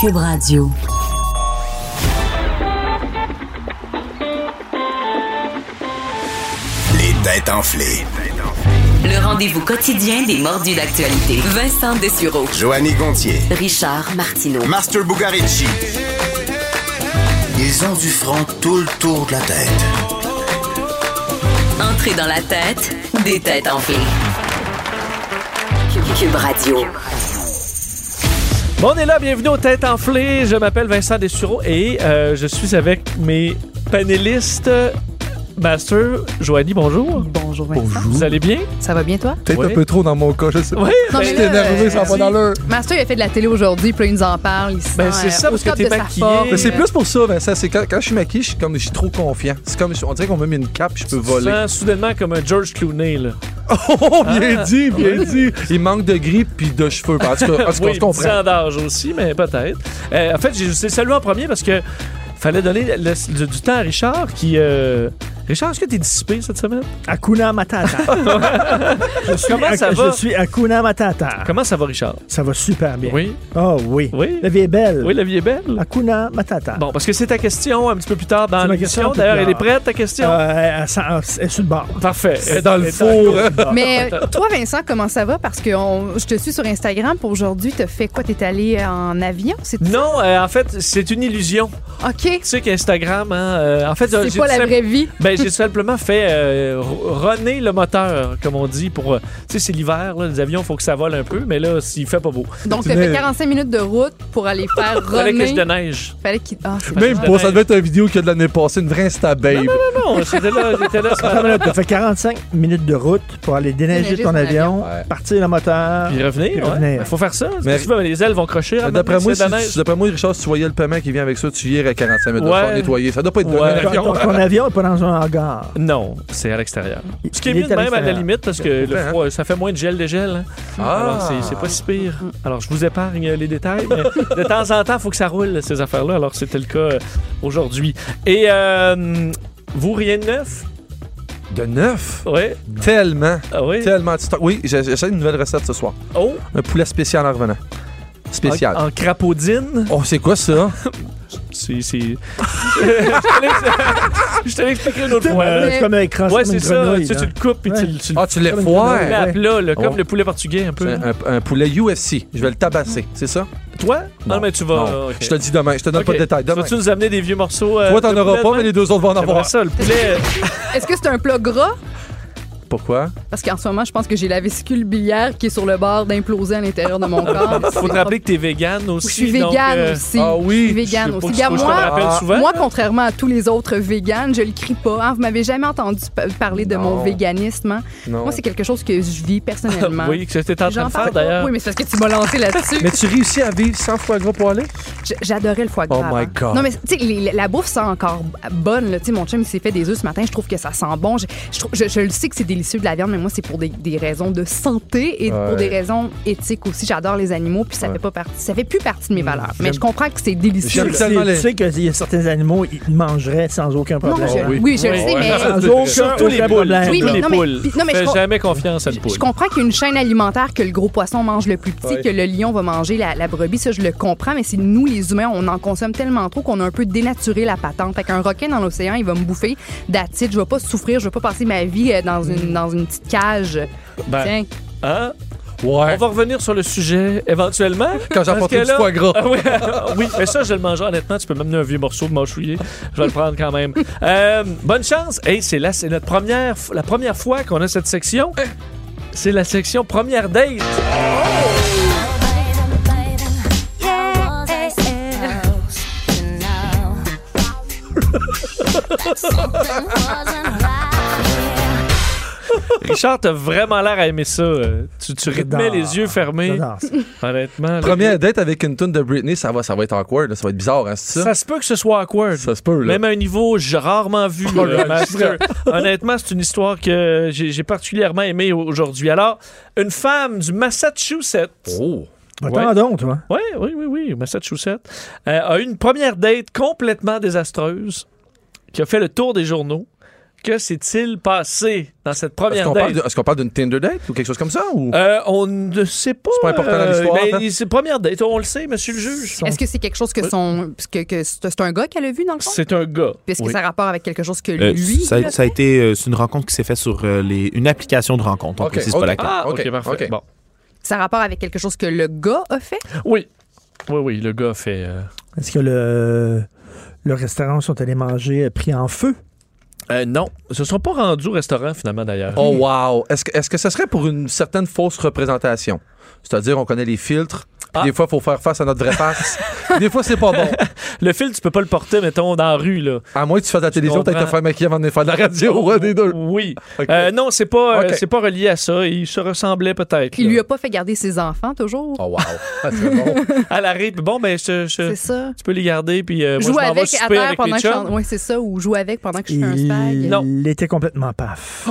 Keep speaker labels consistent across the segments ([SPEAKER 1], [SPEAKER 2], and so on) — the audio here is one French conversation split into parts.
[SPEAKER 1] Cube Radio.
[SPEAKER 2] Les têtes enflées.
[SPEAKER 1] Le rendez-vous quotidien des mordus d'actualité. Vincent Dessureau.
[SPEAKER 2] Joanny Gontier.
[SPEAKER 1] Richard Martineau.
[SPEAKER 2] Master Bugarici. Ils ont du front tout le tour de la tête.
[SPEAKER 1] Entrée dans la tête des têtes enflées. Cube- Cube Radio.
[SPEAKER 3] Bon, on est là, bienvenue aux Têtes Enflées. Je m'appelle Vincent Dessureau et euh, je suis avec mes panélistes. Master, Joanie, bonjour.
[SPEAKER 4] Bonjour Vincent.
[SPEAKER 3] Vous allez bien?
[SPEAKER 4] Ça va bien toi?
[SPEAKER 5] Peut-être
[SPEAKER 3] Ouais.
[SPEAKER 5] un peu trop dans mon cas, je sais pas.
[SPEAKER 3] Oui, ben,
[SPEAKER 4] Non, mais
[SPEAKER 5] J'étais
[SPEAKER 4] là,
[SPEAKER 5] nerveux, ça va pas dans l'heure.
[SPEAKER 4] Master il a fait de la télé aujourd'hui, puis là, il nous en parle. Il se
[SPEAKER 3] Ben,
[SPEAKER 4] sent, euh,
[SPEAKER 3] c'est ça,
[SPEAKER 4] au
[SPEAKER 3] parce que
[SPEAKER 4] top
[SPEAKER 3] t'es
[SPEAKER 4] de sa
[SPEAKER 3] maquillé.
[SPEAKER 4] forme.
[SPEAKER 5] Mais c'est plus pour ça, Vincent. C'est quand, quand je suis maquillé, je suis comme je suis trop confiant. C'est comme on dirait qu'on m'a mis une cape, je peux
[SPEAKER 3] tu te
[SPEAKER 5] voler.
[SPEAKER 3] sens soudainement comme un George Clooney, là.
[SPEAKER 5] Oh, bien
[SPEAKER 3] Ah.
[SPEAKER 5] dit, bien dit. Il manque de grippe puis de cheveux. En tout cas, en tout cas, on
[SPEAKER 3] oui,
[SPEAKER 5] se
[SPEAKER 3] dix
[SPEAKER 5] comprend.
[SPEAKER 3] ans d'âge aussi, mais peut-être. Euh, en fait, j'ai juste salué en premier parce que fallait donner le- le- du temps à Richard qui. euh, Richard, est-ce que t'es dissipé cette semaine?
[SPEAKER 6] Akuna Matata. je suis,
[SPEAKER 3] Comment ça
[SPEAKER 6] Ak-
[SPEAKER 3] va?
[SPEAKER 6] Je suis Akuna Matata.
[SPEAKER 3] Comment ça va, Richard?
[SPEAKER 6] Ça va super bien.
[SPEAKER 3] Oui.
[SPEAKER 6] Oh oui.
[SPEAKER 3] Oui.
[SPEAKER 6] La vie est belle.
[SPEAKER 3] Oui, la vie est belle.
[SPEAKER 6] Akuna Matata.
[SPEAKER 3] Bon, parce que c'est ta question un petit peu plus tard dans
[SPEAKER 6] C'est ma question un
[SPEAKER 3] l'émission.
[SPEAKER 6] peu
[SPEAKER 3] D'ailleurs,
[SPEAKER 6] plus
[SPEAKER 3] elle est
[SPEAKER 6] tard.
[SPEAKER 3] prête, ta question?
[SPEAKER 6] Euh, elle, s'en- elle est sur le bord.
[SPEAKER 3] Parfait.
[SPEAKER 5] Et dans le four. hein.
[SPEAKER 4] Mais euh, toi, Vincent, comment ça va? Parce que on- je te suis sur Instagram pour aujourd'hui. T'as fait quoi? T'es allé euh, en avion? C'est
[SPEAKER 3] Non, euh, en fait, c'est une illusion.
[SPEAKER 4] OK.
[SPEAKER 3] Tu sais qu'Instagram, hein, euh, en fait, euh,
[SPEAKER 4] C'est
[SPEAKER 3] j'ai
[SPEAKER 4] pas
[SPEAKER 3] tout
[SPEAKER 4] la
[SPEAKER 3] simple-
[SPEAKER 4] vraie vie.
[SPEAKER 3] Ben, j'ai simplement fait euh, runner le moteur, comme on dit, pour. euh, Tu sais, c'est l'hiver, là, les avions, faut que ça vole un peu, mais là, s'il fait pas beau.
[SPEAKER 4] Donc, t'as fait 45 minutes de route pour aller faire
[SPEAKER 3] Fallait que je
[SPEAKER 4] runner.
[SPEAKER 3] de neige.
[SPEAKER 4] Fallait qu'il. Ah, c'est
[SPEAKER 5] Même
[SPEAKER 4] dommage.
[SPEAKER 5] pas, ça devait être une vidéo qui a de l'année passée, une vraie Insta babe.
[SPEAKER 3] Non, j'étais là, j'étais là. ce
[SPEAKER 6] Attends une
[SPEAKER 3] matin.
[SPEAKER 6] minute, T'as fait 45 minutes de route pour aller déneiger
[SPEAKER 4] Déneiger
[SPEAKER 6] ton
[SPEAKER 4] son
[SPEAKER 6] avion,
[SPEAKER 5] avion. Ouais.
[SPEAKER 6] partir le moteur.
[SPEAKER 3] Puis revenir,
[SPEAKER 6] Puis
[SPEAKER 3] ouais.
[SPEAKER 6] revenir.
[SPEAKER 3] Faut faire ça. parce que
[SPEAKER 5] Mais-
[SPEAKER 3] tu veux, les ailes vont crocher. à un moment
[SPEAKER 5] D'après
[SPEAKER 3] donné,
[SPEAKER 5] moi,
[SPEAKER 3] si c'est de la
[SPEAKER 5] si-
[SPEAKER 3] neige.
[SPEAKER 5] si- d'après moi, Richard, si tu voyais le paiement qui vient avec ça, tu irais à 45 minutes
[SPEAKER 3] Ouais.
[SPEAKER 5] de faire nettoyer. Ça doit pas être de
[SPEAKER 3] Ouais.
[SPEAKER 5] l'avion.
[SPEAKER 6] Ton, ton avion est pas dans un hangar.
[SPEAKER 3] Non, c'est à l'extérieur. Ce qui est
[SPEAKER 6] Il
[SPEAKER 3] mieux de
[SPEAKER 6] à
[SPEAKER 3] même à la
[SPEAKER 6] l'extérieur.
[SPEAKER 3] limite parce que le
[SPEAKER 5] Hein?
[SPEAKER 3] froid, ça fait moins de gel de gel. hein.
[SPEAKER 5] Ah.
[SPEAKER 3] Alors c'est- c'est pas si pire. Alors je vous épargne euh, les détails, mais de temps en temps, il faut que ça roule ces affaires-là. Alors c'était le cas euh, aujourd'hui. Et euh, vous, rien de neuf?
[SPEAKER 5] De neuf?
[SPEAKER 3] Oui.
[SPEAKER 5] Tellement.
[SPEAKER 3] Ah oui.
[SPEAKER 5] Tellement. de stock. Oui, j'ai- j'essaie une nouvelle recette ce soir.
[SPEAKER 3] Oh,
[SPEAKER 5] Un poulet spécial en revenant. Spécial.
[SPEAKER 3] en, en crapaudine.
[SPEAKER 5] Oh, c'est quoi ça?
[SPEAKER 3] C'est. c'est- je te l'ex- je te l'expliquerai une autre fois. hein.
[SPEAKER 6] Ouais, c'est comme un cross
[SPEAKER 3] Ouais,
[SPEAKER 6] comme
[SPEAKER 3] c'est
[SPEAKER 6] une
[SPEAKER 3] ça.
[SPEAKER 6] grenouille,
[SPEAKER 3] Tu,
[SPEAKER 6] là.
[SPEAKER 3] tu le coupes puis tu, le- tu le
[SPEAKER 5] Ah, tu l'as
[SPEAKER 6] Comme une
[SPEAKER 5] foire.
[SPEAKER 3] mets à plat, là, comme
[SPEAKER 5] Oh.
[SPEAKER 3] le poulet portugais un peu.
[SPEAKER 5] C'est un, un poulet UFC. Je vais le tabasser, c'est ça?
[SPEAKER 3] Toi? Non,
[SPEAKER 5] Non.
[SPEAKER 3] mais tu vas.
[SPEAKER 5] Non.
[SPEAKER 3] ah, ok.
[SPEAKER 5] Je te le dis demain. Je te donne
[SPEAKER 3] Ok.
[SPEAKER 5] pas de détails. Demain.
[SPEAKER 3] Vas-tu nous amener des vieux morceaux? euh,
[SPEAKER 5] Toi, t'en
[SPEAKER 3] de
[SPEAKER 5] auras
[SPEAKER 3] poulet
[SPEAKER 5] pas,
[SPEAKER 3] demain?
[SPEAKER 5] mais les deux autres vont en
[SPEAKER 3] J'aimerais
[SPEAKER 5] avoir.
[SPEAKER 3] ça, le poulet. euh,
[SPEAKER 4] Est-ce que c'est un plat gras?
[SPEAKER 5] Pourquoi?
[SPEAKER 4] Parce qu'en ce moment, je pense que j'ai la vésicule biliaire qui est sur le bord d'imploser à l'intérieur de mon corps.
[SPEAKER 3] Faut te rappeler que t'es végane aussi.
[SPEAKER 4] Je suis
[SPEAKER 3] donc,
[SPEAKER 4] végane
[SPEAKER 3] euh,
[SPEAKER 4] aussi.
[SPEAKER 5] ah oui,
[SPEAKER 4] Je suis végane
[SPEAKER 3] faut
[SPEAKER 4] aussi.
[SPEAKER 3] que- faut
[SPEAKER 4] Regarde,
[SPEAKER 3] que je te le
[SPEAKER 4] moi,
[SPEAKER 3] rappelle
[SPEAKER 5] ah,
[SPEAKER 3] souvent.
[SPEAKER 4] Moi, contrairement à tous les autres véganes, je le crie pas. hein. Vous m'avez jamais entendu pa- parler de
[SPEAKER 5] Non.
[SPEAKER 4] mon véganisme. hein.
[SPEAKER 5] Non.
[SPEAKER 4] Moi, c'est quelque chose que je vis personnellement.
[SPEAKER 3] oui, que c'était en train
[SPEAKER 4] J'en
[SPEAKER 3] de faire
[SPEAKER 4] parle pas.
[SPEAKER 3] d'ailleurs.
[SPEAKER 4] Oui, mais c'est parce que tu m'as lancé là-dessus.
[SPEAKER 5] Mais tu réussis à vivre sans foie gras pour aller?
[SPEAKER 4] J- J'adorais le foie gras.
[SPEAKER 5] Oh my
[SPEAKER 4] avant.
[SPEAKER 5] God.
[SPEAKER 4] Non, mais tu sais, les- la bouffe sent encore bonne. là. Tu sais, mon chum, il s'est fait des œufs ce matin. Je trouve que ça sent bon. Je, je trouve- je- je le sais que c'est délicieux de la viande, mais moi, c'est pour des, des raisons de santé et
[SPEAKER 5] Ouais.
[SPEAKER 4] pour des raisons éthiques aussi. J'adore les animaux, puis ça
[SPEAKER 5] Ouais. Mm.
[SPEAKER 4] fait pas partie, ça fait plus partie de mes valeurs. Mais
[SPEAKER 5] j'aime-
[SPEAKER 4] je comprends que c'est
[SPEAKER 6] Tu
[SPEAKER 4] délicieux.
[SPEAKER 5] J'aime
[SPEAKER 6] sais-
[SPEAKER 5] tellement
[SPEAKER 6] tu
[SPEAKER 5] les-
[SPEAKER 6] sais qu'il y a certains animaux, ils te mangeraient sans aucun
[SPEAKER 4] Non,
[SPEAKER 6] problème.
[SPEAKER 4] je-
[SPEAKER 5] oui.
[SPEAKER 4] oui. je le
[SPEAKER 3] Ah Oui.
[SPEAKER 4] sais, mais
[SPEAKER 6] Sans aucun,
[SPEAKER 3] Surtout les
[SPEAKER 6] aucun
[SPEAKER 3] poules.
[SPEAKER 6] problème.
[SPEAKER 4] Oui,
[SPEAKER 3] Surtout
[SPEAKER 4] mais
[SPEAKER 3] les
[SPEAKER 4] non, mais-
[SPEAKER 3] poules.
[SPEAKER 4] puis- non, mais je
[SPEAKER 3] Fais
[SPEAKER 4] com-
[SPEAKER 3] jamais confiance à une poule.
[SPEAKER 4] Je comprends qu'il y a une chaîne alimentaire que le gros poisson mange le plus petit,
[SPEAKER 5] Ouais.
[SPEAKER 4] que le lion va manger la, la brebis. Ça, je le comprends, mais c'est nous, les humains, on en consomme tellement trop qu'on a un peu dénaturé la patente. Fait qu'un requin dans l'océan, il va me bouffer d'attitude. Je vais pas souffrir, je vais pas passer ma vie euh, dans une, dans une petite cage.
[SPEAKER 3] Ben,
[SPEAKER 4] Tiens.
[SPEAKER 3] hein? On
[SPEAKER 5] Ouais.
[SPEAKER 3] va revenir sur le sujet éventuellement.
[SPEAKER 5] Quand j'apporterai
[SPEAKER 3] Parce que
[SPEAKER 5] du foie gras.
[SPEAKER 3] Ah oui, oui, mais ça, je le mangerai honnêtement. Tu peux m'amener un vieux morceau de mâchouiller. Je vais le prendre quand même. Euh, bonne chance. Hey, c'est là, c'est notre première, f- la première fois qu'on a cette section. C'est la section première date. Richard, t'as vraiment l'air à aimer ça. euh. Tu, tu rythmais
[SPEAKER 6] J'adore.
[SPEAKER 3] les yeux fermés.
[SPEAKER 6] J'adore ça.
[SPEAKER 3] Honnêtement. là.
[SPEAKER 5] Première date avec une tune de Britney, ça va, ça va être awkward, là, ça va être bizarre, hein, c'est ça?
[SPEAKER 3] Ça se peut que ce soit awkward.
[SPEAKER 5] Ça se peut, là.
[SPEAKER 3] Même à un niveau j'ai rarement vu.
[SPEAKER 5] Oh,
[SPEAKER 3] euh,
[SPEAKER 5] le
[SPEAKER 3] master. Honnêtement, c'est une histoire que j'ai j'ai particulièrement aimée au- aujourd'hui. Alors, une femme du Massachusetts.
[SPEAKER 5] Oh!
[SPEAKER 6] Va-t'en donc, toi.
[SPEAKER 3] Oui, oui, oui, oui, Massachusetts. euh, a eu une première date complètement désastreuse qui a fait le tour des journaux. Que s'est-il passé dans cette
[SPEAKER 5] Est-ce
[SPEAKER 3] première
[SPEAKER 5] qu'on
[SPEAKER 3] date?
[SPEAKER 5] parle de- est-ce qu'on parle d'une Tinder date ou quelque chose comme ça? Ou...
[SPEAKER 3] Euh, on ne sait pas.
[SPEAKER 5] C'est pas important dans l'histoire,
[SPEAKER 3] ben,
[SPEAKER 5] hein?
[SPEAKER 3] il- C'est première date, on le sait, monsieur le juge.
[SPEAKER 4] Est-ce que c'est quelque chose que son. que, que c'est c'est un gars qu'elle a vu, dans le fond?
[SPEAKER 3] C'est un gars.
[SPEAKER 4] Est-ce que
[SPEAKER 7] Oui.
[SPEAKER 4] ça a rapport avec quelque chose que
[SPEAKER 7] Euh,
[SPEAKER 4] lui.
[SPEAKER 7] ça,
[SPEAKER 4] a
[SPEAKER 7] ça a été euh, c'est une rencontre qui s'est faite sur euh, les, une application de rencontre. On
[SPEAKER 5] Ok,
[SPEAKER 7] précise
[SPEAKER 5] ok.
[SPEAKER 7] pas laquelle.
[SPEAKER 3] Ah, ok,
[SPEAKER 5] Ok,
[SPEAKER 3] parfait.
[SPEAKER 5] ok.
[SPEAKER 3] Bon.
[SPEAKER 4] Ça a rapport avec quelque chose que le gars a fait?
[SPEAKER 3] Oui. Oui, oui, le gars fait. euh,
[SPEAKER 6] Est-ce que le, le restaurant où sont allés manger a pris en feu?
[SPEAKER 3] Euh, non, ils se sont pas rendus au restaurant finalement d'ailleurs.
[SPEAKER 5] Oh wow! Est-ce que, est-ce que ce serait pour une certaine fausse représentation? C'est-à-dire, on connaît les filtres, puis
[SPEAKER 3] Ah.
[SPEAKER 5] des fois, il faut faire face à notre vraie face. des fois, c'est pas bon.
[SPEAKER 3] Le fil, tu peux pas le porter, mettons, dans la rue là.
[SPEAKER 5] À moins que tu fasses de la télévision, t'as
[SPEAKER 3] comprends.
[SPEAKER 5] te faire maquiller avant de faire de la radio ou un des deux.
[SPEAKER 3] Oui.
[SPEAKER 5] Ok.
[SPEAKER 3] Euh, non, c'est pas, euh,
[SPEAKER 5] Ok.
[SPEAKER 3] c'est pas relié à ça. Ils se ressemblaient peut-être.
[SPEAKER 4] Il
[SPEAKER 3] là.
[SPEAKER 4] lui a pas fait garder ses enfants, toujours?
[SPEAKER 5] Oh wow! Ah, c'est bon.
[SPEAKER 3] À l'arrêt, puis bon, ben, je- je-
[SPEAKER 4] C'est ça.
[SPEAKER 3] tu peux les garder, puis euh, moi,
[SPEAKER 4] Joue
[SPEAKER 3] je m'en vais
[SPEAKER 4] avec à
[SPEAKER 3] souper
[SPEAKER 4] terre
[SPEAKER 3] avec
[SPEAKER 4] pendant
[SPEAKER 3] mes
[SPEAKER 4] que je
[SPEAKER 3] chums.
[SPEAKER 4] chante. Oui, c'est ça, ou joue avec pendant que je fais un spag.
[SPEAKER 6] Il,
[SPEAKER 3] Non.
[SPEAKER 6] il était complètement paf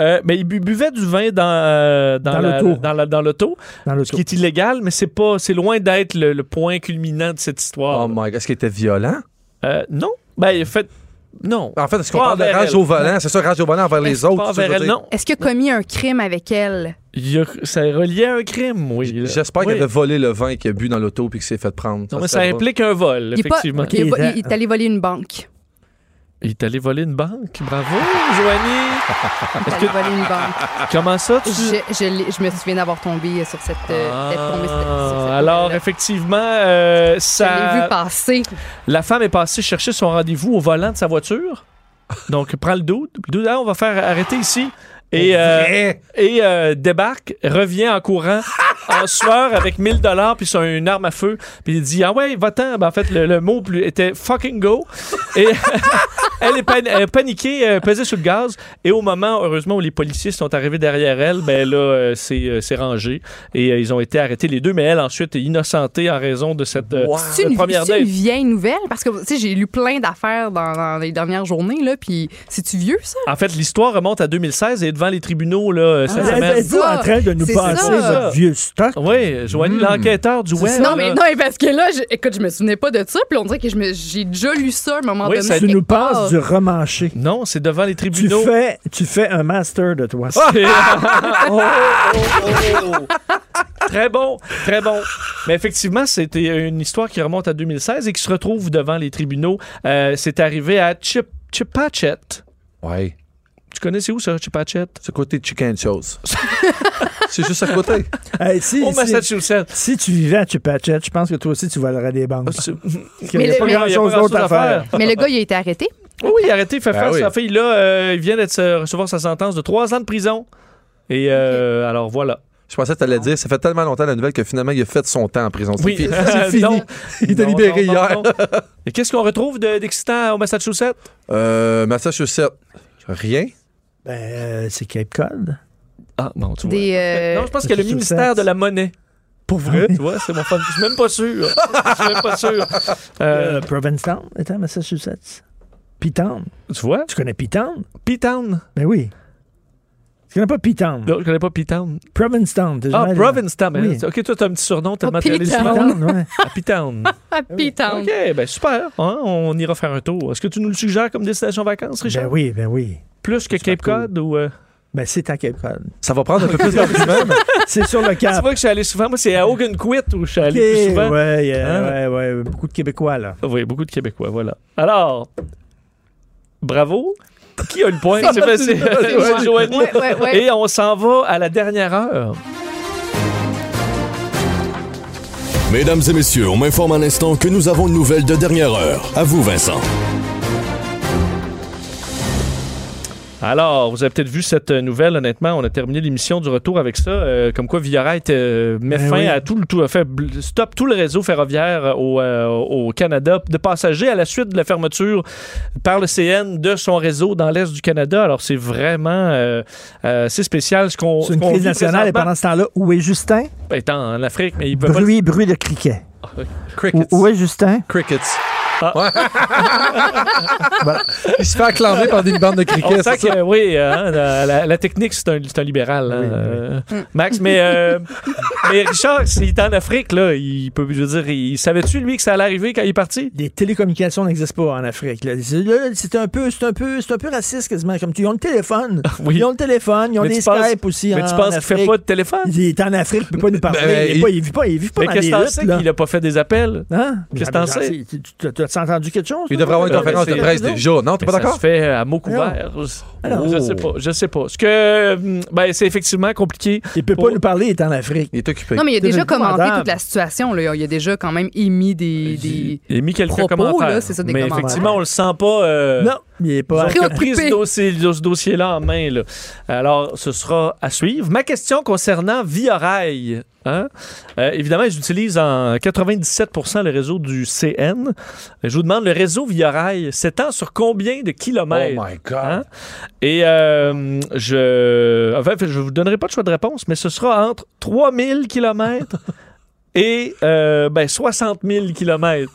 [SPEAKER 3] Euh, mais ils bu- buvaient du vin dans, euh, dans,
[SPEAKER 6] Dans
[SPEAKER 3] la-
[SPEAKER 6] l'auto.
[SPEAKER 3] dans la- dans l'auto,
[SPEAKER 6] dans
[SPEAKER 3] ce
[SPEAKER 6] l'auto.
[SPEAKER 3] qui est illégal, mais c'est pas, c'est loin d'être le, le point culminant de cette histoire.
[SPEAKER 5] Oh my god, est-ce qu'il était violent?
[SPEAKER 3] Euh, non, ben, il a fait, non.
[SPEAKER 5] En fait, est-ce qu'on
[SPEAKER 3] Pas
[SPEAKER 5] parle de
[SPEAKER 3] envers
[SPEAKER 5] rage
[SPEAKER 3] elle.
[SPEAKER 5] au volant? C'est ça, rage au volant envers les autres?
[SPEAKER 3] Pas
[SPEAKER 5] c'est ça que
[SPEAKER 3] envers
[SPEAKER 5] je
[SPEAKER 3] elle,
[SPEAKER 5] veux dire.
[SPEAKER 3] non.
[SPEAKER 4] Est-ce qu'il a commis un crime avec elle?
[SPEAKER 3] Il a- ça est relié à un crime, oui. là.
[SPEAKER 5] J'espère
[SPEAKER 3] Oui.
[SPEAKER 5] qu'il avait volé le vin qu'il a bu dans l'auto puis qu'il s'est fait prendre.
[SPEAKER 3] Non, mais ça
[SPEAKER 5] serait bon.
[SPEAKER 3] implique un vol,
[SPEAKER 4] Il est, pas-
[SPEAKER 3] effectivement.
[SPEAKER 4] il est pas-
[SPEAKER 6] Il est-
[SPEAKER 4] il est allé voler une banque.
[SPEAKER 3] Il est allé voler une banque. Bravo, Joanie.
[SPEAKER 4] Il est allé voler une banque.
[SPEAKER 3] Comment ça, tu.
[SPEAKER 4] Je, je l'ai- je me souviens d'avoir tombé sur cette. euh,
[SPEAKER 3] Ah,
[SPEAKER 4] d'être tombée sur cette- sur cette
[SPEAKER 3] alors,
[SPEAKER 4] banque-là.
[SPEAKER 3] effectivement, euh,
[SPEAKER 4] je l'ai
[SPEAKER 3] ça,
[SPEAKER 4] vu passer.
[SPEAKER 3] la femme est passée chercher son rendez-vous au volant de sa voiture. Donc, prend le doute. Le doute, ah, on va faire arrêter ici. Et, euh,
[SPEAKER 5] vrai?
[SPEAKER 3] et euh, débarque, revient en courant, en sueur, avec 1000 dollars puis son- une arme à feu. Puis il dit, ah ouais, va-t'en. Ben, en fait, le, le mot plus- était fucking go. Et elle est pan- euh, paniquée, euh, pesée sur le gaz. Et au moment, heureusement, où les policiers sont arrivés derrière elle, ben là, euh, c'est euh, c'est rangé. Et euh, ils ont été arrêtés les deux. Mais elle, ensuite, est innocentée en raison de cette euh,
[SPEAKER 5] Wow.
[SPEAKER 4] C'est une,
[SPEAKER 3] première
[SPEAKER 4] c'est une
[SPEAKER 3] date.
[SPEAKER 4] vieille nouvelle parce que tu sais, j'ai lu plein d'affaires dans, dans les dernières journées là, puis c'est tu vieux ça
[SPEAKER 3] En fait, l'histoire remonte à 2016 et est devant les tribunaux là, euh, cette
[SPEAKER 4] Ah,
[SPEAKER 3] semaine.
[SPEAKER 4] c'est-
[SPEAKER 6] Êtes-vous en train de nous
[SPEAKER 4] C'est
[SPEAKER 6] passer
[SPEAKER 4] ça.
[SPEAKER 6] votre vieux stock?
[SPEAKER 3] Oui, Joanie, l'enquêteur du web.
[SPEAKER 4] Non mais
[SPEAKER 3] là.
[SPEAKER 4] non mais parce que là, je, écoute, je me souvenais pas de ça, puis on dirait que je me- j'ai déjà lu ça à un moment
[SPEAKER 3] Oui,
[SPEAKER 4] donné.
[SPEAKER 3] ça-
[SPEAKER 6] Tu nous
[SPEAKER 4] quelque part.
[SPEAKER 6] passes du romanché.
[SPEAKER 3] Non, c'est devant les
[SPEAKER 6] Tu
[SPEAKER 3] tribunaux. Ah!
[SPEAKER 6] fais, tu fais un master de toi.
[SPEAKER 3] C'est- Oh, très bon, très bon. Mais effectivement, c'était une histoire qui remonte à 2016 et qui se retrouve devant les tribunaux. Euh, c'est arrivé à Chip Chipachet.
[SPEAKER 5] Ouais.
[SPEAKER 3] Tu connais c'est où ça, Chipachet?
[SPEAKER 5] C'est côté chicken chose. c'est juste à côté.
[SPEAKER 6] Hey, si,
[SPEAKER 3] Au
[SPEAKER 6] si-
[SPEAKER 3] Massachusetts.
[SPEAKER 6] si tu vivais à Chupachet, je pense que toi aussi tu valerais des banques.
[SPEAKER 3] C'est-
[SPEAKER 6] Parce qu'il n'y
[SPEAKER 4] Mais
[SPEAKER 6] a pas
[SPEAKER 4] le-
[SPEAKER 3] il y a
[SPEAKER 6] grand-chose
[SPEAKER 3] pas grand-chose
[SPEAKER 6] d'autre à faire.
[SPEAKER 4] Mais le gars, il a été arrêté.
[SPEAKER 3] Oui, oui, arrêtez, il fait
[SPEAKER 5] Ben
[SPEAKER 3] face
[SPEAKER 5] oui.
[SPEAKER 3] à la fille. Là, euh, il vient de se- recevoir sa sentence de trois ans de prison. Et euh, alors voilà.
[SPEAKER 5] Je pensais que t'allais dire, ça fait tellement longtemps la nouvelle que finalement il a fait son temps en prison. C'est fini.
[SPEAKER 3] c'est
[SPEAKER 5] fini. Il était libéré hier.
[SPEAKER 3] Et qu'est-ce qu'on retrouve de- d'excitant au Massachusetts?
[SPEAKER 5] Euh, Massachusetts, rien.
[SPEAKER 6] Ben, euh, c'est Cape Cod.
[SPEAKER 3] Ah, non, tu vois.
[SPEAKER 4] Des, euh,
[SPEAKER 3] Non, je pense qu'il y a le
[SPEAKER 6] Massachusetts.
[SPEAKER 3] ministère de la monnaie. Pour vrai? Tu vois, c'est mon fun. Je suis même pas sûr. Je suis même pas sûr. Euh,
[SPEAKER 6] Euh, Provincetown était à Massachusetts. Piton.
[SPEAKER 3] tu vois?
[SPEAKER 6] Tu connais Piton?
[SPEAKER 3] P-Town.
[SPEAKER 6] Ben oui. Tu connais pas Piton?
[SPEAKER 3] Non, je connais pas P-Town.
[SPEAKER 6] Provincetown. t'es
[SPEAKER 3] Ah,
[SPEAKER 6] jamais allé dans-
[SPEAKER 3] Provincetown. mais
[SPEAKER 6] Oui.
[SPEAKER 3] là, OK, toi, t'as un petit surnom tellement
[SPEAKER 4] Ah,
[SPEAKER 3] t'es allé
[SPEAKER 4] P-Town.
[SPEAKER 3] souvent.
[SPEAKER 6] Piton, ouais.
[SPEAKER 3] Ah, P-Town.
[SPEAKER 4] Happy Town.
[SPEAKER 3] OK, ben super. Hein, on ira faire un tour. Est-ce que tu nous le suggères comme destination vacances, Richard?
[SPEAKER 6] Ben oui, ben oui.
[SPEAKER 3] Plus que Cape Cod ou... euh,
[SPEAKER 6] Ben c'est à Cape Cod.
[SPEAKER 5] Ça va prendre un peu plus d'arguments.
[SPEAKER 6] C'est sur le
[SPEAKER 3] Ah, C'est
[SPEAKER 6] cap.
[SPEAKER 3] vrai que je suis allé souvent. Moi, c'est à Hogan-Quit où je suis allé
[SPEAKER 6] Ok,
[SPEAKER 3] plus souvent.
[SPEAKER 6] ouais, yeah,
[SPEAKER 3] Hein?
[SPEAKER 6] ouais, ouais, beaucoup de Québécois là.
[SPEAKER 3] Oui, beaucoup de Québécois, voilà. Alors, bravo. Qui a le point? C'est facile.
[SPEAKER 4] C'est moi.
[SPEAKER 3] C'est Joanie.
[SPEAKER 4] Ouais, ouais, ouais.
[SPEAKER 3] Et on s'en va à la dernière heure.
[SPEAKER 8] Mesdames et messieurs, on m'informe à l'instant que nous avons une nouvelle de dernière heure. À vous, Vincent.
[SPEAKER 3] Alors, vous avez peut-être vu cette euh, nouvelle, honnêtement. On a terminé l'émission du retour avec ça. euh, comme quoi, Villora est, euh, met
[SPEAKER 6] Ben
[SPEAKER 3] fin
[SPEAKER 6] oui.
[SPEAKER 3] à tout le tout, a fait bl- stop tout le réseau ferroviaire euh, au, euh, au Canada de passagers à la suite de la fermeture par le CN de son réseau dans l'Est du Canada. Alors, c'est vraiment euh, euh, c'est spécial ce qu'on.
[SPEAKER 6] C'est
[SPEAKER 3] ce
[SPEAKER 6] une
[SPEAKER 3] qu'on
[SPEAKER 6] crise
[SPEAKER 3] vit
[SPEAKER 6] nationale. Et
[SPEAKER 3] présentement.
[SPEAKER 6] pendant ce temps-là, où est Justin?
[SPEAKER 3] Étant en Afrique, mais il peut pas. le-
[SPEAKER 6] Bruit, bruit de criquet. Où,
[SPEAKER 5] Crickets.
[SPEAKER 6] où est Justin?
[SPEAKER 5] Crickets.
[SPEAKER 3] Ah.
[SPEAKER 5] Ouais. Voilà. Il se fait acclamer par des bandes de
[SPEAKER 3] On
[SPEAKER 5] crickets.
[SPEAKER 3] sent
[SPEAKER 5] c'est ça?
[SPEAKER 3] que, oui, hein, la, la- la technique, c'est un, c'est un libéral, hein, euh, Max. Mais, euh, mais Richard, s'il est en Afrique, là, il peut, je veux dire, il savait-tu, lui, que ça allait arriver quand il est parti?
[SPEAKER 6] Les télécommunications n'existent pas en Afrique. là. C'est là, c'est un peu, c'est un peu, c'est un peu raciste quasiment. Comme tu, ils ont le téléphone.
[SPEAKER 3] Oui.
[SPEAKER 6] Ils ont le téléphone. Ils ont
[SPEAKER 3] Mais
[SPEAKER 6] des
[SPEAKER 3] tu penses-
[SPEAKER 6] Skype aussi.
[SPEAKER 3] Mais
[SPEAKER 6] en
[SPEAKER 3] tu penses qu'il fait
[SPEAKER 6] Afrique.
[SPEAKER 3] pas de téléphone?
[SPEAKER 6] Il est en Afrique, il peut pas nous parler.
[SPEAKER 5] Ben,
[SPEAKER 6] il, est
[SPEAKER 5] il-
[SPEAKER 6] pas, il vit pas, il vit pas
[SPEAKER 3] Mais
[SPEAKER 6] dans des
[SPEAKER 3] qu'est-ce que t'en
[SPEAKER 6] luttes,
[SPEAKER 3] sais
[SPEAKER 6] là.
[SPEAKER 3] qu'il a pas fait des appels?
[SPEAKER 6] Hein?
[SPEAKER 3] Qu'est-ce que
[SPEAKER 6] Ah,
[SPEAKER 3] t'en
[SPEAKER 6] ben,
[SPEAKER 3] sais?
[SPEAKER 6] c'est- tu- tu- T'as entendu quelque chose?
[SPEAKER 5] Il
[SPEAKER 6] toi?
[SPEAKER 5] devrait avoir une
[SPEAKER 3] Euh,
[SPEAKER 5] conférence de
[SPEAKER 3] c'est-
[SPEAKER 5] presse déjà. Non, t'es pas
[SPEAKER 3] Mais Ça
[SPEAKER 5] d'accord?
[SPEAKER 3] se fait à mots couverts. Je sais pas, je sais pas. Ce que, hum, ben, c'est effectivement compliqué.
[SPEAKER 6] Il peut
[SPEAKER 3] Pour-
[SPEAKER 6] pas nous parler, il est en Afrique.
[SPEAKER 5] Il est occupé.
[SPEAKER 4] Non, mais il a
[SPEAKER 6] C'est
[SPEAKER 4] déjà
[SPEAKER 6] une commandante.
[SPEAKER 4] commenté toute la situation. Là. Il a déjà quand même émis des.
[SPEAKER 3] Ben,
[SPEAKER 4] des...
[SPEAKER 3] Il a mis quelques
[SPEAKER 4] Propos,
[SPEAKER 3] commentaires.
[SPEAKER 4] là, c'est ça, des
[SPEAKER 3] mais
[SPEAKER 4] commentaires.
[SPEAKER 3] effectivement, on le sent pas. euh,
[SPEAKER 6] Non, il est pas.
[SPEAKER 3] Ils ont pris
[SPEAKER 4] Préoccupé.
[SPEAKER 3] ce dossier- ce dossier-là en main. là. Alors, ce sera à suivre. Ma question concernant Via Rail. hein? Euh, évidemment, ils utilisent en 97 le réseau du CN. Je vous demande, le réseau Via Rail s'étend sur combien de kilomètres?
[SPEAKER 5] Oh my God.
[SPEAKER 3] Hein? Et euh, je enfin, je vous donnerai pas de choix de réponse, mais ce sera entre 3000 kilomètres et euh, ben, 60 000 kilomètres.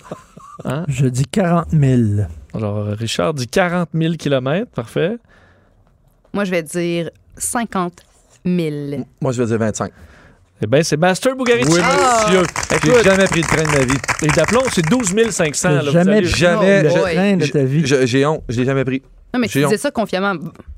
[SPEAKER 6] Je dis 40 000.
[SPEAKER 3] Alors, Richard dit 40 000 kilomètres. Parfait.
[SPEAKER 4] Moi, je vais dire 50 000.
[SPEAKER 5] Moi, je vais dire 25.
[SPEAKER 3] Eh bien, c'est Master Bugarici.
[SPEAKER 5] Oui, monsieur. J'ai
[SPEAKER 3] Écoute,
[SPEAKER 5] jamais pris de train de ma vie.
[SPEAKER 3] les d'aplomb, c'est 12 500.
[SPEAKER 6] T'as
[SPEAKER 3] là, vous
[SPEAKER 6] jamais
[SPEAKER 3] allez-
[SPEAKER 6] pris
[SPEAKER 5] Jamais.
[SPEAKER 6] le
[SPEAKER 4] je-
[SPEAKER 6] train de
[SPEAKER 5] je-
[SPEAKER 6] ta vie.
[SPEAKER 5] je- J'ai honte. Je l'ai jamais pris.
[SPEAKER 4] Non, mais tu
[SPEAKER 5] Géant.
[SPEAKER 4] disais ça confiamment.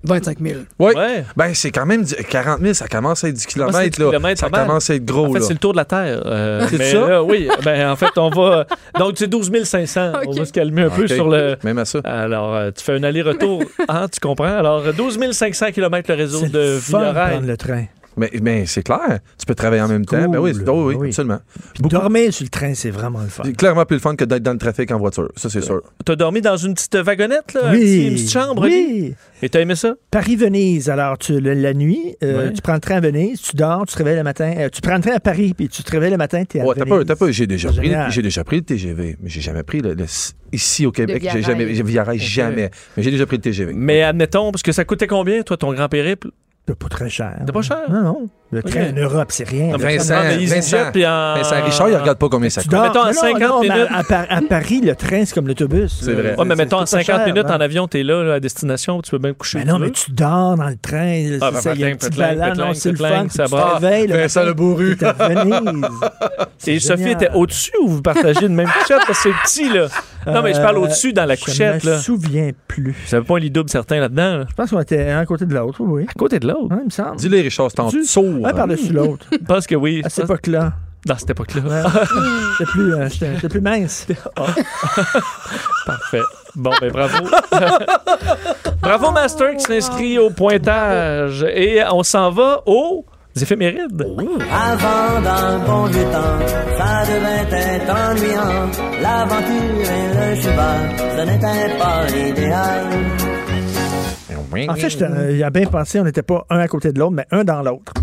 [SPEAKER 4] 25 000.
[SPEAKER 5] Oui.
[SPEAKER 3] Ouais.
[SPEAKER 5] Ben, c'est quand même du- 40 000, ça commence à être du
[SPEAKER 3] Moi, Ah, c'est
[SPEAKER 5] kilomètre,
[SPEAKER 3] du
[SPEAKER 5] là.
[SPEAKER 3] kilomètre,
[SPEAKER 5] ça
[SPEAKER 3] pas mal.
[SPEAKER 5] commence à être
[SPEAKER 3] En
[SPEAKER 5] gros,
[SPEAKER 3] fait,
[SPEAKER 5] là.
[SPEAKER 3] c'est le tour de la Terre. euh,
[SPEAKER 5] C'est
[SPEAKER 3] mais
[SPEAKER 5] ça?
[SPEAKER 3] là, oui. Ben, en fait, on va. Donc, c'est 12 500. On
[SPEAKER 4] Ok.
[SPEAKER 3] va se calmer un peu
[SPEAKER 5] Ok.
[SPEAKER 3] sur le.
[SPEAKER 5] Même à ça.
[SPEAKER 3] Alors, euh, tu fais un aller-retour, hein, tu comprends? Alors, euh, 12 500 km le réseau
[SPEAKER 6] C'est
[SPEAKER 3] de
[SPEAKER 6] le fun de
[SPEAKER 3] Villeray.
[SPEAKER 6] prendre le train.
[SPEAKER 5] Mais, mais c'est clair. Tu peux travailler en même temps.
[SPEAKER 6] cool,
[SPEAKER 5] Ben oui,
[SPEAKER 6] là.
[SPEAKER 5] oh oui,
[SPEAKER 6] Ben oui.
[SPEAKER 5] absolument.
[SPEAKER 6] Puis dormir sur le train, c'est vraiment le fun.
[SPEAKER 5] C'est clairement plus le fun que d'être dans le trafic en voiture. Ça, c'est sûr.
[SPEAKER 3] T'as dormi dans une petite wagonnette, là? un petit- Euh, Une petite chambre, lit?
[SPEAKER 6] oui.
[SPEAKER 3] Et t'as aimé ça?
[SPEAKER 6] Paris-Venise, alors tu, le- la nuit, euh,
[SPEAKER 3] Ouais.
[SPEAKER 6] tu prends le train à Venise, tu dors, tu te réveilles le matin. euh, tu prends le train à Paris, puis tu te réveilles le matin, t'es à
[SPEAKER 5] Ouais, t'as
[SPEAKER 6] Venise.
[SPEAKER 5] pas, t'as pas. J'ai déjà,
[SPEAKER 6] C'est
[SPEAKER 5] pris-
[SPEAKER 6] génial.
[SPEAKER 5] j'ai déjà pris le TGV, mais j'ai jamais pris le, le- ici au Québec.
[SPEAKER 4] Via
[SPEAKER 5] J'ai jamais,
[SPEAKER 4] Rail.
[SPEAKER 5] j'ai- via Rail, jamais. Mais j'ai déjà pris le TGV.
[SPEAKER 3] Mais admettons, parce que ça coûtait combien, toi, ton grand périple?
[SPEAKER 6] T'as pas très cher.
[SPEAKER 3] T'as pas cher?
[SPEAKER 6] Non, non. Le
[SPEAKER 3] Ok.
[SPEAKER 6] train en Europe, c'est rien.
[SPEAKER 3] Non,
[SPEAKER 6] là.
[SPEAKER 3] mais tu
[SPEAKER 5] Vincent,
[SPEAKER 3] prends des EasyJet,
[SPEAKER 5] Vincent,
[SPEAKER 3] puis en-
[SPEAKER 5] Vincent Richard, il regarde pas combien ça
[SPEAKER 6] Tu
[SPEAKER 5] coûte.
[SPEAKER 6] dors-
[SPEAKER 3] mettons, à
[SPEAKER 6] non,
[SPEAKER 3] 50
[SPEAKER 6] non, mais à-
[SPEAKER 3] minutes.
[SPEAKER 6] À, Par- à Paris, le train, c'est comme l'autobus.
[SPEAKER 5] C'est
[SPEAKER 6] là.
[SPEAKER 5] vrai.
[SPEAKER 3] Ouais, mais mettons, en
[SPEAKER 6] c'est pas
[SPEAKER 3] 50
[SPEAKER 6] cher,
[SPEAKER 3] minutes
[SPEAKER 6] hein.
[SPEAKER 3] en avion, t'es là, là, à destination, tu peux bien te coucher.
[SPEAKER 6] Mais
[SPEAKER 3] où
[SPEAKER 6] non,
[SPEAKER 3] tu
[SPEAKER 6] mais
[SPEAKER 3] veux.
[SPEAKER 6] tu dors dans le train.
[SPEAKER 3] Ah,
[SPEAKER 6] Ah,
[SPEAKER 3] ben,
[SPEAKER 6] ça, il y
[SPEAKER 3] patling,
[SPEAKER 6] a un petit
[SPEAKER 3] patling,
[SPEAKER 6] ballon,
[SPEAKER 3] patling,
[SPEAKER 6] non, c'est le
[SPEAKER 3] patling,
[SPEAKER 6] fun. puis
[SPEAKER 3] ça
[SPEAKER 6] Tu te
[SPEAKER 3] va.
[SPEAKER 6] réveilles. le
[SPEAKER 5] Vincent
[SPEAKER 6] matin,
[SPEAKER 5] le bourru.
[SPEAKER 6] t'es à Venise.
[SPEAKER 3] Et
[SPEAKER 6] C'est
[SPEAKER 3] Sophie
[SPEAKER 6] génial.
[SPEAKER 3] était au-dessus ou vous partagez une même couchette? Parce que c'est petit, là. Non, mais je parle
[SPEAKER 6] Euh,
[SPEAKER 3] au-dessus dans la couchette,
[SPEAKER 6] Je me
[SPEAKER 3] là.
[SPEAKER 6] souviens plus.
[SPEAKER 3] Ça veut pas un lit double certain là-dedans, là.
[SPEAKER 6] Je pense qu'on était un à côté de l'autre, oui.
[SPEAKER 3] À côté de l'autre.
[SPEAKER 6] Hein, il me semble.
[SPEAKER 5] Dis-les, Richard, c'est en
[SPEAKER 6] Tu-
[SPEAKER 5] sourd.
[SPEAKER 6] Un par-dessus l'autre.
[SPEAKER 3] Je pense Ah, que oui.
[SPEAKER 6] À cette époque-là.
[SPEAKER 3] Dans cette époque-là.
[SPEAKER 6] C'était plus, euh, j'étais- j'étais plus mince.
[SPEAKER 3] Parfait. Bon, ben bravo. bravo Master qui s'inscrit au pointage. Et on s'en va aux éphémérides.
[SPEAKER 6] Oh.
[SPEAKER 9] Avant d'un bon vieux temps, ça devait être ennuyant. L'aventure et le cheval, ce n'était pas l'idéal.
[SPEAKER 6] En fait, j'étais- euh, il y a bien pensé, on n'était pas un à côté de l'autre, mais un dans l'autre.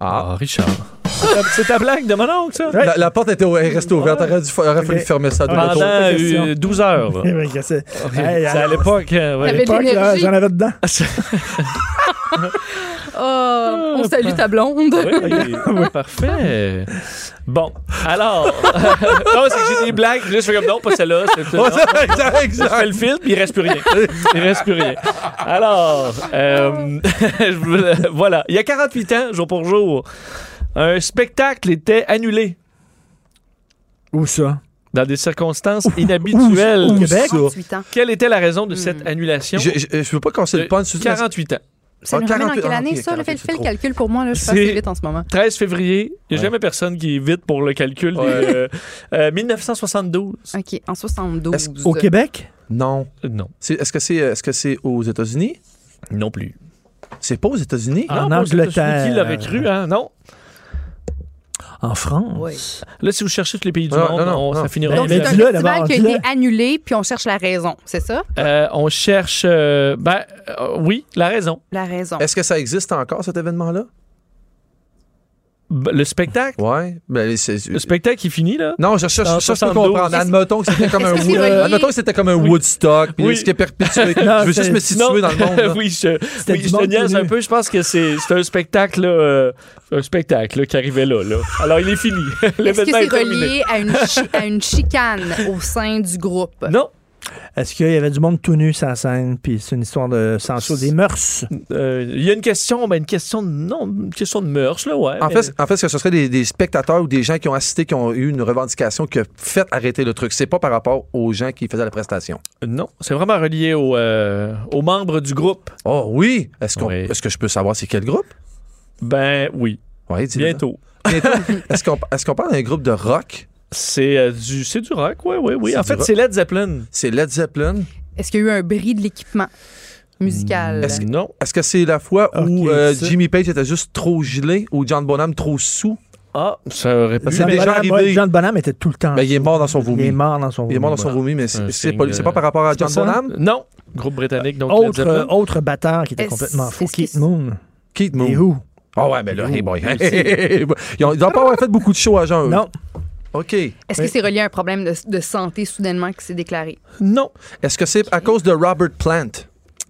[SPEAKER 3] Ah, Richard. C'est ta blague de mon oncle, ça?
[SPEAKER 5] La, la porte était, elle restait ouverte. T'aurais dû- aurait fallu
[SPEAKER 6] Ok.
[SPEAKER 5] fermer ça de
[SPEAKER 3] Pendant
[SPEAKER 5] retour.
[SPEAKER 3] euh, 12 heures. là.
[SPEAKER 6] Eh ben, que c'est- Hey,
[SPEAKER 3] Ah, C'est à
[SPEAKER 6] à
[SPEAKER 3] l'époque. euh, ouais.
[SPEAKER 4] T'avais
[SPEAKER 6] l'époque,
[SPEAKER 4] l'énergie.
[SPEAKER 6] là, j'en avais dedans.
[SPEAKER 4] Oh, on salue ta blonde.
[SPEAKER 3] Oui, Parfait. Bon, alors. non, c'est que j'ai des blagues. puis Là, je fais comme non, pas celle-là. c'est- non.
[SPEAKER 5] exact,
[SPEAKER 3] Je fais le fil, puis il reste plus rien. Il reste plus rien. Alors, euh, je voulais- voilà. Il y a 48 ans, jour pour jour, un spectacle était annulé
[SPEAKER 6] Où ça?
[SPEAKER 3] dans des circonstances inhabituelles.
[SPEAKER 6] Au Québec?
[SPEAKER 4] 38 ans.
[SPEAKER 3] Quelle était la raison de cette annulation?
[SPEAKER 5] Je, je, je veux pas casser le
[SPEAKER 3] Euh,
[SPEAKER 5] punch. juste-
[SPEAKER 3] 48 ans.
[SPEAKER 4] Ça
[SPEAKER 5] Ah,
[SPEAKER 4] nous ramène en
[SPEAKER 5] 48,
[SPEAKER 4] quelle
[SPEAKER 5] ah,
[SPEAKER 4] année,
[SPEAKER 5] ok,
[SPEAKER 4] ça? Le fait,
[SPEAKER 5] 48,
[SPEAKER 4] fais
[SPEAKER 5] c'est
[SPEAKER 4] le
[SPEAKER 5] trop.
[SPEAKER 4] calcul pour moi, là, je passe
[SPEAKER 3] C'est-
[SPEAKER 4] vite en ce moment.
[SPEAKER 3] 13 février, il n'y a jamais personne qui est vite pour le calcul. des, euh, euh, 1972.
[SPEAKER 4] OK, en
[SPEAKER 5] Est-ce
[SPEAKER 4] 72.
[SPEAKER 6] Au Québec?
[SPEAKER 5] Non.
[SPEAKER 3] Non,
[SPEAKER 5] C'est- Est-ce que c'est est -ce c'est aux États-Unis?
[SPEAKER 3] non plus.
[SPEAKER 5] C'est pas aux États-Unis?
[SPEAKER 6] En
[SPEAKER 3] pas aux
[SPEAKER 6] Angleterre.
[SPEAKER 3] États-Unis, Qui l'aurait cru, hein? Non.
[SPEAKER 6] en France.
[SPEAKER 3] Là, si vous cherchez tous les pays du
[SPEAKER 5] Non,
[SPEAKER 3] monde,
[SPEAKER 5] non, non,
[SPEAKER 3] on- ça
[SPEAKER 5] non.
[SPEAKER 3] finira.
[SPEAKER 6] Ben,
[SPEAKER 4] Donc,
[SPEAKER 6] mais
[SPEAKER 4] c'est un
[SPEAKER 6] dis-le
[SPEAKER 4] festival
[SPEAKER 6] d'abord,
[SPEAKER 4] qui a
[SPEAKER 6] dis-le.
[SPEAKER 4] été annulé, puis on cherche la raison, c'est ça?
[SPEAKER 3] Euh, on cherche. euh, ben, euh, oui, la raison.
[SPEAKER 4] La raison.
[SPEAKER 6] Ah.
[SPEAKER 5] Est-ce que ça existe encore, cet événement-là?
[SPEAKER 3] B- Le spectacle.
[SPEAKER 5] Ouais. Ben, c'est-
[SPEAKER 3] Le spectacle est fini, là.
[SPEAKER 5] Non, je cherche,
[SPEAKER 3] En
[SPEAKER 5] je cherche pas
[SPEAKER 3] 72.
[SPEAKER 5] comprendre.
[SPEAKER 3] Est-ce-
[SPEAKER 5] Admettons que c'était comme
[SPEAKER 4] est-ce
[SPEAKER 5] un,
[SPEAKER 4] que c'est
[SPEAKER 5] Wood-
[SPEAKER 4] relié?
[SPEAKER 5] admettons que c'était comme un Woodstock, puis
[SPEAKER 3] Oui.
[SPEAKER 5] ce qui est perpétué.
[SPEAKER 3] Non,
[SPEAKER 5] je veux
[SPEAKER 3] c'est-
[SPEAKER 5] juste me situer
[SPEAKER 3] non.
[SPEAKER 5] dans le monde. là.
[SPEAKER 3] oui, je,
[SPEAKER 6] C'était
[SPEAKER 3] oui,
[SPEAKER 6] du
[SPEAKER 3] je te
[SPEAKER 6] monde
[SPEAKER 3] niaise
[SPEAKER 6] connu.
[SPEAKER 3] un peu. Je pense que c'est c'est un spectacle, là, euh, un spectacle là, qui arrivait là, là. Alors, il est fini.
[SPEAKER 4] Est-ce que
[SPEAKER 3] L'événement
[SPEAKER 4] c'est
[SPEAKER 3] est terminé.
[SPEAKER 4] relié à une, chi- à une chicane au sein du groupe?
[SPEAKER 3] Non.
[SPEAKER 6] Est-ce qu'il y avait du monde tout nu sur la scène, puis c'est une histoire de censure des mœurs?
[SPEAKER 3] Euh, Il y a une question, ben, une question de, non, une question de mœurs, là, ouais.
[SPEAKER 5] En
[SPEAKER 3] mais-
[SPEAKER 5] fait, en fait, ce serait des, des spectateurs ou des gens qui ont assisté, qui ont eu une revendication qui a fait arrêter le truc. C'est pas par rapport aux gens qui faisaient la prestation.
[SPEAKER 3] Euh, non, c'est vraiment relié au, euh, aux membres du groupe.
[SPEAKER 5] Oh oui! Est-ce qu'on,
[SPEAKER 3] Oui.
[SPEAKER 5] est-ce que je peux savoir c'est quel groupe?
[SPEAKER 3] Ben oui,
[SPEAKER 5] Oui, dis-le.
[SPEAKER 3] bientôt.
[SPEAKER 5] Bientôt. est-ce, qu'on, est-ce qu'on parle d'un groupe de rock?
[SPEAKER 3] C'est euh, du, c'est du rock, oui, oui, oui.
[SPEAKER 5] C'est
[SPEAKER 3] En
[SPEAKER 5] du
[SPEAKER 3] fait,
[SPEAKER 5] rock.
[SPEAKER 3] c'est Led Zeppelin.
[SPEAKER 5] C'est Led Zeppelin.
[SPEAKER 4] Est-ce qu'il y a eu un bris de l'équipement musical?
[SPEAKER 5] Est-ce que-
[SPEAKER 3] Non.
[SPEAKER 5] Est-ce que c'est la fois où
[SPEAKER 6] Ok,
[SPEAKER 5] euh,
[SPEAKER 6] ça.
[SPEAKER 5] Jimmy Page était juste trop gelé ou John Bonham trop sous?
[SPEAKER 3] Ah, ça aurait pas
[SPEAKER 5] Lui,
[SPEAKER 3] ça-
[SPEAKER 5] mais- déjà
[SPEAKER 6] Bonham,
[SPEAKER 5] arrivé.
[SPEAKER 6] ouais, John Bonham était tout le temps.
[SPEAKER 5] Mais Ben, il est mort dans son
[SPEAKER 6] Il
[SPEAKER 5] vomi.
[SPEAKER 6] est mort dans son
[SPEAKER 5] Il est mort dans son
[SPEAKER 6] vomi.
[SPEAKER 5] vomi, mais
[SPEAKER 3] Un
[SPEAKER 5] c'est, c'est
[SPEAKER 3] signe
[SPEAKER 5] pas,
[SPEAKER 3] de-
[SPEAKER 5] c'est pas par rapport à John
[SPEAKER 6] ça?
[SPEAKER 5] Bonham? euh,
[SPEAKER 3] Non. Groupe britannique, donc Led
[SPEAKER 6] Autre,
[SPEAKER 3] Zeppelin.
[SPEAKER 6] autre batteur qui était
[SPEAKER 4] Est-ce-
[SPEAKER 6] complètement fou,
[SPEAKER 4] est-ce que
[SPEAKER 6] Keith
[SPEAKER 4] c'est-
[SPEAKER 6] Moon.
[SPEAKER 5] Keith Moon.
[SPEAKER 6] Et où?
[SPEAKER 5] Ah ouais, mais là, hey boy. ils, ont, ils doivent pas avoir fait beaucoup de shows à jeun. eux.
[SPEAKER 6] Non.
[SPEAKER 5] OK.
[SPEAKER 4] Est-ce que c'est relié à un problème de, de santé soudainement qui s'est déclaré?
[SPEAKER 3] Non.
[SPEAKER 5] Est-ce que c'est à cause de Robert Plant?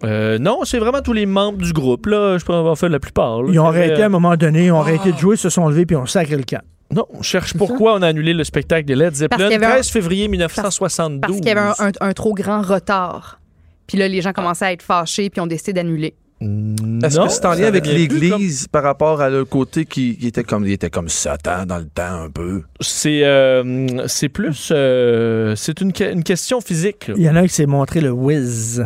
[SPEAKER 3] Euh, non, c'est vraiment tous les membres du groupe, là. Je peux en faire la plupart. là.
[SPEAKER 6] Ils
[SPEAKER 3] Il
[SPEAKER 6] ont
[SPEAKER 3] y avait,
[SPEAKER 6] arrêté à
[SPEAKER 3] euh,
[SPEAKER 6] un moment donné,
[SPEAKER 4] Ah.
[SPEAKER 6] ils ont arrêté de jouer, se sont levés, puis ont sacré le camp.
[SPEAKER 3] Non, on cherche pourquoi on a annulé le spectacle des Led
[SPEAKER 4] qu'il y
[SPEAKER 3] Zeppelin
[SPEAKER 4] avait un-
[SPEAKER 3] 13 février 1972.
[SPEAKER 4] Parce qu'il y avait un, un- un trop grand retard. Puis là, les gens commençaient à être fâchés, puis ont décidé d'annuler.
[SPEAKER 5] Est-ce
[SPEAKER 3] Non,
[SPEAKER 5] que c'est en
[SPEAKER 3] ça
[SPEAKER 5] lien avec
[SPEAKER 3] avait plus
[SPEAKER 5] l'Église par rapport à le côté qui, qui était comme il était comme Satan dans le temps un peu?
[SPEAKER 3] C'est euh, c'est plus. euh, c'est une, que- une question physique. là.
[SPEAKER 6] Il y en a un qui s'est montré le whiz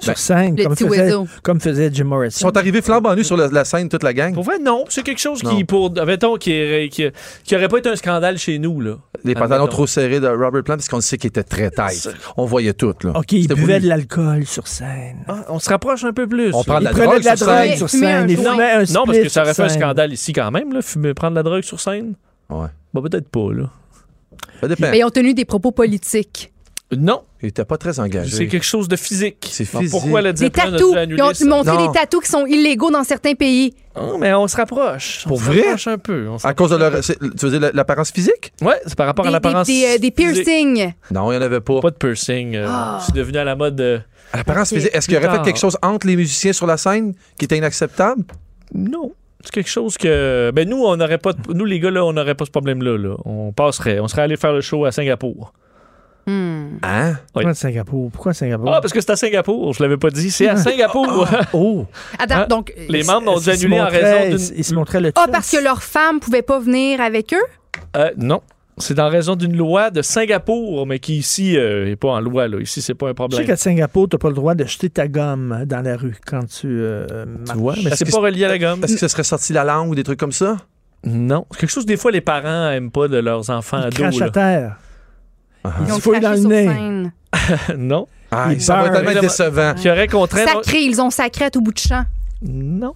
[SPEAKER 6] sur scène,
[SPEAKER 4] le
[SPEAKER 6] comme
[SPEAKER 4] petit
[SPEAKER 6] faisait,
[SPEAKER 4] Wizzo.
[SPEAKER 6] comme faisait
[SPEAKER 5] Ben,
[SPEAKER 6] Jim
[SPEAKER 5] Ils
[SPEAKER 6] Morrison.
[SPEAKER 5] sont arrivés flambant nus sur la, la scène, toute la gang.
[SPEAKER 3] Pour vrai, non. C'est quelque chose qui,
[SPEAKER 5] Non.
[SPEAKER 3] pour. Mettons, qui, aurait- qui, qui aurait pas été un scandale chez nous, là.
[SPEAKER 5] Les pantalons
[SPEAKER 3] Admettons.
[SPEAKER 5] trop serrés de Robert Plant, parce qu'on sait qu'il était très tight. On voyait tout, là.
[SPEAKER 6] OK, il
[SPEAKER 5] C'était
[SPEAKER 6] buvait
[SPEAKER 5] voulu.
[SPEAKER 6] de l'alcool sur scène.
[SPEAKER 3] Ah, on se rapproche un peu plus.
[SPEAKER 5] On prend de
[SPEAKER 6] Il
[SPEAKER 5] la
[SPEAKER 6] prenait
[SPEAKER 5] drogue
[SPEAKER 6] de la
[SPEAKER 5] sur scène.
[SPEAKER 6] drogue
[SPEAKER 4] Il
[SPEAKER 6] sur
[SPEAKER 4] fumait un
[SPEAKER 6] scène. Il
[SPEAKER 4] joint.
[SPEAKER 6] fumait un
[SPEAKER 3] Non, parce
[SPEAKER 6] split
[SPEAKER 3] que ça aurait
[SPEAKER 6] sur
[SPEAKER 3] fait un
[SPEAKER 6] scène.
[SPEAKER 3] scandale ici quand même, là. Fumer, prendre la drogue sur scène.
[SPEAKER 5] Ouais.
[SPEAKER 3] Bah, peut-être pas, là.
[SPEAKER 5] Ça dépend.
[SPEAKER 4] Mais ils ont tenu des propos politiques.
[SPEAKER 3] Non,
[SPEAKER 5] Il était pas très
[SPEAKER 3] c'est
[SPEAKER 5] engagé.
[SPEAKER 3] quelque chose de physique.
[SPEAKER 5] Euh, C'est
[SPEAKER 3] Alors,
[SPEAKER 5] physique.
[SPEAKER 3] Pourquoi Led
[SPEAKER 4] Des
[SPEAKER 3] Zeppelin a
[SPEAKER 4] tatous.
[SPEAKER 3] dû
[SPEAKER 4] Ils
[SPEAKER 3] annuler
[SPEAKER 4] ont
[SPEAKER 3] ça?
[SPEAKER 4] montré
[SPEAKER 5] Non.
[SPEAKER 4] des tatous qui sont illégaux dans certains pays.
[SPEAKER 3] Ah, mais on se rapproche.
[SPEAKER 5] Pour
[SPEAKER 3] on
[SPEAKER 5] vrai?
[SPEAKER 3] se rapproche un peu. On se-
[SPEAKER 5] À cause de leur. c'est- Tu veux dire la- l'apparence physique?
[SPEAKER 3] Ouais, c'est par rapport à
[SPEAKER 4] Des, des,
[SPEAKER 3] l'apparence.
[SPEAKER 4] des, euh, des
[SPEAKER 3] physique.
[SPEAKER 4] piercings. Ah.
[SPEAKER 5] Non, il n'y en avait pas.
[SPEAKER 3] Pas de piercing. euh, C'est devenu à la mode. euh,
[SPEAKER 5] Apparence
[SPEAKER 4] Ok.
[SPEAKER 5] physique. Est-ce qu'il
[SPEAKER 3] Plus
[SPEAKER 5] aurait fait
[SPEAKER 3] tard.
[SPEAKER 5] quelque chose entre les musiciens sur la scène qui était inacceptable?
[SPEAKER 3] Non. C'est quelque chose que. Ben, nous, on n'aurait pas. de- Nous, les gars, là, on n'aurait pas ce problème-là. là. On passerait. On serait allé faire le show à Singapour.
[SPEAKER 5] Oh.
[SPEAKER 4] Hmm.
[SPEAKER 5] Hein?
[SPEAKER 3] Oui.
[SPEAKER 6] Pourquoi Singapour? Pourquoi Singapour?
[SPEAKER 3] Ah, parce que c'est à Singapour. Je l'avais pas dit. C'est à Singapour.
[SPEAKER 6] Oh!
[SPEAKER 4] Attends,
[SPEAKER 3] Ah,
[SPEAKER 4] donc.
[SPEAKER 3] les membres ont dû
[SPEAKER 6] Ils se
[SPEAKER 3] annuler en
[SPEAKER 6] montraient-
[SPEAKER 3] raison
[SPEAKER 6] Ils se
[SPEAKER 3] d'une.
[SPEAKER 6] montraient le
[SPEAKER 4] Ah,
[SPEAKER 6] chest.
[SPEAKER 4] parce que leurs femmes pouvaient pas venir avec eux?
[SPEAKER 3] Euh, non. C'est en raison d'une loi de Singapour, mais qui ici euh, est pas en loi. Là. Ici, c'est pas un
[SPEAKER 6] Tu sais
[SPEAKER 3] problème.
[SPEAKER 6] qu'à Singapour, t'as pas le droit de jeter ta gomme dans la rue quand tu euh, marches.
[SPEAKER 5] vois, mais
[SPEAKER 3] Ben,
[SPEAKER 5] est-ce
[SPEAKER 3] C'est
[SPEAKER 5] que
[SPEAKER 3] pas relié à la gomme.
[SPEAKER 5] Est-ce que ce serait sorti la langue ou des trucs comme ça?
[SPEAKER 3] Non. C'est quelque chose, des fois, les parents aiment pas de leurs enfants
[SPEAKER 6] Ils
[SPEAKER 3] ados.
[SPEAKER 6] crachent à
[SPEAKER 3] là. Ah.
[SPEAKER 6] terre. Ils
[SPEAKER 4] Ils ont
[SPEAKER 6] se fouillent dans
[SPEAKER 4] craché
[SPEAKER 6] le
[SPEAKER 4] sur
[SPEAKER 6] nez.
[SPEAKER 4] scène.
[SPEAKER 3] non.
[SPEAKER 5] Ah,
[SPEAKER 6] Il
[SPEAKER 5] ça va
[SPEAKER 6] beurre.
[SPEAKER 5] tellement être décevant.
[SPEAKER 3] Qui aurait contraint.
[SPEAKER 4] Sacré, ils ont sacré à tout bout de champ.
[SPEAKER 3] Non.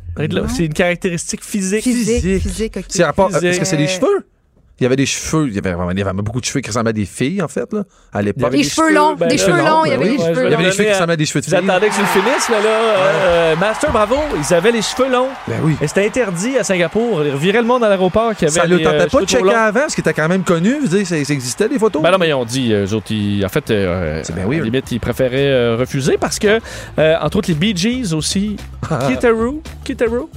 [SPEAKER 3] C'est une caractéristique physique.
[SPEAKER 4] Physique, physique, ok.
[SPEAKER 5] C'est rapport-
[SPEAKER 3] Physique.
[SPEAKER 5] Est-ce que c'est les
[SPEAKER 4] Euh,
[SPEAKER 5] cheveux? Il y avait des cheveux, il y avait vraiment, il y avait beaucoup de cheveux qui ressemblaient à des filles, en fait, là, à l'époque.
[SPEAKER 4] Des cheveux longs,
[SPEAKER 3] ben
[SPEAKER 4] des
[SPEAKER 3] là,
[SPEAKER 4] cheveux
[SPEAKER 5] non,
[SPEAKER 4] longs, il y
[SPEAKER 5] ben
[SPEAKER 4] avait
[SPEAKER 5] oui,
[SPEAKER 4] des
[SPEAKER 3] ouais, je vais
[SPEAKER 4] cheveux
[SPEAKER 5] Il y
[SPEAKER 4] longs.
[SPEAKER 5] avait des
[SPEAKER 3] Pardonnez
[SPEAKER 5] cheveux qui
[SPEAKER 3] à-
[SPEAKER 5] ressemblaient à des cheveux de
[SPEAKER 3] Vous
[SPEAKER 5] filles.
[SPEAKER 3] attendez que je le finisse, mais là, euh, euh, Master, bravo, ils avaient les cheveux longs.
[SPEAKER 5] Ben oui.
[SPEAKER 3] Et c'était interdit à Singapour. Ils reviraient le monde à l'aéroport qui avait
[SPEAKER 5] Ça ne
[SPEAKER 3] les,
[SPEAKER 5] le tentait
[SPEAKER 3] euh,
[SPEAKER 5] pas
[SPEAKER 3] cheveux
[SPEAKER 5] de
[SPEAKER 3] trop
[SPEAKER 5] checker
[SPEAKER 3] longs.
[SPEAKER 5] avant, parce qu'il était quand même connu. Je veux dire, ça, ça existait, des photos.
[SPEAKER 3] Ben non, mais ils ont dit, eux autres, ils- en fait, euh,
[SPEAKER 5] C'est bien
[SPEAKER 3] à la
[SPEAKER 5] weird.
[SPEAKER 3] limite, ils préféraient euh, refuser parce que, euh, entre autres, les Bee Gees aussi, Kitaro, Kitaro,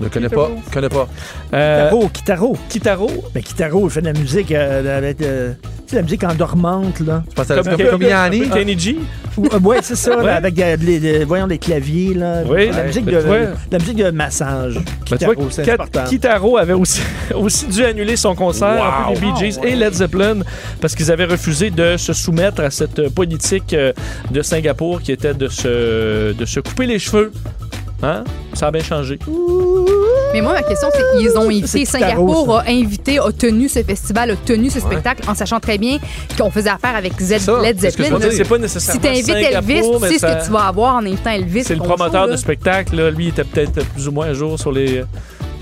[SPEAKER 5] Je le connais pas, connais pas.
[SPEAKER 3] euh,
[SPEAKER 6] Kitaro, Kitaro.
[SPEAKER 3] Kitaro,
[SPEAKER 6] Mais Kitaro, il fait de la musique euh, avec. euh, tu sais, la musique endormante, là.
[SPEAKER 5] Je pense que
[SPEAKER 3] Comme-
[SPEAKER 5] c'est comme, comme Yanni.
[SPEAKER 3] un peu Kenny G.
[SPEAKER 6] Ou- euh, ouais, c'est ça, là,
[SPEAKER 3] Ouais.
[SPEAKER 6] avec euh, les, les- voyons, les claviers, là.
[SPEAKER 3] Oui,
[SPEAKER 6] la, musique
[SPEAKER 3] ben,
[SPEAKER 6] de,
[SPEAKER 3] tu vois.
[SPEAKER 6] la musique de massage.
[SPEAKER 3] Ben, tu vois,
[SPEAKER 6] Kitaro, c'est
[SPEAKER 3] Kat-
[SPEAKER 6] important.
[SPEAKER 3] Kitaro avait aussi, aussi dû annuler son concert, un peu les Bee Gees et Led Zeppelin, parce qu'ils avaient refusé de se soumettre à cette euh, politique euh, de Singapour qui était de se, de se couper les cheveux. Hein? Ça a bien changé.
[SPEAKER 4] Mais moi, ma question, c'est qu'ils ont invité,
[SPEAKER 6] C'est
[SPEAKER 4] Singapour
[SPEAKER 6] Kitaro,
[SPEAKER 4] a invité, a tenu ce festival, a tenu ce spectacle, en sachant très bien qu'on faisait affaire avec Z-
[SPEAKER 5] ça,
[SPEAKER 4] Led
[SPEAKER 5] c'est ce que je
[SPEAKER 4] Zeppelin.
[SPEAKER 5] veux dire.
[SPEAKER 3] C'est pas
[SPEAKER 4] Si
[SPEAKER 3] nécessairement
[SPEAKER 4] t'invites
[SPEAKER 3] Singapour,
[SPEAKER 4] Elvis, tu
[SPEAKER 3] mais
[SPEAKER 4] sais
[SPEAKER 3] ça-
[SPEAKER 4] ce que tu vas avoir en invitant Elvis.
[SPEAKER 3] C'est le
[SPEAKER 4] ton show,
[SPEAKER 3] promoteur
[SPEAKER 4] là.
[SPEAKER 3] de spectacle. Là. Lui, il était peut-être plus ou moins un jour sur les,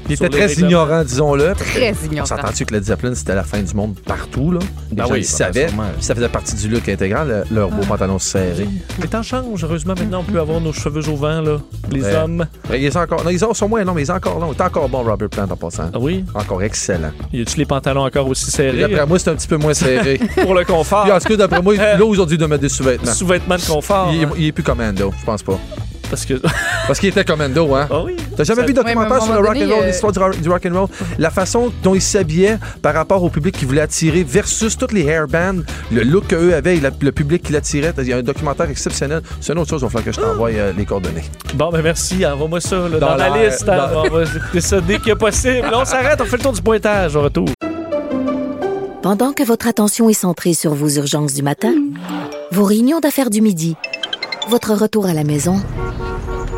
[SPEAKER 5] Il
[SPEAKER 3] sur
[SPEAKER 5] était
[SPEAKER 3] les
[SPEAKER 5] très
[SPEAKER 3] règlements.
[SPEAKER 5] ignorant, disons-le. parce que-
[SPEAKER 4] Très
[SPEAKER 5] On
[SPEAKER 4] ignorant.
[SPEAKER 5] s'entend-tu que le Zeppelin, c'était la fin du monde partout, là? Les
[SPEAKER 7] Ben
[SPEAKER 5] gens,
[SPEAKER 7] oui,
[SPEAKER 5] ils savaient.
[SPEAKER 7] sûrement. Ah.
[SPEAKER 5] Puis ça faisait partie du look intégral, le- leurs beaux pantalons serrés.
[SPEAKER 3] Mais t'en changes. Heureusement, maintenant, on peut avoir nos cheveux au vent, là. Les
[SPEAKER 5] Ouais.
[SPEAKER 3] hommes.
[SPEAKER 5] Mais ils sont encore... Non, ils sont- sont moins longs, mais ils sont encore longs. Il est encore bon, Robert Plant, en passant.
[SPEAKER 3] Ah oui?
[SPEAKER 5] Encore excellent.
[SPEAKER 3] Y a-tu les pantalons encore aussi serrés?
[SPEAKER 5] D'après moi, c'est un petit peu moins serré.
[SPEAKER 3] Pour le confort.
[SPEAKER 5] Puis en tout cas, d'après moi,
[SPEAKER 7] Ah.
[SPEAKER 5] là, aujourd'hui, il doit mettre des sous-vêtements.
[SPEAKER 3] Sous-vêtements de confort.
[SPEAKER 5] Il, est-
[SPEAKER 3] hein,
[SPEAKER 5] il est plus commando, je pense pas.
[SPEAKER 3] Parce que.
[SPEAKER 5] Parce qu'il était commando, hein?
[SPEAKER 3] Ah oui?
[SPEAKER 5] T'as jamais
[SPEAKER 3] Ça-
[SPEAKER 5] vu de
[SPEAKER 4] Ouais, mais à
[SPEAKER 5] documentaire
[SPEAKER 4] un
[SPEAKER 5] sur le
[SPEAKER 4] moment
[SPEAKER 5] rock and
[SPEAKER 4] donné,
[SPEAKER 5] roll,
[SPEAKER 4] euh,
[SPEAKER 5] l'histoire du, ro- du rock and roll, la façon dont ils s'habillaient par rapport au public qu'ils voulaient attirer versus toutes les hairbands, le look qu'eux avaient et la- le public qui l'attirait. Il y a un documentaire exceptionnel. C'est une autre chose, il va falloir que je t'envoie euh, les coordonnées.
[SPEAKER 3] Bon, ben merci. Envoie-moi ça là, dans,
[SPEAKER 5] Dans
[SPEAKER 3] la
[SPEAKER 5] la-
[SPEAKER 3] liste. hein.
[SPEAKER 5] dans-
[SPEAKER 3] On va écouter ça dès que possible. Là, on s'arrête. On fait le tour du pointage. Au retour.
[SPEAKER 10] Pendant que votre attention est centrée sur vos urgences du matin, vos réunions d'affaires du midi, votre retour à la maison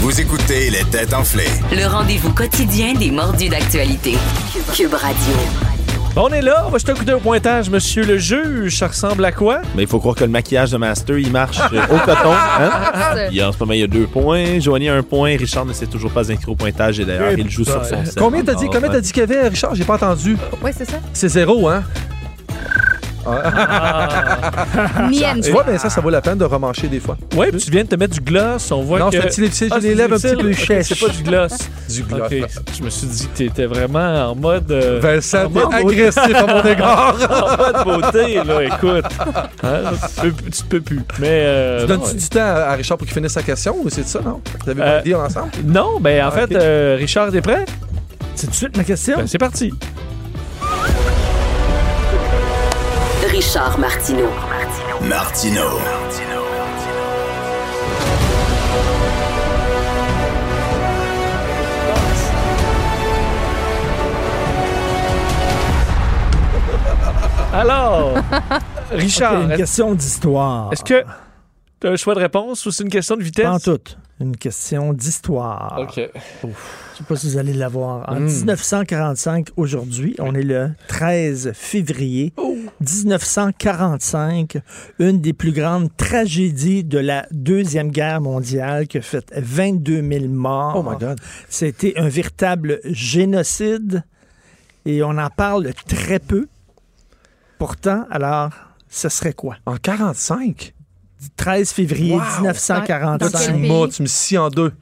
[SPEAKER 2] Vous écoutez les têtes enflées.
[SPEAKER 1] Le rendez-vous quotidien des mordus d'actualité. Cube Radio.
[SPEAKER 3] On est là. On va jeter un coup d'œil au pointage, monsieur le juge. Ça ressemble à quoi?
[SPEAKER 7] Mais il faut croire que le maquillage de Master, il marche euh, au coton. Hein?
[SPEAKER 4] C'est-
[SPEAKER 7] Il, en ce moment, il y a deux points. Joanie a un point. Richard ne s'est toujours pas inscrit au pointage. Et d'ailleurs, il joue sur son set
[SPEAKER 5] Combien t'as dit,
[SPEAKER 7] encore.
[SPEAKER 5] combien t'as dit qu'il y avait, Richard? J'ai pas entendu.
[SPEAKER 4] Ouais, c'est ça.
[SPEAKER 5] C'est zéro, hein?
[SPEAKER 4] Mien.
[SPEAKER 5] Tu vois, ben
[SPEAKER 3] Ah.
[SPEAKER 5] ça, ça vaut la peine de remancher des fois.
[SPEAKER 3] Ouais, puis tu viens de te mettre du gloss. On voit
[SPEAKER 5] Non,
[SPEAKER 3] que.
[SPEAKER 5] c'est un petit lipstick,
[SPEAKER 3] Ah,
[SPEAKER 5] j'ai
[SPEAKER 3] c'est
[SPEAKER 5] les lèvres un
[SPEAKER 3] difficile.
[SPEAKER 5] petit peu
[SPEAKER 3] Ok,
[SPEAKER 5] sèches.
[SPEAKER 3] C'est pas du gloss.
[SPEAKER 5] Du gloss.
[SPEAKER 3] Ok. Je me suis dit que t'étais vraiment en mode. euh,
[SPEAKER 5] Vincent,
[SPEAKER 3] en
[SPEAKER 5] t'es
[SPEAKER 3] mode
[SPEAKER 5] agressif à mon égard.
[SPEAKER 3] en mode beauté, là, écoute. Hein, tu, peux, tu peux plus. Mais. euh,
[SPEAKER 5] Tu
[SPEAKER 3] non,
[SPEAKER 5] Donnes-tu du temps à Richard pour qu'il finisse sa question ou c'est ça, non? Vous avez
[SPEAKER 3] Euh,
[SPEAKER 5] pas deal ensemble?
[SPEAKER 3] Non, ben en
[SPEAKER 5] Ah,
[SPEAKER 3] fait,
[SPEAKER 5] ok.
[SPEAKER 3] euh, Richard, t'es prêt?
[SPEAKER 6] C'est tout de suite ma question.
[SPEAKER 3] Ben, c'est parti.
[SPEAKER 1] Richard Martineau.
[SPEAKER 2] Martino.
[SPEAKER 3] Alors, Richard,
[SPEAKER 6] une
[SPEAKER 3] est-ce-
[SPEAKER 6] question d'histoire.
[SPEAKER 3] est-ce que t'as un choix de réponse ou c'est une question de vitesse?
[SPEAKER 6] Pas En tout. Une question d'histoire. Je sais pas si vous allez l'avoir.
[SPEAKER 5] Hmm.
[SPEAKER 6] En 1945, aujourd'hui, on est le 13 février 1945, une des plus grandes tragédies de la Deuxième Guerre mondiale qui a fait 22 000 morts.
[SPEAKER 5] Oh my God.
[SPEAKER 6] C'était un véritable génocide et on en parle très peu. Pourtant, alors, ce serait quoi?
[SPEAKER 5] En 45?
[SPEAKER 6] 13 février
[SPEAKER 5] Wow. Là,
[SPEAKER 6] 1945.
[SPEAKER 4] Dans
[SPEAKER 5] tu
[SPEAKER 4] quel
[SPEAKER 5] m'as,
[SPEAKER 4] pays?
[SPEAKER 5] tu me scies en deux.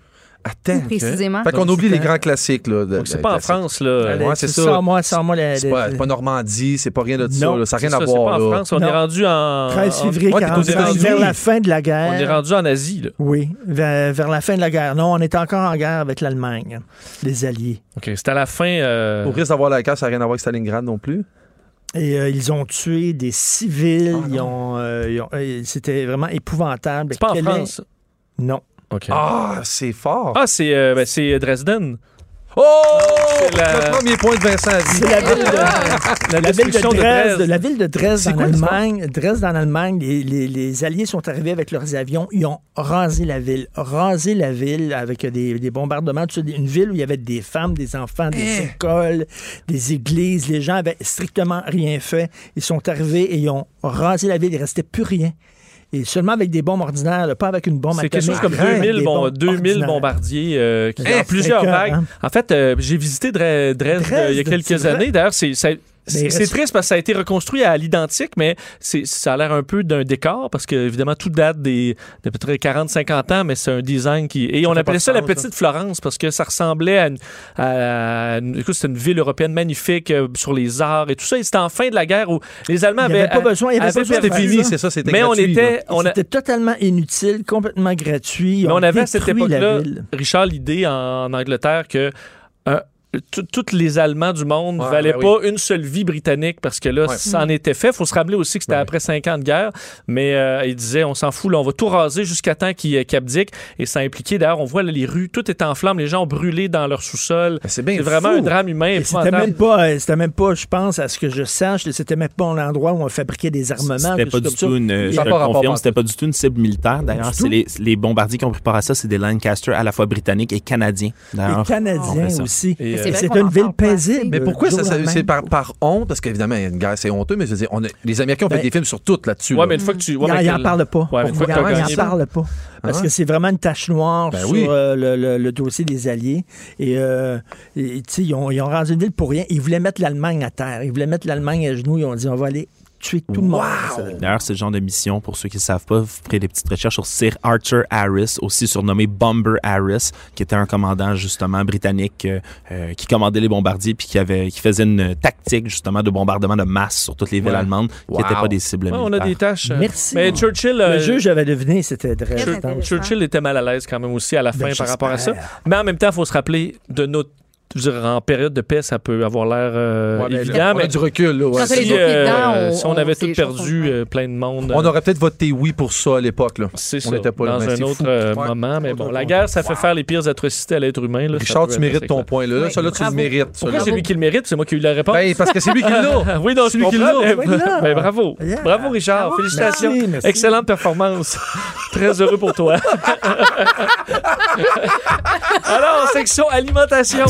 [SPEAKER 5] Attends.
[SPEAKER 4] Plus précisément.
[SPEAKER 5] Fait qu'on
[SPEAKER 6] Donc,
[SPEAKER 5] oublie
[SPEAKER 6] c'est
[SPEAKER 5] les
[SPEAKER 6] un-
[SPEAKER 5] grands classiques. Là, de-
[SPEAKER 3] Donc, c'est
[SPEAKER 5] de-
[SPEAKER 3] pas en
[SPEAKER 5] classiques.
[SPEAKER 3] France, là.
[SPEAKER 5] Ben, Ouais, c'est
[SPEAKER 6] Tu-
[SPEAKER 5] ça.
[SPEAKER 6] Sors-moi, sors-moi la-
[SPEAKER 5] C'est
[SPEAKER 6] la-
[SPEAKER 5] pas, c'est pas Normandie, c'est pas rien de ça.
[SPEAKER 6] Non,
[SPEAKER 5] là. Ça n'a rien
[SPEAKER 3] C'est
[SPEAKER 5] à
[SPEAKER 3] ça,
[SPEAKER 5] voir.
[SPEAKER 3] C'est pas en
[SPEAKER 5] là.
[SPEAKER 3] France. On est
[SPEAKER 6] Non.
[SPEAKER 3] rendu en.
[SPEAKER 6] 13
[SPEAKER 3] en-
[SPEAKER 6] février
[SPEAKER 5] Ouais, t'es aux
[SPEAKER 6] 45,
[SPEAKER 5] États-Unis.
[SPEAKER 6] vers la fin de la
[SPEAKER 3] On est
[SPEAKER 6] guerre.
[SPEAKER 3] rendu en Asie, là.
[SPEAKER 6] Oui, vers, vers la fin de la guerre. Non, on est encore en guerre avec l'Allemagne, les Alliés.
[SPEAKER 3] OK, c'est à la fin. euh,
[SPEAKER 5] Au risque d'avoir la casse, ça n'a rien à voir avec Stalingrad non plus.
[SPEAKER 6] Et euh, ils ont tué des civils. ils ont, euh, ils ont- euh, C'était vraiment épouvantable.
[SPEAKER 3] Ah, C'est pas en
[SPEAKER 6] Quel est-
[SPEAKER 3] France.
[SPEAKER 6] Non.
[SPEAKER 3] OK. Ah,
[SPEAKER 5] Ah, c'est fort.
[SPEAKER 3] c'est euh, ben, c'est Dresden.
[SPEAKER 5] Oh!
[SPEAKER 3] C'est la-
[SPEAKER 5] Le premier point de Vincent à vie.
[SPEAKER 6] C'est la ville de,
[SPEAKER 3] La,
[SPEAKER 6] la ville de
[SPEAKER 3] destruction
[SPEAKER 6] Dresde. La ville de Dresde
[SPEAKER 5] C'est
[SPEAKER 6] en
[SPEAKER 5] quoi l'histoire?
[SPEAKER 6] Allemagne. Dresde en Allemagne, les, les- les Alliés sont arrivés avec leurs avions. Ils ont rasé la ville. Rasé la ville avec des, des bombardements. Tu sais, Une ville où il y avait des femmes, des enfants, des
[SPEAKER 3] Eh.
[SPEAKER 6] écoles, des églises. Les gens avaient strictement rien fait. Ils sont arrivés et ils ont rasé la ville. Il restait plus rien. Et seulement avec des bombes ordinaires, là, pas avec une bombe
[SPEAKER 3] C'est quelque chose
[SPEAKER 6] atomique.
[SPEAKER 3] comme
[SPEAKER 6] Avec
[SPEAKER 3] 2000,
[SPEAKER 6] des
[SPEAKER 3] bon,
[SPEAKER 6] bombes
[SPEAKER 3] 2000
[SPEAKER 6] ordinaires.
[SPEAKER 3] bombardiers euh, qui
[SPEAKER 6] Hein,
[SPEAKER 3] en plusieurs
[SPEAKER 6] c'est
[SPEAKER 3] vagues.
[SPEAKER 6] écœurant.
[SPEAKER 3] En fait, euh, j'ai visité Dre- Dresde, euh, il y a
[SPEAKER 6] Dresde, c'est
[SPEAKER 3] quelques
[SPEAKER 6] vrai.
[SPEAKER 3] années. D'ailleurs, c'est ça- c'est-
[SPEAKER 6] il
[SPEAKER 3] c'est
[SPEAKER 6] reste-
[SPEAKER 3] triste parce que ça a été reconstruit à l'identique, mais c'est- ça a l'air un peu d'un décor parce que évidemment tout date des d'à peu près 40-50 ans, mais c'est un design qui et on
[SPEAKER 5] fait pas
[SPEAKER 3] appelait
[SPEAKER 5] de
[SPEAKER 3] ça la
[SPEAKER 5] sens, ça.
[SPEAKER 6] hein.
[SPEAKER 3] petite Florence parce que ça ressemblait à, une, à une- écoute, c'est une ville européenne magnifique euh, sur les arts et tout ça. Et C'était en fin de la guerre où les Allemands
[SPEAKER 6] Il n'y
[SPEAKER 3] avaient
[SPEAKER 6] avait pas besoin, il y avait
[SPEAKER 3] avaient
[SPEAKER 6] pas besoin de
[SPEAKER 5] C'était
[SPEAKER 3] perdu-
[SPEAKER 6] faire
[SPEAKER 5] fini,
[SPEAKER 6] ça.
[SPEAKER 5] c'est ça, c'était
[SPEAKER 3] mais on
[SPEAKER 5] gratuit, là.
[SPEAKER 3] était on a-
[SPEAKER 6] C'était totalement inutile, complètement gratuit. Ils
[SPEAKER 3] mais
[SPEAKER 6] ont
[SPEAKER 3] on avait à cette
[SPEAKER 6] détruit la
[SPEAKER 3] époque-là,
[SPEAKER 6] ville.
[SPEAKER 3] Richard, l'idée en Angleterre que euh, tout- tous les Allemands du monde
[SPEAKER 5] Ouais,
[SPEAKER 3] valaient
[SPEAKER 5] ben
[SPEAKER 3] pas une seule vie britannique parce que là,
[SPEAKER 5] Ouais.
[SPEAKER 3] ça en était fait. faut se rappeler aussi que c'était après 50 guerres, mais euh, ils disaient on s'en fout, là, on va tout raser jusqu'à temps qu'il euh, qu'il abdique. Et ça impliquait, d'ailleurs, on voit là, les rues, tout est en flammes, les gens ont brûlé dans leur sous-sol.
[SPEAKER 5] Ben, c'est bien
[SPEAKER 3] C'est vraiment
[SPEAKER 5] fou.
[SPEAKER 3] un drame humain.
[SPEAKER 6] Et C'était
[SPEAKER 3] épouvantable.
[SPEAKER 6] même pas, euh, c'était même pas, je pense, à ce que je sache, c'était même pas l'endroit où on fabriquait des armements.
[SPEAKER 7] euh, C'était
[SPEAKER 6] puis
[SPEAKER 7] pas
[SPEAKER 6] tout
[SPEAKER 7] du
[SPEAKER 6] ça.
[SPEAKER 7] tout une. euh,
[SPEAKER 6] Et-
[SPEAKER 7] Je
[SPEAKER 5] Ça a
[SPEAKER 7] te
[SPEAKER 5] pas
[SPEAKER 7] le
[SPEAKER 5] rapport
[SPEAKER 7] confirme,
[SPEAKER 5] à
[SPEAKER 7] c'était pas du tout une cible
[SPEAKER 5] Ah,
[SPEAKER 7] militaire. D'ailleurs,
[SPEAKER 6] Du
[SPEAKER 7] c'est
[SPEAKER 6] tout.
[SPEAKER 7] les, les bombardiers qui ont préparé ça, c'est des Lancaster à la fois britanniques et canadiens.
[SPEAKER 6] Les
[SPEAKER 7] D'ailleurs, on fait
[SPEAKER 6] Canadiens
[SPEAKER 7] ça.
[SPEAKER 6] aussi.
[SPEAKER 3] Et, euh,
[SPEAKER 4] Mais c'est vrai
[SPEAKER 6] C'est
[SPEAKER 4] qu'on en
[SPEAKER 6] une ville
[SPEAKER 4] parle pas assez.
[SPEAKER 6] paisible.
[SPEAKER 5] Mais pourquoi
[SPEAKER 6] le
[SPEAKER 5] ça,
[SPEAKER 6] jour
[SPEAKER 5] ça-
[SPEAKER 6] même.
[SPEAKER 5] c'est par, par honte? Parce qu'évidemment, il y a une guerre, c'est honteux, mais je veux dire, on a- les Américains ont fait
[SPEAKER 6] Ben,
[SPEAKER 5] des films sur tout là-dessus.
[SPEAKER 3] Ouais,
[SPEAKER 5] là.
[SPEAKER 3] mais une fois que tu. ouais,
[SPEAKER 6] Il en-
[SPEAKER 3] mais
[SPEAKER 6] il
[SPEAKER 3] que-
[SPEAKER 6] en parle pas.
[SPEAKER 3] Ouais, mais une fois que
[SPEAKER 6] Pourquoi?
[SPEAKER 3] t'as
[SPEAKER 6] Il en
[SPEAKER 3] gagné-
[SPEAKER 6] parle pas. Parce
[SPEAKER 5] Ah.
[SPEAKER 6] que c'est vraiment une tache noire
[SPEAKER 5] Ben
[SPEAKER 6] sur
[SPEAKER 5] oui.
[SPEAKER 6] euh, le, le- le dossier des Alliés. Et, euh, et, tu sais, ils ont, ils ont rendu une ville pour rien. Ils voulaient mettre l'Allemagne à terre. Ils voulaient mettre l'Allemagne à genoux. Ils ont dit on va aller tuer tout le monde.
[SPEAKER 7] D'ailleurs, ce genre de mission, pour ceux qui ne savent pas, vous ferez des petites recherches sur Sir Arthur Harris, aussi surnommé Bomber Harris, qui était un commandant justement britannique euh, euh, qui commandait les bombardiers puis qui, avait, qui faisait une tactique justement de bombardement de masse sur toutes les villes
[SPEAKER 5] Ouais.
[SPEAKER 7] allemandes qui
[SPEAKER 5] Wow.
[SPEAKER 7] n'étaient pas des cibles
[SPEAKER 3] Ouais, on a
[SPEAKER 7] militaires.
[SPEAKER 3] des tâches. euh,
[SPEAKER 6] Merci.
[SPEAKER 3] Mais Churchill.
[SPEAKER 6] Le
[SPEAKER 3] euh,
[SPEAKER 6] jeu, j'avais deviné, c'était très
[SPEAKER 4] Très
[SPEAKER 6] intense.
[SPEAKER 4] intéressant.
[SPEAKER 3] Churchill était mal à l'aise quand même aussi à la fin
[SPEAKER 6] Ben,
[SPEAKER 3] par rapport à ça.
[SPEAKER 6] j'espère.
[SPEAKER 3] Mais en même temps, il faut se rappeler de notre. je veux dire, en période de paix, ça peut avoir l'air euh,
[SPEAKER 5] Ouais, mais là,
[SPEAKER 3] évident,
[SPEAKER 5] on a
[SPEAKER 3] mais
[SPEAKER 5] du recul, là. ouais.
[SPEAKER 4] Quand t'as les
[SPEAKER 3] si,
[SPEAKER 4] deux pieds dedans,
[SPEAKER 3] euh,
[SPEAKER 4] on-
[SPEAKER 3] si on avait
[SPEAKER 4] on-
[SPEAKER 3] tout
[SPEAKER 4] c'est les choses
[SPEAKER 3] perdu,
[SPEAKER 4] qu'on-
[SPEAKER 3] euh, plein de monde.
[SPEAKER 5] On
[SPEAKER 3] euh,
[SPEAKER 5] aurait peut-être voté oui pour ça à l'époque, là.
[SPEAKER 3] c'est
[SPEAKER 5] on
[SPEAKER 3] ça,
[SPEAKER 5] était pas là,
[SPEAKER 3] dans
[SPEAKER 5] mais
[SPEAKER 3] un
[SPEAKER 5] c'est
[SPEAKER 3] autre
[SPEAKER 5] fou.
[SPEAKER 3] euh,
[SPEAKER 5] Ouais.
[SPEAKER 3] moment. Mais bon,
[SPEAKER 5] Ouais.
[SPEAKER 3] la guerre, ça fait faire les pires atrocités à l'être humain. là, ça
[SPEAKER 5] Richard,
[SPEAKER 3] peut
[SPEAKER 5] tu
[SPEAKER 3] être
[SPEAKER 5] mérites
[SPEAKER 3] assez
[SPEAKER 5] ton
[SPEAKER 3] clair.
[SPEAKER 5] point, là. Là,
[SPEAKER 4] Oui.
[SPEAKER 5] ça, là, tu le
[SPEAKER 4] Bravo.
[SPEAKER 5] mérites. ça,
[SPEAKER 3] Pourquoi
[SPEAKER 5] là.
[SPEAKER 3] c'est lui qui le mérite? C'est moi qui ai eu la réponse.
[SPEAKER 5] Ben, parce que c'est lui qui l'a.
[SPEAKER 3] Ah oui, non,
[SPEAKER 5] c'est
[SPEAKER 3] je
[SPEAKER 5] lui qui
[SPEAKER 3] comprends,
[SPEAKER 5] l'a.
[SPEAKER 3] mais-
[SPEAKER 6] Oui, là.
[SPEAKER 3] ben, bravo.
[SPEAKER 6] Yeah.
[SPEAKER 3] Bravo, Richard. Félicitations.
[SPEAKER 6] Merci, merci.
[SPEAKER 3] Excellente performance. Très heureux pour toi. Alors, section alimentation.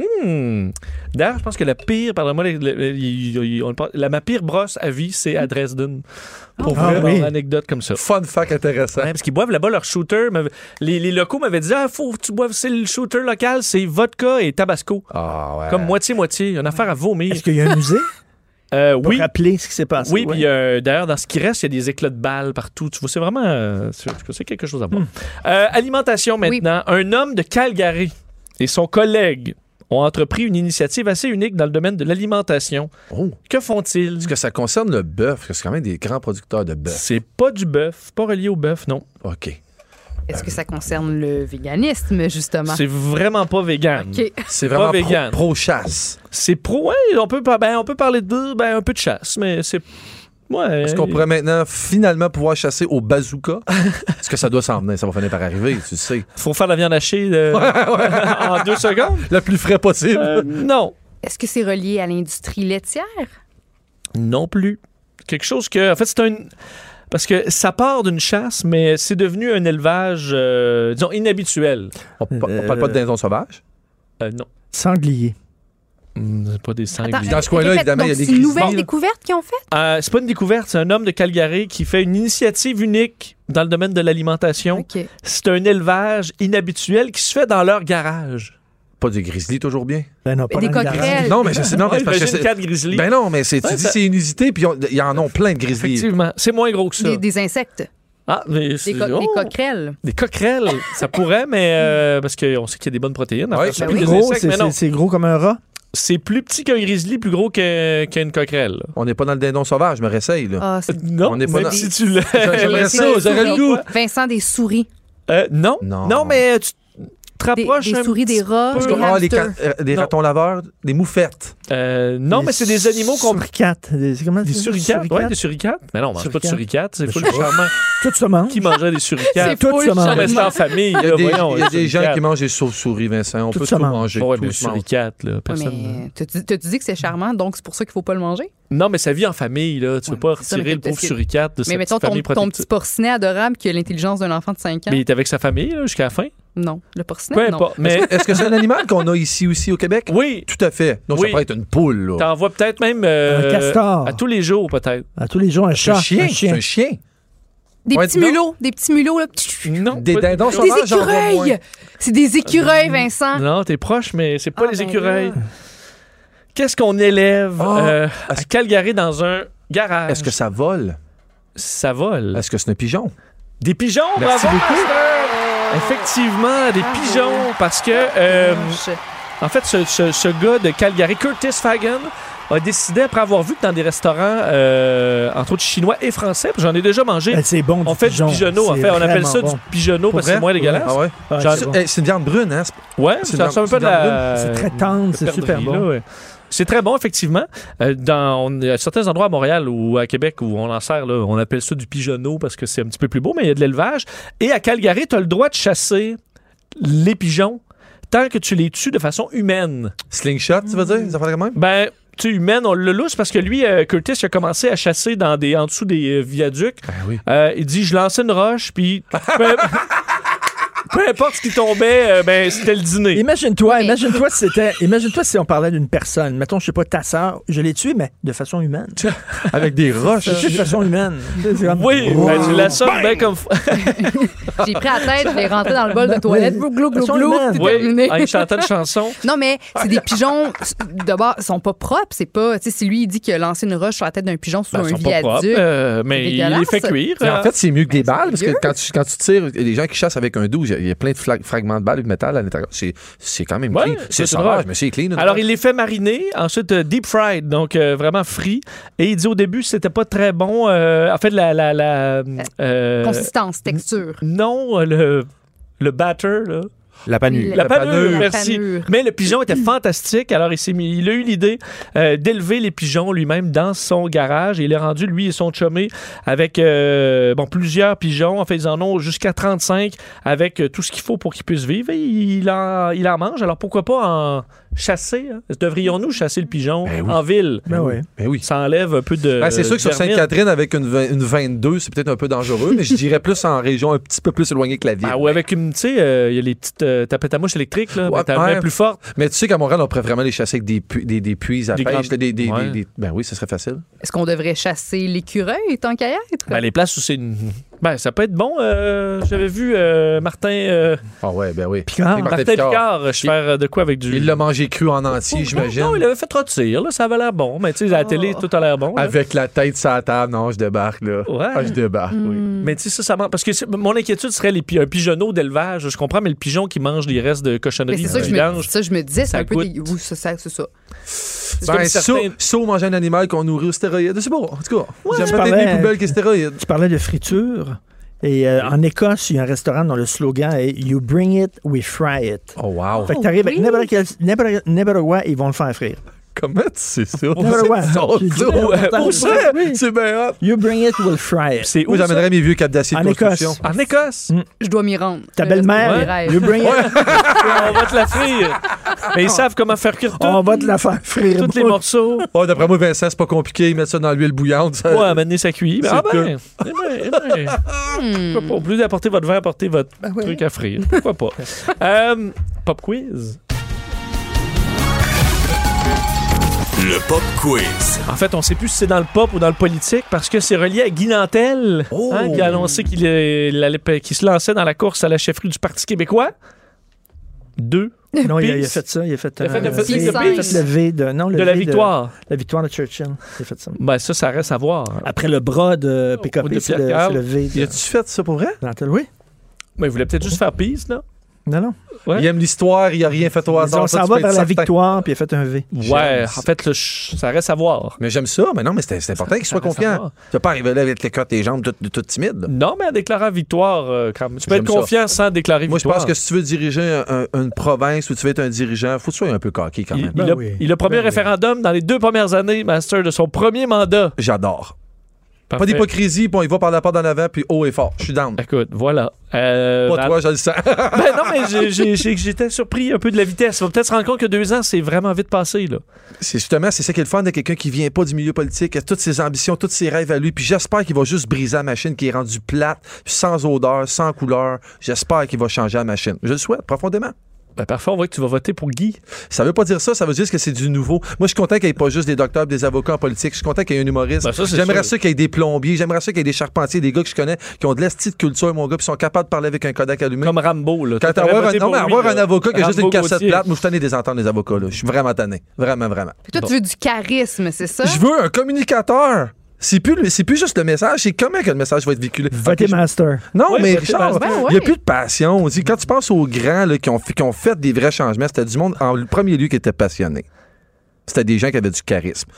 [SPEAKER 3] Hmm. D'ailleurs, je pense que la pire, pardonne-moi, le- le- il- il- on le parle- la, ma pire brosse à vie, c'est à Dresden. Pour
[SPEAKER 6] Ah
[SPEAKER 3] vrai,
[SPEAKER 6] oui.
[SPEAKER 3] une anecdote comme ça.
[SPEAKER 5] Fun fact intéressant.
[SPEAKER 3] Ouais, parce qu'ils boivent là-bas leur shooter. m'avait- Les, les locaux m'avaient dit Ah, faut que tu boives, c'est le shooter local, c'est vodka et tabasco.
[SPEAKER 5] Ah, ouais.
[SPEAKER 3] Comme moitié-moitié. Une affaire à vomir.
[SPEAKER 6] Est-ce qu'il y a un musée
[SPEAKER 3] Euh,
[SPEAKER 6] pour
[SPEAKER 3] oui.
[SPEAKER 6] rappeler ce qui s'est passé?
[SPEAKER 3] Oui,
[SPEAKER 6] Ouais.
[SPEAKER 3] puis euh, d'ailleurs, dans ce qui reste, il y a des éclats de balles partout. Tu vois, c'est vraiment. euh, c'est en tout cas, c'est quelque chose à voir. Euh, alimentation maintenant. Un homme de Calgary et son collègue ont entrepris une initiative assez unique dans le domaine de l'alimentation.
[SPEAKER 5] Oh.
[SPEAKER 3] Que font-ils?
[SPEAKER 5] Est-ce que ça concerne le bœuf? Parce que c'est quand même des grands producteurs de bœuf.
[SPEAKER 3] C'est pas du bœuf, pas relié au bœuf, non.
[SPEAKER 5] OK.
[SPEAKER 4] Est-ce que ça concerne le véganisme, justement?
[SPEAKER 3] C'est vraiment pas végan.
[SPEAKER 4] OK.
[SPEAKER 5] C'est
[SPEAKER 3] Pas
[SPEAKER 5] vraiment
[SPEAKER 3] vegan.
[SPEAKER 5] pro- pro-chasse.
[SPEAKER 3] C'est pro. ouais, on peut, pas- ben, on peut parler de ben, un peu de chasse, mais c'est. Ouais.
[SPEAKER 5] Est-ce qu'on pourrait maintenant finalement pouvoir chasser au bazooka? Est-ce que ça doit s'en venir? Ça va finir par arriver, tu sais.
[SPEAKER 3] Faut faire la viande hachée euh, en deux secondes?
[SPEAKER 5] Le plus frais possible.
[SPEAKER 3] Euh, non.
[SPEAKER 4] Est-ce que c'est relié à l'industrie laitière?
[SPEAKER 3] Non plus. Quelque chose que. En fait, c'est un. Parce que ça part d'une chasse, mais c'est devenu un élevage, euh, disons, inhabituel.
[SPEAKER 5] on, pa- on parle pas de dindon sauvage.
[SPEAKER 3] Euh, non. Mm,
[SPEAKER 6] Sanglier.
[SPEAKER 3] pas des
[SPEAKER 4] Attends,
[SPEAKER 5] Dans ce coin-là,
[SPEAKER 4] répète,
[SPEAKER 5] évidemment, il y a
[SPEAKER 4] donc
[SPEAKER 5] des
[SPEAKER 4] C'est une
[SPEAKER 5] grizzlies,
[SPEAKER 4] nouvelle
[SPEAKER 5] là.
[SPEAKER 4] découverte qu'ils ont faite?
[SPEAKER 3] Euh, c'est pas une découverte, c'est un homme de Calgary qui fait une initiative unique dans le domaine de l'alimentation.
[SPEAKER 4] OK.
[SPEAKER 3] C'est un élevage inhabituel qui se fait dans leur
[SPEAKER 4] Ah,
[SPEAKER 3] garage.
[SPEAKER 5] Pas du grizzly, toujours bien.
[SPEAKER 6] Ben non, pas
[SPEAKER 4] Des
[SPEAKER 6] dans le
[SPEAKER 4] coquerelles.
[SPEAKER 6] garage.
[SPEAKER 4] Elle-
[SPEAKER 5] Non, mais je sais non, mais
[SPEAKER 3] Ouais,
[SPEAKER 5] c'est parce que
[SPEAKER 3] imagine
[SPEAKER 5] c'est-
[SPEAKER 3] quatre grizzlies.
[SPEAKER 5] Ben non, mais c'est, tu
[SPEAKER 3] Ouais,
[SPEAKER 5] dis
[SPEAKER 3] ça-
[SPEAKER 5] c'est inusité, puis on- il y en a plein de grizzlies.
[SPEAKER 3] Effectivement, c'est moins gros que ça.
[SPEAKER 4] Des, des insectes,
[SPEAKER 3] Ah, mais
[SPEAKER 4] des,
[SPEAKER 3] c'est-
[SPEAKER 4] co- des
[SPEAKER 3] oh!
[SPEAKER 4] coquerelles.
[SPEAKER 3] Des coquerelles, ça pourrait, mais euh, parce qu'on sait qu'il y a des bonnes protéines.
[SPEAKER 5] Ouais,
[SPEAKER 3] Après,
[SPEAKER 5] c'est
[SPEAKER 3] plus
[SPEAKER 4] oui.
[SPEAKER 3] des
[SPEAKER 6] Gros,
[SPEAKER 3] insectes,
[SPEAKER 6] c'est-
[SPEAKER 3] mais non.
[SPEAKER 6] c'est c'est gros comme un rat.
[SPEAKER 3] C'est plus petit qu'un grizzly, plus gros que- qu'une coquerelle.
[SPEAKER 5] On n'est pas dans le dindon sauvage, je me réessaye. Là.
[SPEAKER 4] Ah, c'est-
[SPEAKER 3] Non,
[SPEAKER 5] On n'est pas
[SPEAKER 3] même
[SPEAKER 5] dans-
[SPEAKER 3] si tu l'as.
[SPEAKER 5] J'aimerais
[SPEAKER 4] Des-
[SPEAKER 5] ça,
[SPEAKER 4] des
[SPEAKER 5] j'aurais le
[SPEAKER 4] souris.
[SPEAKER 5] goût.
[SPEAKER 4] Vincent, des souris.
[SPEAKER 3] Euh, non.
[SPEAKER 5] Non.
[SPEAKER 3] mais euh, tu te
[SPEAKER 4] Des,
[SPEAKER 3] rapproches
[SPEAKER 4] des
[SPEAKER 3] un
[SPEAKER 4] souris,
[SPEAKER 3] petit-
[SPEAKER 4] des rats,
[SPEAKER 3] peu.
[SPEAKER 4] des
[SPEAKER 5] Parce que- ah, les,
[SPEAKER 4] hamsters.
[SPEAKER 5] ca- euh, des
[SPEAKER 3] Non.
[SPEAKER 5] ratons laveurs, des moufettes.
[SPEAKER 3] Euh, non, mais c'est des animaux qu'on.
[SPEAKER 6] Suricates. Des, comment
[SPEAKER 3] Des
[SPEAKER 6] c'est ça,
[SPEAKER 3] suricates, ouais, des suricates. Mais non, on mange pas de suricates, c'est fou le charmant.
[SPEAKER 6] Tout se mange.
[SPEAKER 3] Qui mangeait des
[SPEAKER 4] C'est
[SPEAKER 3] suricates?
[SPEAKER 6] tout
[SPEAKER 4] fou,
[SPEAKER 6] se
[SPEAKER 4] le
[SPEAKER 6] mange.
[SPEAKER 3] On
[SPEAKER 4] charme.
[SPEAKER 3] reste en famille,
[SPEAKER 5] Il y a
[SPEAKER 3] là,
[SPEAKER 5] des,
[SPEAKER 3] Ah, voyons.
[SPEAKER 5] il y a des gens qui
[SPEAKER 3] mangent.
[SPEAKER 5] mangent des sauves-souris, Vincent. On
[SPEAKER 6] Tout
[SPEAKER 5] peut
[SPEAKER 6] se
[SPEAKER 5] tout
[SPEAKER 6] mange.
[SPEAKER 5] manger.
[SPEAKER 3] Ouais,
[SPEAKER 5] tout
[SPEAKER 3] mais les
[SPEAKER 5] se mange.
[SPEAKER 3] suricates, là,
[SPEAKER 4] Ouais,
[SPEAKER 3] personne.
[SPEAKER 4] mais t'as-tu t'as-tu dit que c'est charmant, donc c'est pour ça qu'il faut pas le manger?
[SPEAKER 3] Non, mais ça vit en famille, là. Tu
[SPEAKER 4] Ouais,
[SPEAKER 3] veux pas
[SPEAKER 4] c'est ça,
[SPEAKER 3] retirer
[SPEAKER 4] mais
[SPEAKER 3] le pauvre
[SPEAKER 4] parce que-
[SPEAKER 3] suricate de sa
[SPEAKER 4] Mais mettons
[SPEAKER 3] petite
[SPEAKER 4] ton,
[SPEAKER 3] famille
[SPEAKER 4] ton
[SPEAKER 3] protectrice.
[SPEAKER 4] petit porcinet adorable qui a l'intelligence d'un enfant de 5 ans.
[SPEAKER 3] Mais il est avec sa famille, là, jusqu'à la fin.
[SPEAKER 4] Non, le porcinet,
[SPEAKER 3] Peu
[SPEAKER 4] non.
[SPEAKER 3] importe. Mais
[SPEAKER 5] Est-ce que c'est un animal qu'on a ici aussi au Québec?
[SPEAKER 3] oui,
[SPEAKER 5] Tout à fait. Donc,
[SPEAKER 3] Oui.
[SPEAKER 5] ça pourrait être une poule. Là.
[SPEAKER 3] t'en vois peut-être même. euh,
[SPEAKER 6] Un castor.
[SPEAKER 3] À tous les jours, peut-être.
[SPEAKER 6] À Ah, tous les jours, un
[SPEAKER 5] C'est
[SPEAKER 6] chat.
[SPEAKER 5] un chien.
[SPEAKER 6] Un
[SPEAKER 5] C'est
[SPEAKER 6] chien.
[SPEAKER 5] un chien.
[SPEAKER 4] Des
[SPEAKER 5] Ouais,
[SPEAKER 4] petits
[SPEAKER 5] non.
[SPEAKER 4] mulots, des petits mulots, là. Des
[SPEAKER 3] Non.
[SPEAKER 5] Des
[SPEAKER 3] pas-
[SPEAKER 5] dindons sauvages, j'en vois moins.
[SPEAKER 4] écureuils! C'est des écureuils, Vincent!
[SPEAKER 3] Ah, Non, t'es proche, mais c'est pas
[SPEAKER 4] Ah,
[SPEAKER 3] les
[SPEAKER 4] ben
[SPEAKER 3] écureuils.
[SPEAKER 4] là.
[SPEAKER 3] Qu'est-ce qu'on élève
[SPEAKER 5] Ah,
[SPEAKER 3] euh, à
[SPEAKER 5] est-ce-
[SPEAKER 3] Calgary dans un garage?
[SPEAKER 5] Est-ce que ça vole?
[SPEAKER 3] ça vole?
[SPEAKER 5] Est-ce que c'est un pigeon?
[SPEAKER 3] Des pigeons,
[SPEAKER 5] Merci
[SPEAKER 3] bravo,
[SPEAKER 5] beaucoup.
[SPEAKER 3] Master! Effectivement, des
[SPEAKER 4] Bravo.
[SPEAKER 3] pigeons, parce que, euh,
[SPEAKER 4] Vache.
[SPEAKER 3] en fait, ce, ce- ce gars de Calgary, Curtis Fagan, a décidé, après avoir vu que dans des restaurants, euh, entre autres chinois et français, puis j'en ai déjà mangé,
[SPEAKER 6] Ben, C'est bon.
[SPEAKER 3] on
[SPEAKER 6] du
[SPEAKER 3] fait
[SPEAKER 6] pigeon.
[SPEAKER 3] du pigeonneau. En
[SPEAKER 6] C'est
[SPEAKER 3] fait, on appelle
[SPEAKER 6] vraiment
[SPEAKER 3] ça
[SPEAKER 6] bon.
[SPEAKER 3] du pigeonneau parce que c'est moins dégueulasse.
[SPEAKER 5] Ah ouais.
[SPEAKER 6] Ah,
[SPEAKER 3] Genre-
[SPEAKER 6] c'est
[SPEAKER 5] Ça,
[SPEAKER 6] bon.
[SPEAKER 5] eh, C'est une viande brune, hein?
[SPEAKER 3] Ouais,
[SPEAKER 5] C'est
[SPEAKER 3] ça
[SPEAKER 5] dans-
[SPEAKER 3] ressemble un
[SPEAKER 5] c'est
[SPEAKER 3] peu de
[SPEAKER 5] dans
[SPEAKER 3] la.
[SPEAKER 6] C'est très tendre, c'est super
[SPEAKER 3] perdrix,
[SPEAKER 6] bon.
[SPEAKER 3] là, ouais. C'est très bon, effectivement. Euh, dans on- à certains endroits à Montréal ou à Québec où on en sert, là, on appelle ça du pigeonneau parce que c'est un petit peu plus beau, mais il y a de l'élevage. Et à Calgary, tu as le droit de chasser les pigeons tant que tu les tues de façon humaine.
[SPEAKER 5] Slingshot, tu veux dire? Ça fait quand même?
[SPEAKER 3] Ben, tu sais, humaine, on le lousse parce que lui, euh, Curtis, il a commencé à chasser dans des, en dessous des euh, viaducs.
[SPEAKER 5] Ben oui.
[SPEAKER 3] Euh, il dit, je lançais une roche, puis... peu, peu importe ce qui tombait, euh, ben, c'était le dîner.
[SPEAKER 6] Imagine-toi,
[SPEAKER 4] Oui.
[SPEAKER 6] imagine-toi si c'était, imagine-toi si on parlait d'une personne. Mettons, je sais pas, ta sœur, je l'ai tuée, mais de façon humaine.
[SPEAKER 5] Avec des roches.
[SPEAKER 6] de façon humaine. C'est comme- oh,
[SPEAKER 3] Oui, ben, tu la sommes bien comme...
[SPEAKER 4] J'ai pris la tête, je l'ai rentré dans le bol de toilette. Glou, glou, glou,
[SPEAKER 6] Elles sont
[SPEAKER 4] glou,
[SPEAKER 6] humaines.
[SPEAKER 4] c'est
[SPEAKER 3] Oui,
[SPEAKER 4] terminé.
[SPEAKER 3] en chantant une chanson.
[SPEAKER 4] Non, mais c'est des pigeons, s- d'abord, ils sont pas propres. C'est pas. Tu sais, si lui, il dit qu'il a lancé une roche sur la tête d'un pigeon sur
[SPEAKER 3] Ben,
[SPEAKER 4] un
[SPEAKER 3] ils sont pas propres,
[SPEAKER 4] viaduc.
[SPEAKER 3] euh, mais il les
[SPEAKER 4] dégueulasse.
[SPEAKER 3] fait cuire.
[SPEAKER 5] Mais
[SPEAKER 3] euh,
[SPEAKER 5] en fait, c'est mieux que des balles, parce que
[SPEAKER 4] mieux.
[SPEAKER 5] quand tu, quand tu tires, les gens qui chassent avec un 12, il y a- il y, a plein de fla- fragments de balles et de métal à l'intérieur. C'est, c'est quand même
[SPEAKER 3] Ouais,
[SPEAKER 5] clean.
[SPEAKER 3] c'est
[SPEAKER 5] C'est
[SPEAKER 3] une
[SPEAKER 5] sauvage,
[SPEAKER 3] roche.
[SPEAKER 5] mais c'est clean. hein. une
[SPEAKER 3] alors,
[SPEAKER 5] roche.
[SPEAKER 3] il les fait mariner, ensuite euh, deep fried, donc euh, vraiment frit. Et il dit au début, c'était pas très bon. euh, en fait, la. la, la euh,
[SPEAKER 4] Consistance, texture.
[SPEAKER 3] non, euh, le, le batter, là.
[SPEAKER 7] La panure.
[SPEAKER 3] La,
[SPEAKER 5] La
[SPEAKER 3] panure,
[SPEAKER 5] panure.
[SPEAKER 3] merci.
[SPEAKER 4] La panure.
[SPEAKER 3] Mais le pigeon était fantastique. Alors, il, s'est mis, il a eu l'idée euh, d'élever les pigeons lui-même dans son garage. Et il est rendu, lui et son chumé, avec euh, bon, plusieurs pigeons. En fait, ils en ont jusqu'à 35 avec euh, tout ce qu'il faut pour qu'ils puissent vivre. Et il en, il en mange. Alors, pourquoi pas en chasser? hein? Devrions-nous chasser le pigeon
[SPEAKER 5] Ben oui.
[SPEAKER 3] en ville?
[SPEAKER 6] Ben oui.
[SPEAKER 5] Ben oui.
[SPEAKER 3] Ça enlève un peu de.
[SPEAKER 5] Ah, c'est sûr que sur
[SPEAKER 3] Euh, vermine.
[SPEAKER 5] Sainte-Catherine, avec une, vingt- une 22, c'est peut-être un peu dangereux, mais je dirais plus en région un petit peu plus éloignée que la ville.
[SPEAKER 3] Ah, ou avec une, tu sais, euh, il y a les petites euh, tapettes à mouche électriques, là,
[SPEAKER 5] Ouais,
[SPEAKER 3] mais t'as la main
[SPEAKER 5] ouais.
[SPEAKER 3] plus forte.
[SPEAKER 5] Mais tu sais qu'à Montréal, on pourrait vraiment les chasser avec des, pu- des, des puits à
[SPEAKER 3] Des
[SPEAKER 5] pêche.
[SPEAKER 3] grandes-
[SPEAKER 5] là, des- des-
[SPEAKER 3] Ouais.
[SPEAKER 5] des- des- ben oui, ce serait facile.
[SPEAKER 4] Est-ce qu'on devrait chasser l'écureuil tant qu'à y être?
[SPEAKER 3] Ben, les places où c'est une... Ben, ça peut être bon. euh, J'avais vu euh, Martin, euh,
[SPEAKER 5] Ah ouais, ben oui.
[SPEAKER 6] Picard.
[SPEAKER 5] Avec
[SPEAKER 3] Martin Picard, euh, je faire euh, de quoi avec du... Oh,
[SPEAKER 5] Il l'a mangé cru en entier, j'imagine. Ah.
[SPEAKER 3] Non, il avait fait rôtir, là, ça avait l'air bon. Mais tu sais, à la télé, tout a l'air bon. là.
[SPEAKER 5] Avec la tête sur la table. Non, je débarque, là.
[SPEAKER 3] Ouais. Mm.
[SPEAKER 5] Ah, je débarque, oui.
[SPEAKER 3] Mais tu sais, ça, ça mange... Parce que c'est- mon inquiétude serait les pi- un pigeonneau d'élevage, je comprends, mais le pigeon qui mange les restes de
[SPEAKER 4] Mais
[SPEAKER 3] cochonneries, euh,
[SPEAKER 4] c'est ça que
[SPEAKER 3] de
[SPEAKER 4] je me,
[SPEAKER 3] vidange.
[SPEAKER 4] ça, je me disais, c'est
[SPEAKER 3] Ça
[SPEAKER 4] un peu
[SPEAKER 3] goûte.
[SPEAKER 4] dégueu. Oui, c'est ça, c'est ça.
[SPEAKER 5] Ben,
[SPEAKER 3] comme certains-
[SPEAKER 5] saut, saut manger un animal qu'on nourrit aux stéroïdes. C'est bon, en tout cas. J'aime
[SPEAKER 6] tu
[SPEAKER 5] pas
[SPEAKER 6] parlais-
[SPEAKER 5] les poubelles qui stéroïdes.
[SPEAKER 6] Tu parlais de friture. Et euh, en Écosse, il y a un restaurant dont le slogan est You bring it, we fry it.
[SPEAKER 5] Oh, wow.
[SPEAKER 6] Fait que t'arrives avec
[SPEAKER 4] oui.
[SPEAKER 6] n'importe quel- n'importe- n'importe quoi, ils vont le faire frire.
[SPEAKER 5] Comment tu sais ça?
[SPEAKER 6] Number one. J'ai dit,
[SPEAKER 5] Oh,
[SPEAKER 6] number one.
[SPEAKER 5] oh, ça,
[SPEAKER 6] Oui.
[SPEAKER 5] C'est bien hot.
[SPEAKER 6] You bring it, we'll fry it.
[SPEAKER 3] C'est où,
[SPEAKER 5] Moi,
[SPEAKER 3] ça?
[SPEAKER 5] j'amènerais mes vieux cap d'acier de
[SPEAKER 6] En
[SPEAKER 5] construction.
[SPEAKER 6] Écosse.
[SPEAKER 3] En Écosse?
[SPEAKER 4] Je dois m'y rendre.
[SPEAKER 6] Ta
[SPEAKER 4] Le
[SPEAKER 6] belle-mère,
[SPEAKER 4] restaurant des
[SPEAKER 6] you
[SPEAKER 4] rêves.
[SPEAKER 6] bring it,
[SPEAKER 3] On va te la frire. mais ils savent comment faire cuire tout,
[SPEAKER 6] on va te la faire frire.
[SPEAKER 3] tous les morceaux.
[SPEAKER 5] Oh, d'après moi, Vincent, c'est pas compliqué. Ils mettent ça dans l'huile bouillante. ça-
[SPEAKER 3] Ouais, amener sa cuillère. Ben,
[SPEAKER 5] C'est
[SPEAKER 3] ah ben, eh ben, eh ben.
[SPEAKER 4] Hmm.
[SPEAKER 3] Pourquoi pas? Au plus d'apporter votre verre, apportez votre truc à frire. Pourquoi pas? Euh, pop quiz.
[SPEAKER 2] Le Pop Quiz.
[SPEAKER 3] En fait, on sait plus si c'est dans le pop ou dans le politique parce que c'est relié à Guy Nantel,
[SPEAKER 5] Oh!
[SPEAKER 3] hein, qui a annoncé qu'il est- il allait- qu'il se lançait dans la course à la chefferie du Parti québécois. Deux
[SPEAKER 6] Non, il a, il a
[SPEAKER 3] Peace.
[SPEAKER 6] fait ça. Il a fait,
[SPEAKER 3] Il a fait le-
[SPEAKER 6] euh,
[SPEAKER 3] fait
[SPEAKER 6] il
[SPEAKER 4] le
[SPEAKER 6] a fait
[SPEAKER 4] peace.
[SPEAKER 6] le V de, non, le
[SPEAKER 3] de la
[SPEAKER 6] V
[SPEAKER 3] victoire.
[SPEAKER 6] la victoire de Churchill. Il a fait ça.
[SPEAKER 3] Ben, ça, ça reste à voir.
[SPEAKER 6] Après le bras de
[SPEAKER 3] Ou de
[SPEAKER 6] PKP, c'est
[SPEAKER 3] Pierre
[SPEAKER 6] le,
[SPEAKER 3] Carl.
[SPEAKER 6] c'est le V
[SPEAKER 5] Y
[SPEAKER 6] de
[SPEAKER 5] a-tu fait ça pour vrai?
[SPEAKER 6] Nantel. Oui,
[SPEAKER 3] Mais il voulait peut-être juste faire peace, là.
[SPEAKER 6] non, non.
[SPEAKER 3] Ouais.
[SPEAKER 5] Il aime l'histoire, il a rien fait au
[SPEAKER 6] Ils ont-
[SPEAKER 5] hasard.
[SPEAKER 6] On
[SPEAKER 5] ça,
[SPEAKER 6] s'en
[SPEAKER 5] tu
[SPEAKER 6] va
[SPEAKER 5] peux
[SPEAKER 6] vers
[SPEAKER 5] être
[SPEAKER 6] la
[SPEAKER 5] certain.
[SPEAKER 6] victoire, puis il a fait un V.
[SPEAKER 3] Ouais, en fait, le ch- ça reste à voir.
[SPEAKER 5] Mais j'aime ça, mais non, mais c'est c'est important qu'il soit
[SPEAKER 3] reste à
[SPEAKER 5] confiant.
[SPEAKER 3] voir.
[SPEAKER 5] Tu vas pas arriver là avec les cotes des jambes toutes toutes timides. là.
[SPEAKER 3] Non, mais en déclarant victoire, euh, quand même. Tu peux
[SPEAKER 5] J'aime
[SPEAKER 3] être confiant sans déclarer
[SPEAKER 5] Moi, je
[SPEAKER 3] victoire.
[SPEAKER 5] pense que si tu veux diriger un- un- une province ou tu veux être un dirigeant, faut que tu sois un peu coqué quand
[SPEAKER 3] Il,
[SPEAKER 5] même.
[SPEAKER 3] il a,
[SPEAKER 6] Ben oui.
[SPEAKER 3] il a promis un référendum dans les deux premières années, Master, de son premier mandat.
[SPEAKER 5] J'adore. Pas
[SPEAKER 3] Parfait.
[SPEAKER 5] d'hypocrisie, bon, il va par la porte en avant, puis haut et fort. Je suis down.
[SPEAKER 3] Écoute, voilà. Euh,
[SPEAKER 5] Pas
[SPEAKER 3] dans-
[SPEAKER 5] toi, je le sens.
[SPEAKER 3] Ben non, mais j'ai- j'ai- j'ai- j'étais surpris un peu de la vitesse. On va peut-être se rendre compte que deux ans, c'est vraiment vite passé. Là.
[SPEAKER 5] c'est justement, c'est ça qui est le fun de quelqu'un qui vient pas du milieu politique, qui a toutes ses ambitions, tous ses rêves à lui, puis j'espère qu'il va juste briser la machine qui est rendue plate, sans odeur, sans couleur. J'espère qu'il va changer la machine. Je le souhaite profondément.
[SPEAKER 3] Ben, parfois, on voit que tu vas voter pour Guy.
[SPEAKER 5] Ça veut pas dire ça, ça veut dire que c'est du nouveau. Moi, je suis content qu'il n'y ait pas juste des docteurs, des avocats en politique. Je suis content qu'il y ait un humoriste.
[SPEAKER 3] Ben, ça, c'est
[SPEAKER 5] J'aimerais
[SPEAKER 3] sûr.
[SPEAKER 5] ça qu'il y ait des plombiers. J'aimerais ça qu'il y ait des charpentiers, des gars que je connais qui ont de la petite culture, mon gars, puis sont capables de parler avec un Kodak allumé.
[SPEAKER 3] Comme Rambo. Là.
[SPEAKER 5] Quand
[SPEAKER 3] T'aurais
[SPEAKER 5] avoir, un,
[SPEAKER 3] voté
[SPEAKER 5] non,
[SPEAKER 3] pour
[SPEAKER 5] mais
[SPEAKER 3] lui,
[SPEAKER 5] avoir un
[SPEAKER 3] là.
[SPEAKER 5] avocat qui a juste
[SPEAKER 3] Rambo
[SPEAKER 5] une cassette
[SPEAKER 3] Gauthier.
[SPEAKER 5] plate, moi, je suis tanné des entendre, les avocats. là. Je suis vraiment tanné. Vraiment, vraiment.
[SPEAKER 4] Puis Toi, tu veux du charisme, c'est ça?
[SPEAKER 5] Je veux un communicateur. C'est plus, le- c'est plus juste le message, c'est comment que le message va être véhiculé.
[SPEAKER 6] Votez
[SPEAKER 5] Ok, je-
[SPEAKER 6] master.
[SPEAKER 5] Non,
[SPEAKER 3] Oui,
[SPEAKER 5] mais
[SPEAKER 3] votez
[SPEAKER 5] Richard, il
[SPEAKER 3] master.
[SPEAKER 4] Ben
[SPEAKER 5] n'y a
[SPEAKER 4] ouais.
[SPEAKER 5] plus de passion. On dit, quand tu penses aux grands là, qui, ont, fait- qui ont fait des vrais changements, c'était du monde en premier lieu qui était passionné. c'était des gens qui avaient du charisme.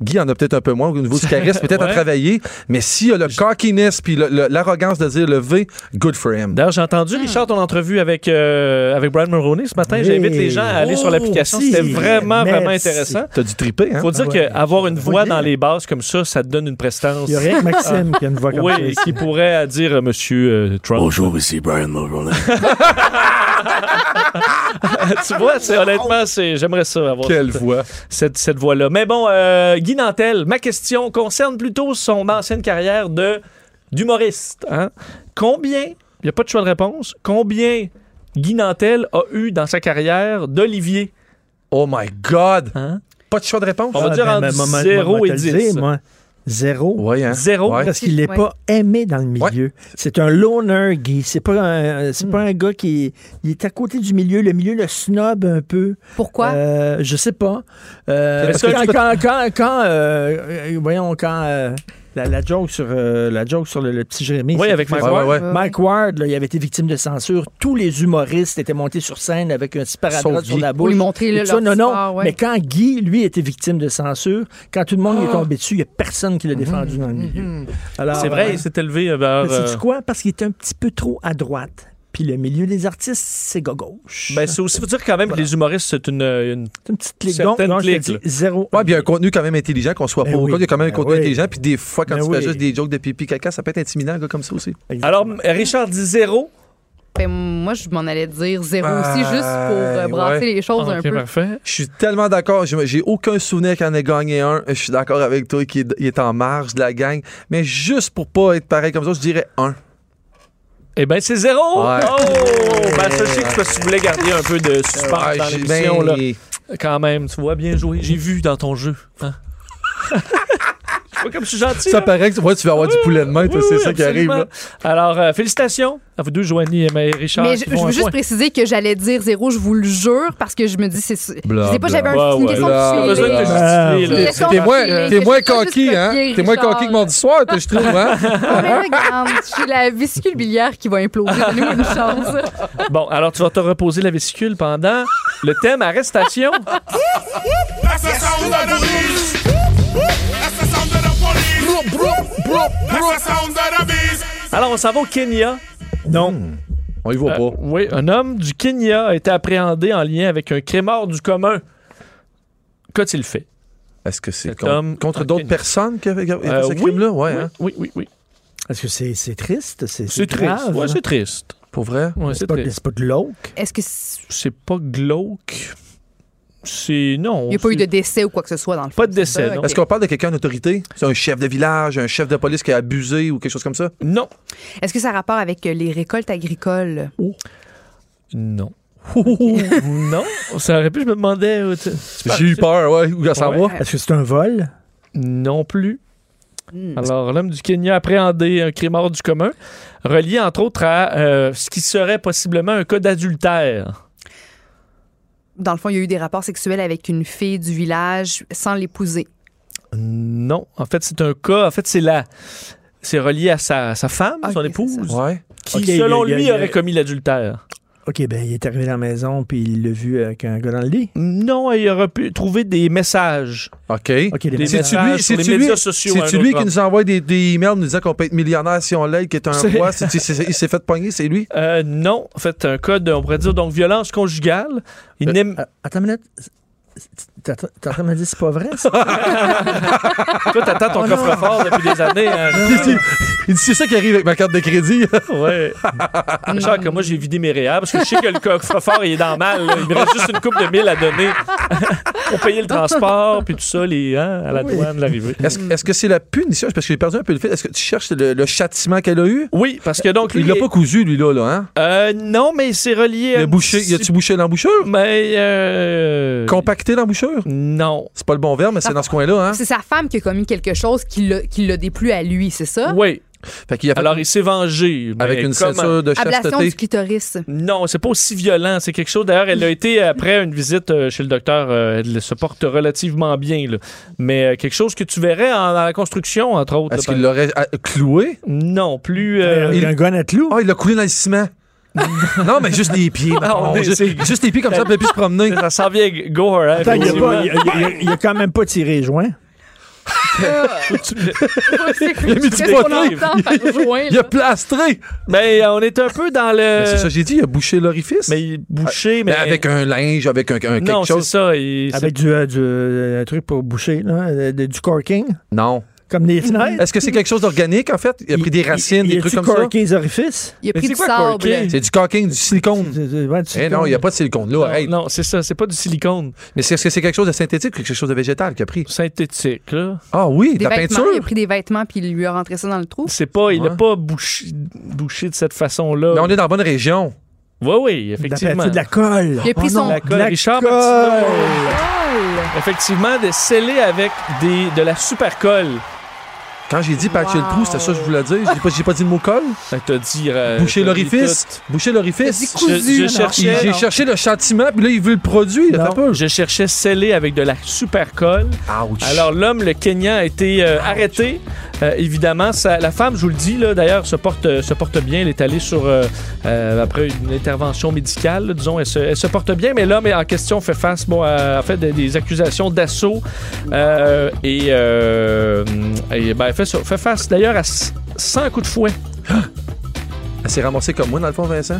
[SPEAKER 5] Guy en a peut-être un peu moins au niveau du charisme, peut-être à
[SPEAKER 3] Ouais.
[SPEAKER 5] travailler, mais s'il a le cockiness puis le- le- l'arrogance de dire le V, good for him.
[SPEAKER 3] D'ailleurs, j'ai entendu,
[SPEAKER 5] Ah.
[SPEAKER 3] Richard, ton entrevue avec, euh, avec Brian Mulroney ce matin.
[SPEAKER 6] Hey.
[SPEAKER 3] J'invite les gens à aller sur l'application.
[SPEAKER 6] Oh,
[SPEAKER 3] C'était
[SPEAKER 6] si.
[SPEAKER 3] vraiment, vraiment
[SPEAKER 6] Merci.
[SPEAKER 3] intéressant.
[SPEAKER 5] T'as du tripé, hein?
[SPEAKER 3] Faut dire
[SPEAKER 6] Ah ouais.
[SPEAKER 3] qu'avoir une voix
[SPEAKER 6] Voyez.
[SPEAKER 3] dans les basses comme ça, ça te donne une prestance.
[SPEAKER 6] Il y a rien que Maxime qui a une voix comme ça
[SPEAKER 3] Oui,
[SPEAKER 6] ici.
[SPEAKER 3] qui pourrait euh, dire euh, Monsieur euh, Trump.
[SPEAKER 8] Bonjour, ici Brian Mulroney.
[SPEAKER 3] tu vois, c'est honnêtement, c'est j'aimerais ça avoir
[SPEAKER 5] Ah, Quelle
[SPEAKER 3] cette,
[SPEAKER 5] voix.
[SPEAKER 3] cette, cette voix-là. Mais bon, euh, Guy Nantel, ma question concerne plutôt son ancienne carrière de d'humoriste. hein. Combien, il n'y a pas de choix de réponse, combien Guy Nantel a eu dans sa carrière d'Olivier?
[SPEAKER 5] Oh my God!
[SPEAKER 3] Hein?
[SPEAKER 5] Pas de choix de réponse?
[SPEAKER 3] On va
[SPEAKER 6] Ah,
[SPEAKER 3] dire
[SPEAKER 6] ben,
[SPEAKER 3] entre
[SPEAKER 6] ben, moi, moi,
[SPEAKER 3] 0
[SPEAKER 6] moi,
[SPEAKER 3] et
[SPEAKER 6] te le
[SPEAKER 3] 10.
[SPEAKER 6] dire, moi. Zéro.
[SPEAKER 5] Ouais, hein?
[SPEAKER 3] Zéro.
[SPEAKER 5] Ouais.
[SPEAKER 6] Parce qu'il n'est
[SPEAKER 4] Ouais.
[SPEAKER 6] pas aimé dans le milieu. C'est un loner, Guy. C'est pas un, c'est
[SPEAKER 3] Hmm.
[SPEAKER 6] pas un gars qui est, il est à côté du milieu. Le milieu le snob un peu.
[SPEAKER 4] Pourquoi?
[SPEAKER 6] Euh, je sais pas. Euh,
[SPEAKER 3] Mais
[SPEAKER 6] parce
[SPEAKER 3] ça,
[SPEAKER 6] que
[SPEAKER 3] tu
[SPEAKER 6] quand,
[SPEAKER 3] peux-
[SPEAKER 6] quand, quand, quand, euh, euh, voyons, quand euh, la, la joke sur, euh, la joke sur le, le petit Jérémy.
[SPEAKER 3] Oui,
[SPEAKER 6] c'est-
[SPEAKER 3] avec Mike
[SPEAKER 5] Ouais,
[SPEAKER 3] Ward.
[SPEAKER 5] ouais,
[SPEAKER 4] Euh,
[SPEAKER 5] ouais.
[SPEAKER 6] Mike Ward, là, il avait été victime de censure. Tous les humoristes étaient montés sur scène avec un petit
[SPEAKER 5] Sauf
[SPEAKER 6] sparadrap sur
[SPEAKER 5] Guy.
[SPEAKER 6] la
[SPEAKER 4] Pour
[SPEAKER 6] bouche.
[SPEAKER 4] lui montrer
[SPEAKER 6] Et
[SPEAKER 4] le
[SPEAKER 6] tout ça, non, non. Mais
[SPEAKER 4] ouais.
[SPEAKER 6] quand Guy, lui, était victime de censure, quand tout le monde lui
[SPEAKER 4] Ah.
[SPEAKER 6] est tombé dessus, il n'y a personne qui l'a défendu dans le milieu.
[SPEAKER 4] Mhm.
[SPEAKER 6] Alors,
[SPEAKER 3] C'est vrai,
[SPEAKER 6] euh,
[SPEAKER 3] il s'est élevé vers...
[SPEAKER 6] mais
[SPEAKER 3] euh,
[SPEAKER 6] sais-tu quoi? Parce qu'il est un petit peu trop à droite. Puis le milieu des artistes, c'est gauche.
[SPEAKER 3] Ben, c'est aussi, faut dire quand même que les humoristes, c'est une, une-
[SPEAKER 6] c'est une petite clique. Donc,
[SPEAKER 3] certaines
[SPEAKER 6] non, je te
[SPEAKER 3] cliques,
[SPEAKER 6] dis
[SPEAKER 3] là.
[SPEAKER 6] zéro.
[SPEAKER 5] Ouais, puis il y a un contenu quand même intelligent, qu'on soit
[SPEAKER 6] Ben
[SPEAKER 5] pas au
[SPEAKER 6] oui.
[SPEAKER 5] compte, il y a quand même un
[SPEAKER 6] Ben
[SPEAKER 5] contenu
[SPEAKER 6] oui.
[SPEAKER 5] intelligent, puis des fois, quand
[SPEAKER 6] Ben
[SPEAKER 5] tu fais
[SPEAKER 6] oui.
[SPEAKER 5] juste des jokes de pipi caca, ça peut être intimidant, un gars comme ça aussi.
[SPEAKER 3] Alors, Richard dit zéro.
[SPEAKER 4] Ben, moi, je m'en allais dire zéro aussi,
[SPEAKER 3] Ben,
[SPEAKER 4] juste pour euh,
[SPEAKER 5] ouais.
[SPEAKER 4] brasser les choses
[SPEAKER 3] Ah,
[SPEAKER 4] un peu.
[SPEAKER 3] parfait.
[SPEAKER 5] Je suis tellement d'accord. J'ai j'ai aucun souvenir qu'il en ait gagné un. Je suis d'accord avec toi qu'il est- il est en marge de la gang. Mais juste pour pas être pareil comme ça, je dirais un.
[SPEAKER 3] Eh bien, c'est zéro!
[SPEAKER 5] Ouais.
[SPEAKER 3] Oh! Ben, ceci, c'est parce que tu voulais garder un peu de suspense
[SPEAKER 5] Ouais,
[SPEAKER 3] dans
[SPEAKER 5] j'ai-
[SPEAKER 3] l'émission, là.
[SPEAKER 5] ben,
[SPEAKER 3] Quand même, tu vois, bien joué. J'ai vu dans ton jeu. Hein? C'est pas comme je suis gentil.
[SPEAKER 5] Ça
[SPEAKER 3] hein?
[SPEAKER 5] paraît que ouais, tu vas avoir du poulet de main, toi,
[SPEAKER 3] Oui,
[SPEAKER 5] c'est
[SPEAKER 3] oui,
[SPEAKER 5] ça qui arrive.
[SPEAKER 3] absolument.
[SPEAKER 5] là.
[SPEAKER 3] Alors, euh, félicitations à vous deux, Joanie et Maë- Richard.
[SPEAKER 4] Mais
[SPEAKER 3] qui
[SPEAKER 4] je, je
[SPEAKER 3] font un
[SPEAKER 4] veux juste
[SPEAKER 3] point.
[SPEAKER 4] préciser que j'allais dire zéro, je vous le jure, parce que je me dis, c'est.
[SPEAKER 5] Bla,
[SPEAKER 4] Je sais pas,
[SPEAKER 5] bla.
[SPEAKER 4] j'avais un-
[SPEAKER 3] Ouais,
[SPEAKER 4] une
[SPEAKER 3] ouais.
[SPEAKER 4] question
[SPEAKER 5] Bla,
[SPEAKER 3] Pas
[SPEAKER 4] de
[SPEAKER 5] bla,
[SPEAKER 3] besoin de
[SPEAKER 4] suivi.
[SPEAKER 3] te
[SPEAKER 6] Ah,
[SPEAKER 3] justifier, là.
[SPEAKER 4] ouais.
[SPEAKER 3] C'est-
[SPEAKER 5] T'es moins,
[SPEAKER 4] Confier,
[SPEAKER 5] t'es
[SPEAKER 4] que
[SPEAKER 5] moins
[SPEAKER 4] je sois juste
[SPEAKER 5] coquille, hein?
[SPEAKER 4] copier,
[SPEAKER 5] T'es moins
[SPEAKER 4] Richard,
[SPEAKER 5] coquille que
[SPEAKER 4] là.
[SPEAKER 5] mardi soir, toi, je trouve, hein?
[SPEAKER 4] Ah, mais regarde, j'ai la vésicule biliaire qui va imploser. Nous, une chance.
[SPEAKER 3] Bon, alors tu vas te reposer la vésicule pendant le thème arrestation. Alors, on s'en va au Kenya.
[SPEAKER 6] Non.
[SPEAKER 5] On y va
[SPEAKER 3] Euh,
[SPEAKER 5] pas.
[SPEAKER 3] oui, un homme du Kenya a été appréhendé en lien avec un crime hors du commun. Qu'a-t-il fait?
[SPEAKER 5] Est-ce que c'est
[SPEAKER 3] cet
[SPEAKER 5] contre,
[SPEAKER 3] homme-
[SPEAKER 5] contre
[SPEAKER 3] Ok.
[SPEAKER 5] d'autres personnes qui avaient qui avaient fait
[SPEAKER 3] Euh,
[SPEAKER 5] ce
[SPEAKER 3] oui.
[SPEAKER 5] crime-là? Ouais,
[SPEAKER 3] oui,
[SPEAKER 5] hein?
[SPEAKER 3] oui, oui, oui.
[SPEAKER 6] Est-ce que c'est c'est triste? C'est
[SPEAKER 3] C'est triste.
[SPEAKER 6] grave. hein?
[SPEAKER 3] Ouais, c'est triste.
[SPEAKER 5] Pour vrai?
[SPEAKER 3] Ouais,
[SPEAKER 6] c'est
[SPEAKER 3] c'est
[SPEAKER 6] pas,
[SPEAKER 3] triste.
[SPEAKER 6] c'est pas de l'auque.
[SPEAKER 4] Est-ce que c'est-
[SPEAKER 3] C'est pas glauque. C'est. Non.
[SPEAKER 4] il n'y a pas eu de
[SPEAKER 3] c'est-
[SPEAKER 4] décès ou quoi que ce soit dans le fond?
[SPEAKER 3] Pas de décès,
[SPEAKER 4] ça,
[SPEAKER 3] non.
[SPEAKER 4] ok.
[SPEAKER 5] Est-ce qu'on parle de quelqu'un d'autorité? C'est un chef de village, un chef de police qui a abusé ou quelque chose comme ça?
[SPEAKER 3] Non.
[SPEAKER 4] Est-ce que ça a rapport avec euh, les récoltes agricoles?
[SPEAKER 3] Non. non. Ça aurait pu, je me demandais. euh, tu-
[SPEAKER 5] J'ai eu peur, ouais. Où ça
[SPEAKER 3] Ouais.
[SPEAKER 5] va?
[SPEAKER 6] Est-ce que c'est un vol?
[SPEAKER 3] Non plus.
[SPEAKER 4] Hmm.
[SPEAKER 3] Alors, l'homme du Kenya a appréhendé un crime hors du commun, relié entre autres à euh, ce qui serait possiblement un cas d'adultère.
[SPEAKER 4] Dans le fond, il y a eu des rapports sexuels avec une fille du village sans l'épouser.
[SPEAKER 3] Non. En fait, c'est un cas. En fait, c'est la. C'est relié à sa, sa femme,
[SPEAKER 4] Ok,
[SPEAKER 3] son
[SPEAKER 4] c'est
[SPEAKER 3] épouse,
[SPEAKER 4] ça.
[SPEAKER 5] Ouais.
[SPEAKER 3] qui,
[SPEAKER 6] Ok,
[SPEAKER 3] selon
[SPEAKER 6] il y a-
[SPEAKER 3] lui,
[SPEAKER 6] il y a-
[SPEAKER 3] aurait commis l'adultère.
[SPEAKER 6] OK, ben il est arrivé dans la maison puis il l'a vu avec un gars dans le lit.
[SPEAKER 3] Non, il aurait pu trouver des messages.
[SPEAKER 5] OK.
[SPEAKER 6] OK, les
[SPEAKER 3] Des
[SPEAKER 6] messages.
[SPEAKER 3] messages sur les médias sociaux. à un
[SPEAKER 5] C'est-tu lui
[SPEAKER 3] autre
[SPEAKER 5] qui nous envoie des, des emails nous disant qu'on peut être millionnaire si on l'aide, qui est un
[SPEAKER 3] C'est-
[SPEAKER 5] roi? C'est- c'est- c'est- il s'est fait pogner, c'est lui?
[SPEAKER 3] Euh, non, en fait, un code, on pourrait dire, donc, violence conjugale. Il n'aime
[SPEAKER 6] Ah, attends une minute. T'es t'es en train de me dire que c'est pas vrai, ça?
[SPEAKER 3] Toi, t'attends ton coffre-fort depuis des années. hein.
[SPEAKER 5] Il dit, c'est ça qui arrive avec ma carte de crédit.
[SPEAKER 3] ouais. Genre que moi, j'ai vidé mes réels parce que je sais que le coffre-fort, il est dans le mal. là. Il me reste juste une coupe de mille à donner pour payer le transport, puis tout ça, les, hein, à la douane, l'arrivée.
[SPEAKER 5] Est-ce est-ce que c'est la punition? Parce que j'ai perdu un peu le fil. Est-ce que tu cherches le, le châtiment qu'elle a eu?
[SPEAKER 3] Oui, parce que donc, lui.
[SPEAKER 5] il l'a pas cousu, lui, là, là hein?
[SPEAKER 3] Euh, non, mais c'est relié à.
[SPEAKER 5] Il a
[SPEAKER 3] une
[SPEAKER 5] bouché. Il a-tu bouché l'embouchure?
[SPEAKER 3] Mais. euh,
[SPEAKER 5] Compacté l'embouchure?
[SPEAKER 3] Non.
[SPEAKER 5] C'est pas le bon verbe,
[SPEAKER 3] Ah.
[SPEAKER 5] mais c'est dans ce coin-là, hein?
[SPEAKER 4] C'est sa femme qui a commis quelque chose qui l'a qui l'a déplu à lui, c'est ça?
[SPEAKER 3] Oui.
[SPEAKER 5] Fait qu'il a fait
[SPEAKER 3] Alors, il s'est vengé. mais
[SPEAKER 5] avec une
[SPEAKER 3] comment?
[SPEAKER 5] ceinture de
[SPEAKER 4] Ablation
[SPEAKER 5] chasteté.
[SPEAKER 4] du clitoris.
[SPEAKER 3] Non, c'est pas aussi violent. C'est quelque chose. D'ailleurs, elle a été après une visite euh, chez le docteur. euh, elle se porte relativement bien, là. Mais euh, quelque chose que tu verrais en, dans la construction, entre autres.
[SPEAKER 5] Est-ce
[SPEAKER 3] là,
[SPEAKER 5] qu'il l'aurait ah, cloué?
[SPEAKER 3] par- Non, plus. euh,
[SPEAKER 6] Il y a un gun à clous.
[SPEAKER 5] Ah, il l'a coulé dans le ciment. Non, mais juste les pieds. mettons.
[SPEAKER 3] on est-
[SPEAKER 5] juste, juste les pieds comme ça, on peut plus se promener.
[SPEAKER 3] Ça s'en vient gore, hein?
[SPEAKER 6] Attends, il a
[SPEAKER 3] effectivement.
[SPEAKER 6] pas- il a, il a- il a quand même pas tiré les joints.
[SPEAKER 4] Il
[SPEAKER 5] mis du potin. Il a plastré.
[SPEAKER 3] Ben, on est un peu dans le.
[SPEAKER 5] Mais c'est ça, j'ai dit, il a bouché l'orifice.
[SPEAKER 3] Mais bouché, mais.
[SPEAKER 5] Mais avec un linge, avec un, un quelque
[SPEAKER 3] Non, c'est
[SPEAKER 5] chose.
[SPEAKER 3] ça. il-
[SPEAKER 6] Avec du, euh, du euh, truc pour boucher, là, euh, de- du corking,
[SPEAKER 5] Non.
[SPEAKER 6] comme des fenêtres.
[SPEAKER 5] Est-ce que c'est quelque chose d'organique, en fait? Il a pris des racines,
[SPEAKER 6] Il- il-
[SPEAKER 5] des
[SPEAKER 6] il
[SPEAKER 5] trucs
[SPEAKER 6] a-tu
[SPEAKER 5] comme ça?
[SPEAKER 6] corqué les orifices?
[SPEAKER 4] Il a
[SPEAKER 3] Mais
[SPEAKER 4] pris
[SPEAKER 3] c'est
[SPEAKER 4] du
[SPEAKER 3] quoi,
[SPEAKER 4] sable.
[SPEAKER 3] corquer?
[SPEAKER 5] C'est du caulking, du
[SPEAKER 3] Hmm.
[SPEAKER 5] silicone.
[SPEAKER 6] C'est- c'est- ouais, tu-
[SPEAKER 5] Eh non, il n'y a pas de silicone. Là,
[SPEAKER 3] Non,
[SPEAKER 5] arrête.
[SPEAKER 3] Non, c'est ça. C'est pas du silicone
[SPEAKER 5] Mais c'est- est-ce que c'est quelque chose de synthétique ou quelque chose de végétal qu'il a pris?
[SPEAKER 3] synthétique, là.
[SPEAKER 5] Ah oui, de
[SPEAKER 4] Des
[SPEAKER 5] la
[SPEAKER 4] vêtements, il a
[SPEAKER 5] peinture?
[SPEAKER 4] pris des vêtements puis il lui a rentré ça dans le trou.
[SPEAKER 3] C'est pas, il l'a
[SPEAKER 5] Ouais.
[SPEAKER 3] pas bouché, bouché de cette façon-là.
[SPEAKER 5] Mais on est dans la bonne région.
[SPEAKER 3] Oui, oui,
[SPEAKER 6] de la peinture,
[SPEAKER 3] effectivement.
[SPEAKER 6] de la colle.
[SPEAKER 4] Il a pris
[SPEAKER 6] Oh non,
[SPEAKER 4] son-
[SPEAKER 3] La colle,
[SPEAKER 6] de
[SPEAKER 3] Richard
[SPEAKER 6] colle.
[SPEAKER 3] Martineau. Effectivement, de sceller avec des, de la supercolle.
[SPEAKER 5] Quand j'ai dit patcher le trou, c'était ça que je voulais dire. J'ai pas, j'ai pas dit le mot colle.
[SPEAKER 3] Ça te dire. euh,
[SPEAKER 5] Boucher
[SPEAKER 3] t'as dit
[SPEAKER 5] l'orifice. Boucher l'orifice.
[SPEAKER 3] tout. Je, je cherchais.
[SPEAKER 5] J'ai cherché le châtiment, puis là, il veut le produit.
[SPEAKER 6] Non.
[SPEAKER 5] Là, peu.
[SPEAKER 3] Je cherchais sceller avec de la supercolle.
[SPEAKER 5] Ouch.
[SPEAKER 3] Alors l'homme, le Kenyan, a été euh, arrêté. Euh, évidemment, ça- la femme, je vous le dis, là, d'ailleurs, se porte, euh, se porte bien. Elle est allée sur euh, euh, après une intervention médicale, là, disons, elle se, elle se porte bien. Mais l'homme en question fait face, bon, à, en fait, des, des accusations d'assaut Euh, et, euh, et, ben, elle fait, ça- fait face d'ailleurs à s- 100 coups de fouet.
[SPEAKER 5] Elle s'est ramassée comme moi, dans le fond, Vincent.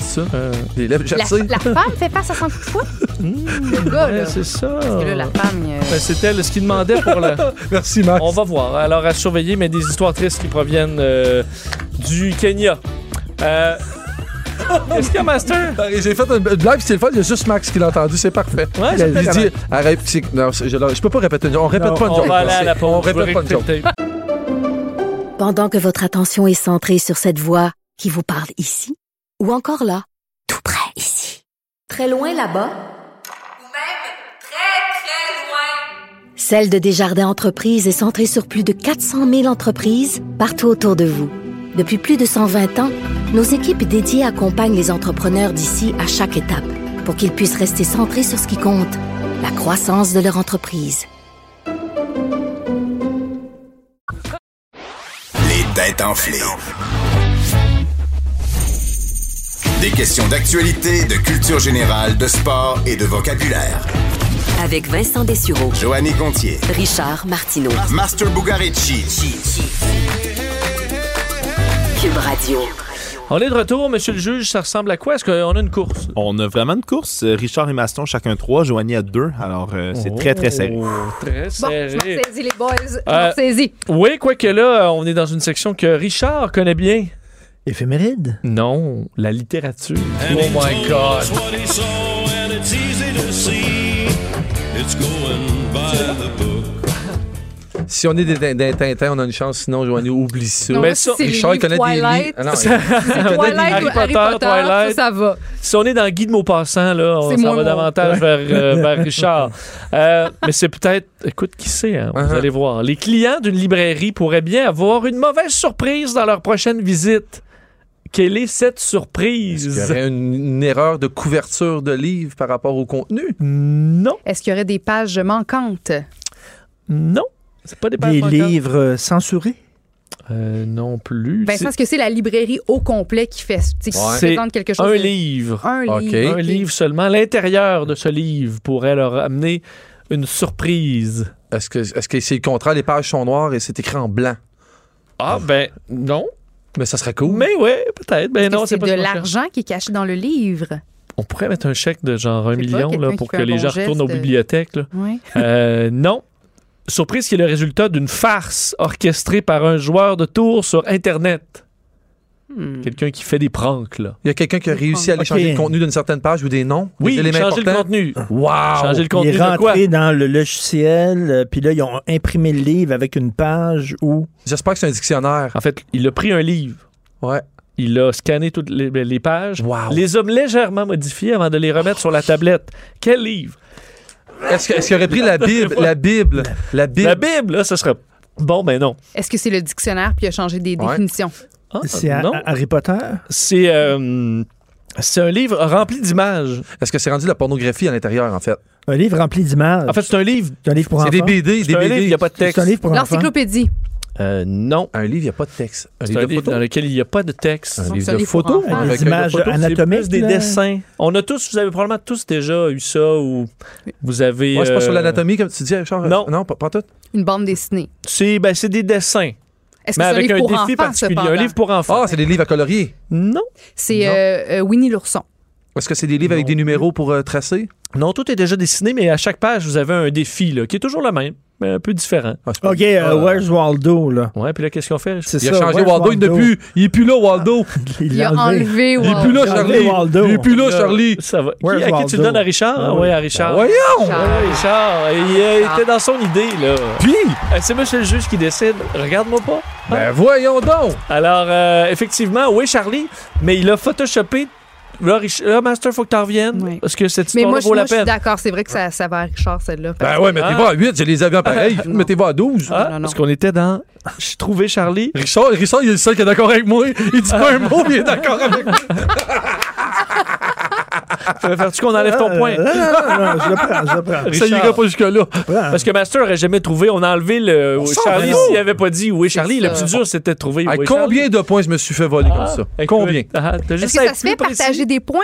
[SPEAKER 5] C'est ça?
[SPEAKER 3] Euh,
[SPEAKER 5] Les lèvres
[SPEAKER 4] La,
[SPEAKER 5] gercées.
[SPEAKER 4] la femme fait face à son coup de poing. Le gars,
[SPEAKER 3] ouais,
[SPEAKER 4] là.
[SPEAKER 3] c'est ça.
[SPEAKER 4] Parce que là, la femme, il, euh,
[SPEAKER 3] Ben, C'était le- ce qu'il demandait pour la.
[SPEAKER 5] Merci, Max.
[SPEAKER 3] On va voir. Alors, à surveiller, mais des histoires tristes qui proviennent euh, du Kenya. Euh... Qu'est-ce qu'il y a, Master?
[SPEAKER 5] J'ai fait une blague, c'est le fun, il y a juste Max qui l'a entendu, c'est parfait.
[SPEAKER 3] Ouais,
[SPEAKER 5] J'ai
[SPEAKER 3] c'est
[SPEAKER 5] dit,
[SPEAKER 3] parfait.
[SPEAKER 5] arrête, c'est- non, c'est- je, je peux pas répéter une joke. On répète
[SPEAKER 6] Non,
[SPEAKER 5] pas une
[SPEAKER 3] On
[SPEAKER 5] joke.
[SPEAKER 3] va aller à la
[SPEAKER 5] C'est-
[SPEAKER 3] pause.
[SPEAKER 5] On
[SPEAKER 3] Je
[SPEAKER 5] répète
[SPEAKER 3] vais
[SPEAKER 5] pas une joke.
[SPEAKER 3] recruter.
[SPEAKER 10] Pendant que votre attention est centrée sur cette voix qui vous parle ici, ou encore là, tout près ici, très loin là-bas, Celle de Desjardins Entreprises est centrée sur plus de 400 000 entreprises partout autour de vous. Depuis plus de 120 ans, nos équipes dédiées accompagnent les entrepreneurs d'ici à chaque étape pour qu'ils puissent rester centrés sur ce qui compte, la croissance de leur entreprise.
[SPEAKER 2] Les têtes enflées. Des questions d'actualité, de culture générale, de sport et de vocabulaire.
[SPEAKER 1] Avec Vincent Dessureau,
[SPEAKER 2] Joanny Gontier.
[SPEAKER 1] Richard Martineau,
[SPEAKER 2] Master Bugarici.
[SPEAKER 1] Cube Radio.
[SPEAKER 3] On est de retour, monsieur le juge. Ça ressemble à quoi? Est-ce qu'on a une course?
[SPEAKER 7] On a vraiment une course. euh, Richard et Maston, chacun trois. Joanie a deux. Alors, euh, c'est très, très serré.
[SPEAKER 3] Oh, très
[SPEAKER 4] Bon, je
[SPEAKER 3] serré.
[SPEAKER 4] m'en saisis, les boys. Je
[SPEAKER 3] Euh,
[SPEAKER 4] m'en saisis.
[SPEAKER 3] Oui, quoique là, euh, on est dans une section que Richard connaît bien.
[SPEAKER 6] Éphéméride.
[SPEAKER 3] Non, la littérature. Oh my God.
[SPEAKER 5] Si on est des, des, des Tintins, on a une chance, sinon, Joanie, oublie ça.
[SPEAKER 4] Non,
[SPEAKER 3] mais
[SPEAKER 4] moi,
[SPEAKER 3] ça,
[SPEAKER 4] c'est les
[SPEAKER 5] Richard, il
[SPEAKER 4] livres
[SPEAKER 5] connaît des
[SPEAKER 4] Twilight.
[SPEAKER 5] livres. Ah non,
[SPEAKER 4] Twilight
[SPEAKER 3] Harry
[SPEAKER 4] ou Harry
[SPEAKER 3] Potter,
[SPEAKER 4] Potter,
[SPEAKER 3] Twilight.
[SPEAKER 4] ça, ça va.
[SPEAKER 3] Si on est dans Guy de Maupassant, là, on
[SPEAKER 4] C'est
[SPEAKER 3] s'en
[SPEAKER 4] moi,
[SPEAKER 3] va
[SPEAKER 4] moi.
[SPEAKER 3] davantage vers, euh, vers Richard. Euh, mais c'est peut-être... Écoute, qui sait, hein? vous
[SPEAKER 5] Uh-huh.
[SPEAKER 3] allez voir. Les clients d'une librairie pourraient bien avoir une mauvaise surprise dans leur prochaine visite. Quelle est cette
[SPEAKER 5] il y
[SPEAKER 3] surprise?
[SPEAKER 5] aurait une, une erreur de couverture de livre par rapport au contenu.
[SPEAKER 3] Non,
[SPEAKER 4] Est-ce qu'il y aurait des pages manquantes?
[SPEAKER 3] non. C'est pas des pages
[SPEAKER 6] Des
[SPEAKER 3] manquantes.
[SPEAKER 6] livres euh, censurés.
[SPEAKER 3] Euh, non plus.
[SPEAKER 4] Vincent, est-ce que c'est la librairie au complet qui fait tu sais, qui
[SPEAKER 3] Ouais.
[SPEAKER 4] présente quelque
[SPEAKER 3] C'est
[SPEAKER 4] chose?
[SPEAKER 3] un
[SPEAKER 4] de- Ah,
[SPEAKER 3] livre.
[SPEAKER 4] Un
[SPEAKER 5] Ok.
[SPEAKER 4] livre.
[SPEAKER 3] Un livre seulement. L'intérieur de ce livre pourrait leur amener une surprise.
[SPEAKER 5] Est-ce que est-ce que c'est le contraire? Les pages sont noires et c'est écrit en blanc.
[SPEAKER 3] Ah, ben non.
[SPEAKER 5] Mais ça serait cool.
[SPEAKER 3] Mais ouais, peut-être. Ben
[SPEAKER 4] Est-ce
[SPEAKER 3] non,
[SPEAKER 4] que C'est
[SPEAKER 3] c'est pas
[SPEAKER 4] de
[SPEAKER 3] ce qu'on cherche.
[SPEAKER 4] l'argent qui est caché dans le livre.
[SPEAKER 3] On pourrait mettre un chèque de genre un
[SPEAKER 4] Je sais pas,
[SPEAKER 3] million là,
[SPEAKER 4] quelqu'un
[SPEAKER 3] pour
[SPEAKER 4] qui
[SPEAKER 3] que
[SPEAKER 4] fait un
[SPEAKER 3] les
[SPEAKER 4] bon
[SPEAKER 3] gens retournent aux
[SPEAKER 4] geste.
[SPEAKER 3] bibliothèques. là.
[SPEAKER 4] Oui.
[SPEAKER 3] Euh, non. Surprise qui est le résultat d'une farce orchestrée par un joueur de tour sur Internet.
[SPEAKER 4] Hmm.
[SPEAKER 3] Quelqu'un qui fait des pranks, là.
[SPEAKER 5] Il y a quelqu'un qui a réussi à aller
[SPEAKER 6] Ok.
[SPEAKER 5] changer le contenu d'une certaine page ou des noms.
[SPEAKER 3] Oui,
[SPEAKER 5] des éléments
[SPEAKER 3] changer le
[SPEAKER 5] importants.
[SPEAKER 3] contenu.
[SPEAKER 6] Wow!
[SPEAKER 3] Changer le contenu
[SPEAKER 6] Ah. Il est
[SPEAKER 3] de quoi?
[SPEAKER 6] rentré dans le logiciel, euh, puis là, ils ont imprimé le livre avec une page où...
[SPEAKER 5] J'espère que c'est un dictionnaire.
[SPEAKER 3] En fait, il a pris un livre.
[SPEAKER 5] Ouais.
[SPEAKER 3] Il a scanné toutes les, ben, les pages,
[SPEAKER 5] Wow.
[SPEAKER 3] les hommes légèrement modifiés avant de les remettre sur la tablette. Quel livre?
[SPEAKER 5] Est-ce que- est-ce qu'il aurait pris la Bible? La Bible. La Bible.
[SPEAKER 3] La Bible, là, ça serait... Bon, ben non.
[SPEAKER 4] Est-ce que c'est le dictionnaire puis il a changé des
[SPEAKER 5] Ouais.
[SPEAKER 4] définitions?
[SPEAKER 3] Ah,
[SPEAKER 6] C'est à-
[SPEAKER 3] non,
[SPEAKER 6] à- Harry Potter?
[SPEAKER 3] c'est... euh, c'est un livre rempli d'images.
[SPEAKER 5] Est-ce que c'est rendu de la pornographie à l'intérieur, en fait?
[SPEAKER 6] Un livre rempli d'images.
[SPEAKER 3] En fait, Ah, c'est un livre
[SPEAKER 6] c'est un livre pour
[SPEAKER 5] C'est
[SPEAKER 6] enfants.
[SPEAKER 5] des BD, des
[SPEAKER 3] C'est un
[SPEAKER 5] BD.
[SPEAKER 3] livre, il n'y a pas de
[SPEAKER 6] C'est
[SPEAKER 3] texte.
[SPEAKER 6] un livre pour enfants.
[SPEAKER 4] L'encyclopédie.
[SPEAKER 3] Euh, non.
[SPEAKER 5] Un livre, il n'y a pas de texte. Un
[SPEAKER 3] C'est un
[SPEAKER 5] livre de
[SPEAKER 3] livre dans
[SPEAKER 5] photos.
[SPEAKER 3] lequel il n'y a pas de texte.
[SPEAKER 5] Un
[SPEAKER 4] Donc,
[SPEAKER 5] livre
[SPEAKER 4] c'est un
[SPEAKER 5] de
[SPEAKER 4] livre pour
[SPEAKER 5] photos.
[SPEAKER 4] enfants.
[SPEAKER 5] avec
[SPEAKER 6] Des
[SPEAKER 5] un
[SPEAKER 6] images
[SPEAKER 5] gros photo.
[SPEAKER 3] C'est
[SPEAKER 6] anatomiques.
[SPEAKER 3] plus des
[SPEAKER 6] là.
[SPEAKER 3] dessins. On a tous, vous avez probablement tous déjà eu ça ou vous avez.
[SPEAKER 5] Ouais, c'est pas sur
[SPEAKER 3] euh,
[SPEAKER 5] l'anatomie, comme tu dis, Richard.
[SPEAKER 3] Non.
[SPEAKER 5] Non, pas, pas tout.
[SPEAKER 4] Une bande dessinée.
[SPEAKER 3] C'est ben, c'est des dessins.
[SPEAKER 4] Est-ce que
[SPEAKER 3] Mais
[SPEAKER 4] c'est un
[SPEAKER 3] avec
[SPEAKER 4] livre
[SPEAKER 3] un
[SPEAKER 4] pour
[SPEAKER 3] défi
[SPEAKER 4] enfants,
[SPEAKER 3] particulier.
[SPEAKER 4] cependant?
[SPEAKER 3] Un livre pour
[SPEAKER 5] Ah,
[SPEAKER 3] enfants.
[SPEAKER 5] c'est des livres à colorier.
[SPEAKER 3] Non.
[SPEAKER 4] C'est euh, euh, Winnie l'ourson.
[SPEAKER 5] Est-ce que c'est des livres avec des numéros pour euh, tracer?
[SPEAKER 3] Non, tout est déjà dessiné, mais à chaque page, vous avez un défi là, qui est toujours le même, mais un peu différent.
[SPEAKER 5] Ah, c'est pas-
[SPEAKER 6] OK, euh,
[SPEAKER 5] Ah.
[SPEAKER 6] Where's Waldo, là?
[SPEAKER 3] Ouais, puis là, qu'est-ce qu'on fait? Richard?
[SPEAKER 6] C'est
[SPEAKER 5] Il a
[SPEAKER 6] ça,
[SPEAKER 5] changé
[SPEAKER 6] Where's
[SPEAKER 5] Waldo, il n'est plus. Il est plus là, Waldo.
[SPEAKER 6] Il
[SPEAKER 4] Il a
[SPEAKER 6] l'a
[SPEAKER 4] enlevé.
[SPEAKER 6] enlevé.
[SPEAKER 5] Il est
[SPEAKER 4] wow.
[SPEAKER 5] plus là,
[SPEAKER 6] Il a enlevé
[SPEAKER 5] Charlie.
[SPEAKER 6] Waldo.
[SPEAKER 5] Il est plus là, Charlie.
[SPEAKER 3] Ça va. Qui,
[SPEAKER 6] Where's
[SPEAKER 3] à qui tu
[SPEAKER 6] Waldo?
[SPEAKER 3] le donnes à Richard? Ah, ouais, à Richard.
[SPEAKER 5] Voyons!
[SPEAKER 3] Ah,
[SPEAKER 4] Charles.
[SPEAKER 3] Richard, il, euh, était dans son idée, là.
[SPEAKER 5] Puis,
[SPEAKER 3] Euh, C'est monsieur le juge qui décide. Regarde-moi pas.
[SPEAKER 5] ben voyons donc.
[SPEAKER 3] Alors, euh, effectivement, oui, Charlie, mais il a photoshopé. Là, Rich- là, Master, faut que t'en reviennes.
[SPEAKER 4] Oui.
[SPEAKER 3] Parce que cette
[SPEAKER 4] Mais
[SPEAKER 3] histoire
[SPEAKER 4] moi, je
[SPEAKER 3] vaut
[SPEAKER 4] moi,
[SPEAKER 3] la
[SPEAKER 4] je suis
[SPEAKER 3] peine.
[SPEAKER 4] d'accord. C'est vrai que ça, ça va à Richard, celle-là.
[SPEAKER 5] Ben ouais, mettez-vous à 8, je les avais en pareil.
[SPEAKER 4] Non.
[SPEAKER 5] Mettez-vous à 12.
[SPEAKER 3] Ah,
[SPEAKER 4] Non, non, non.
[SPEAKER 3] Parce qu'on était dans. J'ai trouvé Charlie.
[SPEAKER 5] Richard, Richard, il est le seul qui est d'accord avec moi. Il dit pas un mot, mais il est d'accord avec moi.
[SPEAKER 3] Faire-tu qu'on enlève ton point?
[SPEAKER 6] Non, non, non, non, je le prends, je le prends.
[SPEAKER 5] Ça
[SPEAKER 3] Richard.
[SPEAKER 5] irait pas jusque-là.
[SPEAKER 3] Parce que Master aurait jamais trouvé. On a enlevé le.
[SPEAKER 5] s'en
[SPEAKER 3] Charlie,
[SPEAKER 5] fout.
[SPEAKER 3] s'il avait pas dit oui, Charlie, le
[SPEAKER 4] ça.
[SPEAKER 3] plus dur, c'était de trouver.
[SPEAKER 5] Hey,
[SPEAKER 3] oui,
[SPEAKER 5] combien de points je me suis fait voler comme
[SPEAKER 3] Charlie.
[SPEAKER 5] ça?
[SPEAKER 3] Ah, écoute,
[SPEAKER 5] combien?
[SPEAKER 3] ah, t'as juste
[SPEAKER 4] Est-ce que
[SPEAKER 3] à
[SPEAKER 4] ça
[SPEAKER 3] être
[SPEAKER 4] se
[SPEAKER 3] plus
[SPEAKER 4] fait
[SPEAKER 3] précis.
[SPEAKER 4] partager des points?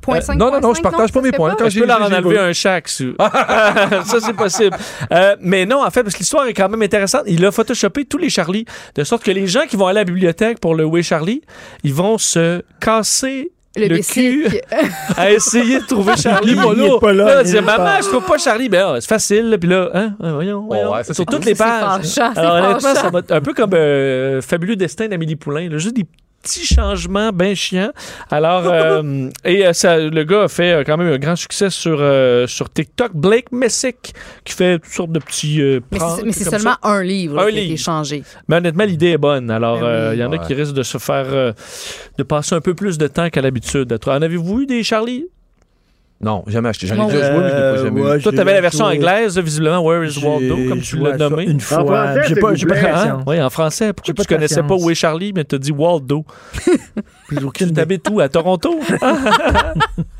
[SPEAKER 4] Point
[SPEAKER 5] Euh,
[SPEAKER 4] cinq,
[SPEAKER 5] non, non,
[SPEAKER 4] point
[SPEAKER 5] non, je
[SPEAKER 4] cinq,
[SPEAKER 5] partage pas
[SPEAKER 4] ça
[SPEAKER 5] mes
[SPEAKER 4] se fait
[SPEAKER 5] points.
[SPEAKER 4] pas?
[SPEAKER 5] Quand
[SPEAKER 3] Je peux leur en
[SPEAKER 5] j'ai- j'ai-
[SPEAKER 3] enlever un chaque. sous- ça, c'est possible. Euh, mais non, en fait, parce que l'histoire est quand même intéressante. Il a photoshopé tous les Charlie, de sorte que les gens qui vont aller à la bibliothèque pour le Oui Charlie, ils vont se casser le,
[SPEAKER 4] Le,
[SPEAKER 3] cul
[SPEAKER 4] bicycle.
[SPEAKER 3] à essayer de trouver Charlie.
[SPEAKER 6] Il est pas là,
[SPEAKER 3] Là,
[SPEAKER 6] il
[SPEAKER 3] dire,
[SPEAKER 6] est pas.
[SPEAKER 3] maman, je trouve pas Charlie. Ben, ah, c'est facile. là. Puis là, hein, hein, voyons, voyons.
[SPEAKER 5] ouais, ça,
[SPEAKER 3] Sur
[SPEAKER 5] c'est
[SPEAKER 3] toutes
[SPEAKER 5] cool.
[SPEAKER 3] les
[SPEAKER 4] C'est
[SPEAKER 3] pages.
[SPEAKER 4] fâchant, c'est
[SPEAKER 3] Alors, honnêtement,
[SPEAKER 4] fâchant.
[SPEAKER 3] ça va être un peu comme euh, Fabuleux Destin d'Amélie Poulain. là. Juste des petits changements ben chiants. Alors, euh, et euh, ça, le gars a fait euh, quand même un grand succès sur, euh, sur TikTok. Blake Messick, qui fait toutes sortes de petits. euh,
[SPEAKER 4] Mais
[SPEAKER 3] pranks
[SPEAKER 4] c'est- Mais c'est
[SPEAKER 3] comme ça.
[SPEAKER 4] seulement un livre
[SPEAKER 3] Un
[SPEAKER 4] là, qui a été
[SPEAKER 3] livre.
[SPEAKER 4] changé.
[SPEAKER 3] Mais honnêtement, l'idée est bonne. Alors,
[SPEAKER 4] Ben oui.
[SPEAKER 3] euh, il y en a
[SPEAKER 5] Ouais.
[SPEAKER 3] qui risquent de se faire. euh, de passer un peu plus de temps qu'à l'habitude. En avez-vous eu des Charlie?
[SPEAKER 5] Non, jamais acheté. J'en ai
[SPEAKER 4] Non.
[SPEAKER 5] déjà joué, mais je l'ai pas
[SPEAKER 6] Euh,
[SPEAKER 5] jamais eu.
[SPEAKER 6] ouais,
[SPEAKER 3] Toi,
[SPEAKER 6] j'ai
[SPEAKER 3] t'avais la version
[SPEAKER 6] joué-
[SPEAKER 3] anglaise, visiblement, Where is
[SPEAKER 6] j'ai
[SPEAKER 3] Waldo, comme tu
[SPEAKER 6] joué
[SPEAKER 3] l'as
[SPEAKER 6] à ça
[SPEAKER 3] nommé.
[SPEAKER 6] Une fois. J'ai pas, j'ai pas
[SPEAKER 3] Hein?
[SPEAKER 6] patience.
[SPEAKER 3] Oui, en français.
[SPEAKER 6] Ah, J'ai
[SPEAKER 3] Pourquoi
[SPEAKER 6] pas
[SPEAKER 3] tu connaissais pas
[SPEAKER 6] patience.
[SPEAKER 3] Où est Charlie, mais t'as dit Waldo?
[SPEAKER 6] J'ai
[SPEAKER 3] Tu
[SPEAKER 6] aucune
[SPEAKER 3] t'habites où? À Toronto?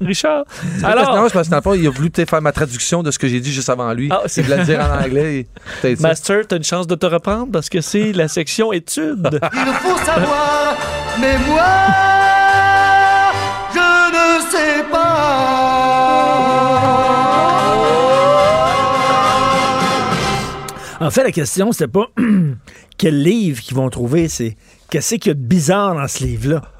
[SPEAKER 3] Richard?
[SPEAKER 5] Alors,
[SPEAKER 3] Alors,
[SPEAKER 5] non, c'est parce que dans le fond, il a voulu peut-être faire ma traduction de ce que j'ai dit juste avant lui.
[SPEAKER 3] Ah,
[SPEAKER 5] c'est de la dire en anglais. et peut-être ça.
[SPEAKER 3] Master, t'as une chance de te reprendre parce que c'est la section études.
[SPEAKER 9] Il faut savoir, mais moi, je ne sais pas.
[SPEAKER 6] En fait, la question, c'était pas quel livre qu'ils vont trouver, c'est qu'est-ce qu'il y a de bizarre dans ce livre-là.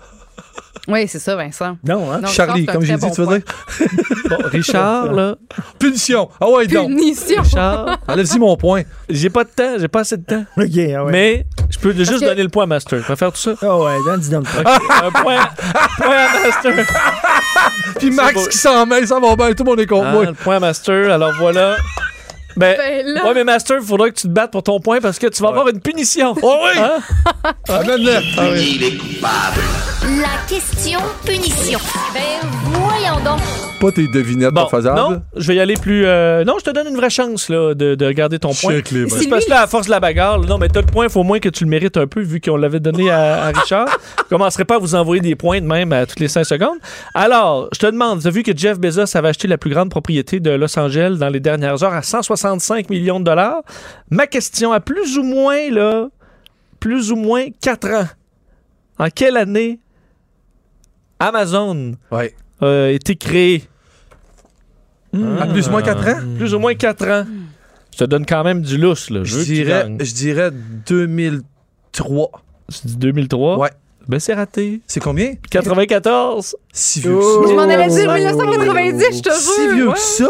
[SPEAKER 4] Oui, c'est ça, Vincent.
[SPEAKER 6] Non, hein?
[SPEAKER 4] Non,
[SPEAKER 5] Charlie,
[SPEAKER 4] Richard,
[SPEAKER 5] comme
[SPEAKER 4] c'est
[SPEAKER 5] j'ai
[SPEAKER 4] un
[SPEAKER 5] dit,
[SPEAKER 4] très
[SPEAKER 5] tu
[SPEAKER 4] bon
[SPEAKER 5] veux dire?
[SPEAKER 3] Bon, Richard, là.
[SPEAKER 5] Punition! Ah ouais, donc!
[SPEAKER 4] Punition.
[SPEAKER 3] Richard,
[SPEAKER 5] Enlève-y mon point.
[SPEAKER 3] j'ai pas de temps, j'ai pas assez de temps.
[SPEAKER 6] OK, ah ouais.
[SPEAKER 3] Mais je peux juste
[SPEAKER 4] que-
[SPEAKER 3] donner le point à Master. Je vais faire tout ça.
[SPEAKER 6] Ah ouais, dans, dis donc.
[SPEAKER 3] Un point, point à Master.
[SPEAKER 5] Puis Max
[SPEAKER 3] beau.
[SPEAKER 5] qui s'en mêle, ça va bien, tout le monde est contre
[SPEAKER 3] Ah,
[SPEAKER 5] moi.
[SPEAKER 3] le point à Master, alors voilà. Ben,
[SPEAKER 4] Ben là.
[SPEAKER 3] ouais, mais Master, il faudra que tu te battes pour ton point parce que tu vas avoir une punition. Oh oui!
[SPEAKER 5] Amène-le. Ah oui.
[SPEAKER 11] La question punition. Ben voyons donc.
[SPEAKER 5] Pas tes devinettes
[SPEAKER 3] Bon,
[SPEAKER 5] pas faisables.
[SPEAKER 3] non, je vais y aller plus. euh, Non, je te donne une vraie chance là, de, de garder ton point.
[SPEAKER 5] Check les
[SPEAKER 3] C'est parce que là, à force de la bagarre, là, non, mais t'as le point, faut au moins que tu le mérites un peu, vu qu'on l'avait donné à, à Richard. Je commencerai pas à vous envoyer des points de même à toutes les cinq secondes. Alors, je te demande, tu as vu que Jeff Bezos avait acheté la plus grande propriété de Los Angeles dans les dernières heures à 165 millions de dollars. Ma question à plus ou moins, là, plus ou moins 4 ans. En quelle année Amazon
[SPEAKER 5] Ouais.
[SPEAKER 3] a Euh, été Ah. créée?
[SPEAKER 5] À Hmm. plus ou moins 4 ans?
[SPEAKER 3] plus ou moins 4 ans. Je te donne quand même du lousse, là. Je,
[SPEAKER 5] Je
[SPEAKER 3] veux que tu
[SPEAKER 5] dirais,
[SPEAKER 3] gagnes.
[SPEAKER 5] je dirais 2003.
[SPEAKER 3] Tu dis 2003?
[SPEAKER 5] Ouais.
[SPEAKER 3] Ben, c'est raté.
[SPEAKER 5] C'est combien?
[SPEAKER 3] 94?
[SPEAKER 5] Si
[SPEAKER 3] Oh.
[SPEAKER 5] vieux que
[SPEAKER 4] Je
[SPEAKER 5] ça.
[SPEAKER 4] m'en allais dire 1990, je te
[SPEAKER 5] Si
[SPEAKER 4] jure.
[SPEAKER 5] vieux
[SPEAKER 4] ouais.
[SPEAKER 5] que ça?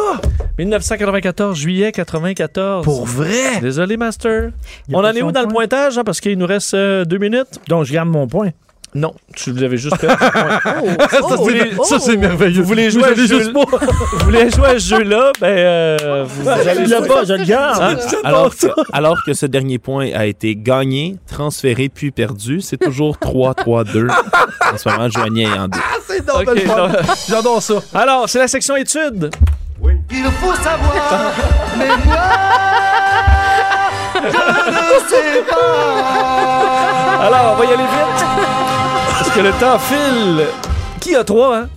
[SPEAKER 3] 1994, juillet 94.
[SPEAKER 5] Pour vrai?
[SPEAKER 3] Désolé, Master.
[SPEAKER 6] Il a
[SPEAKER 3] On en
[SPEAKER 6] pas
[SPEAKER 3] est
[SPEAKER 6] son
[SPEAKER 3] où dans le
[SPEAKER 6] point.
[SPEAKER 3] pointage, hein, parce qu'il nous reste euh, deux minutes?
[SPEAKER 6] Donc, je garde mon point.
[SPEAKER 3] Non, tu vous avez juste perdu.
[SPEAKER 5] Ça, c'est-
[SPEAKER 3] Oh, les-
[SPEAKER 5] ça, c'est
[SPEAKER 3] oh.
[SPEAKER 5] merveilleux.
[SPEAKER 3] Vous voulez jouer à ce jeu- vous voulez jouer à ce jeu-là? Ben, euh, vous allez
[SPEAKER 6] Ah, Je le pas, je le
[SPEAKER 3] Hein?
[SPEAKER 6] garde.
[SPEAKER 7] Alors, alors que ce dernier point a été gagné, transféré puis perdu, c'est toujours 3-3-2. En ce moment, Joignet est en deux.
[SPEAKER 5] C'est donc
[SPEAKER 3] Ok,
[SPEAKER 5] belle fun.
[SPEAKER 3] non.
[SPEAKER 5] J'adore ça.
[SPEAKER 3] Alors, c'est la section études.
[SPEAKER 9] Il faut savoir, mais moi, je ne sais pas.
[SPEAKER 3] Alors, on va y aller vite. Parce que le temps file. Qui a trois, hein?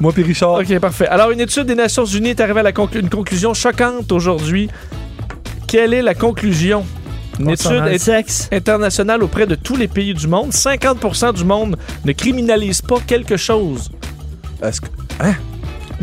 [SPEAKER 5] Moi puis Richard.
[SPEAKER 3] OK, parfait. Alors, une étude des Nations Unies est arrivée à la conclu- une conclusion choquante aujourd'hui. Quelle est la conclusion Une étude
[SPEAKER 6] Concernant le
[SPEAKER 3] est- internationale auprès de tous les pays du monde, 50 du monde ne criminalise pas quelque chose.
[SPEAKER 5] Est-ce que. Hein?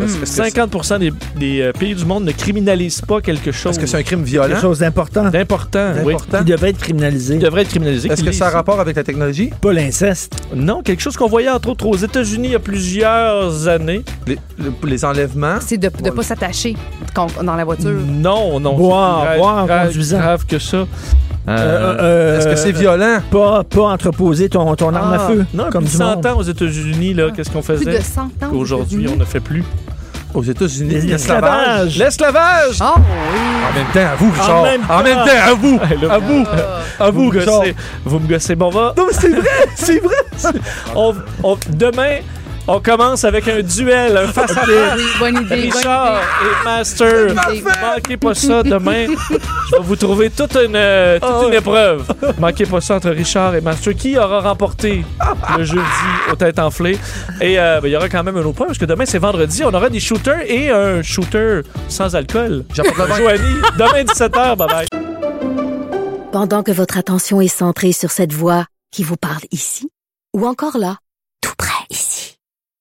[SPEAKER 6] Est-ce que c'est-
[SPEAKER 3] 50 des, des, euh, pays du monde ne criminalisent pas quelque chose.
[SPEAKER 5] Est-ce que c'est un crime
[SPEAKER 6] Quelque
[SPEAKER 5] violent?
[SPEAKER 6] chose d'important.
[SPEAKER 3] hein? D'important, oui.
[SPEAKER 5] D'important?
[SPEAKER 6] Qui devait être criminalisé.
[SPEAKER 3] Il devrait être criminalisé.
[SPEAKER 5] Est-ce que
[SPEAKER 3] qu'il
[SPEAKER 5] ça a
[SPEAKER 3] l'est.
[SPEAKER 5] rapport avec la technologie?
[SPEAKER 6] Pas l'inceste.
[SPEAKER 3] Non, quelque chose qu'on voyait entre autres aux États-Unis il y a plusieurs années.
[SPEAKER 5] Les, le- les enlèvements?
[SPEAKER 4] C'est de ne pas s'attacher quand- dans la voiture.
[SPEAKER 3] Non, non. c'est
[SPEAKER 6] Boire,
[SPEAKER 3] plus grave,
[SPEAKER 6] boire en
[SPEAKER 3] grave,
[SPEAKER 6] conduisant.
[SPEAKER 3] grave que ça.
[SPEAKER 6] Euh, euh,
[SPEAKER 5] Est-ce que c'est violent?
[SPEAKER 6] Pas, pas entreposer ton, ton arme à
[SPEAKER 3] Ah,
[SPEAKER 6] feu.
[SPEAKER 3] Non,
[SPEAKER 6] comme
[SPEAKER 3] comme
[SPEAKER 6] du
[SPEAKER 3] 100
[SPEAKER 6] monde.
[SPEAKER 3] ans aux États-Unis, là, qu'est-ce qu'on
[SPEAKER 4] Ah, Plus de
[SPEAKER 3] faisait
[SPEAKER 4] 100 ans.
[SPEAKER 3] Aujourd'hui,
[SPEAKER 4] aux
[SPEAKER 3] on
[SPEAKER 4] États-Unis.
[SPEAKER 3] ne fait plus.
[SPEAKER 5] Aux États-Unis,
[SPEAKER 6] Les-
[SPEAKER 5] l'esclavage. Ah.
[SPEAKER 6] l'esclavage.
[SPEAKER 3] L'esclavage!
[SPEAKER 4] Oh oui!
[SPEAKER 5] En même temps, à vous, Richard.
[SPEAKER 6] même temps.
[SPEAKER 5] à vous.
[SPEAKER 3] À vous!
[SPEAKER 5] Euh,
[SPEAKER 3] À vous,
[SPEAKER 6] Vous me
[SPEAKER 3] gossez. Vous me gossez. Bon, on va.
[SPEAKER 6] Non, mais c'est vrai! C'est vrai!
[SPEAKER 3] On, on- demain, on commence avec un duel, un face à face.
[SPEAKER 4] Oui, bonne idée,
[SPEAKER 3] Richard et Master.
[SPEAKER 4] Parfait.
[SPEAKER 3] Manquez pas ça demain. Je vais vous trouver toute une, euh, toute une épreuve. Manquez pas ça entre Richard et Master. Qui aura remporté le jeudi aux têtes enflées? Et euh, ben, il y aura quand même un autre point parce que demain, c'est vendredi. On aura des shooters et un shooter sans alcool.
[SPEAKER 5] J'apporte le vin.
[SPEAKER 3] Joanie, demain 17h. Bye bye.
[SPEAKER 10] Pendant que votre attention est centrée sur cette voix qui vous parle ici, ou encore là, tout près ici,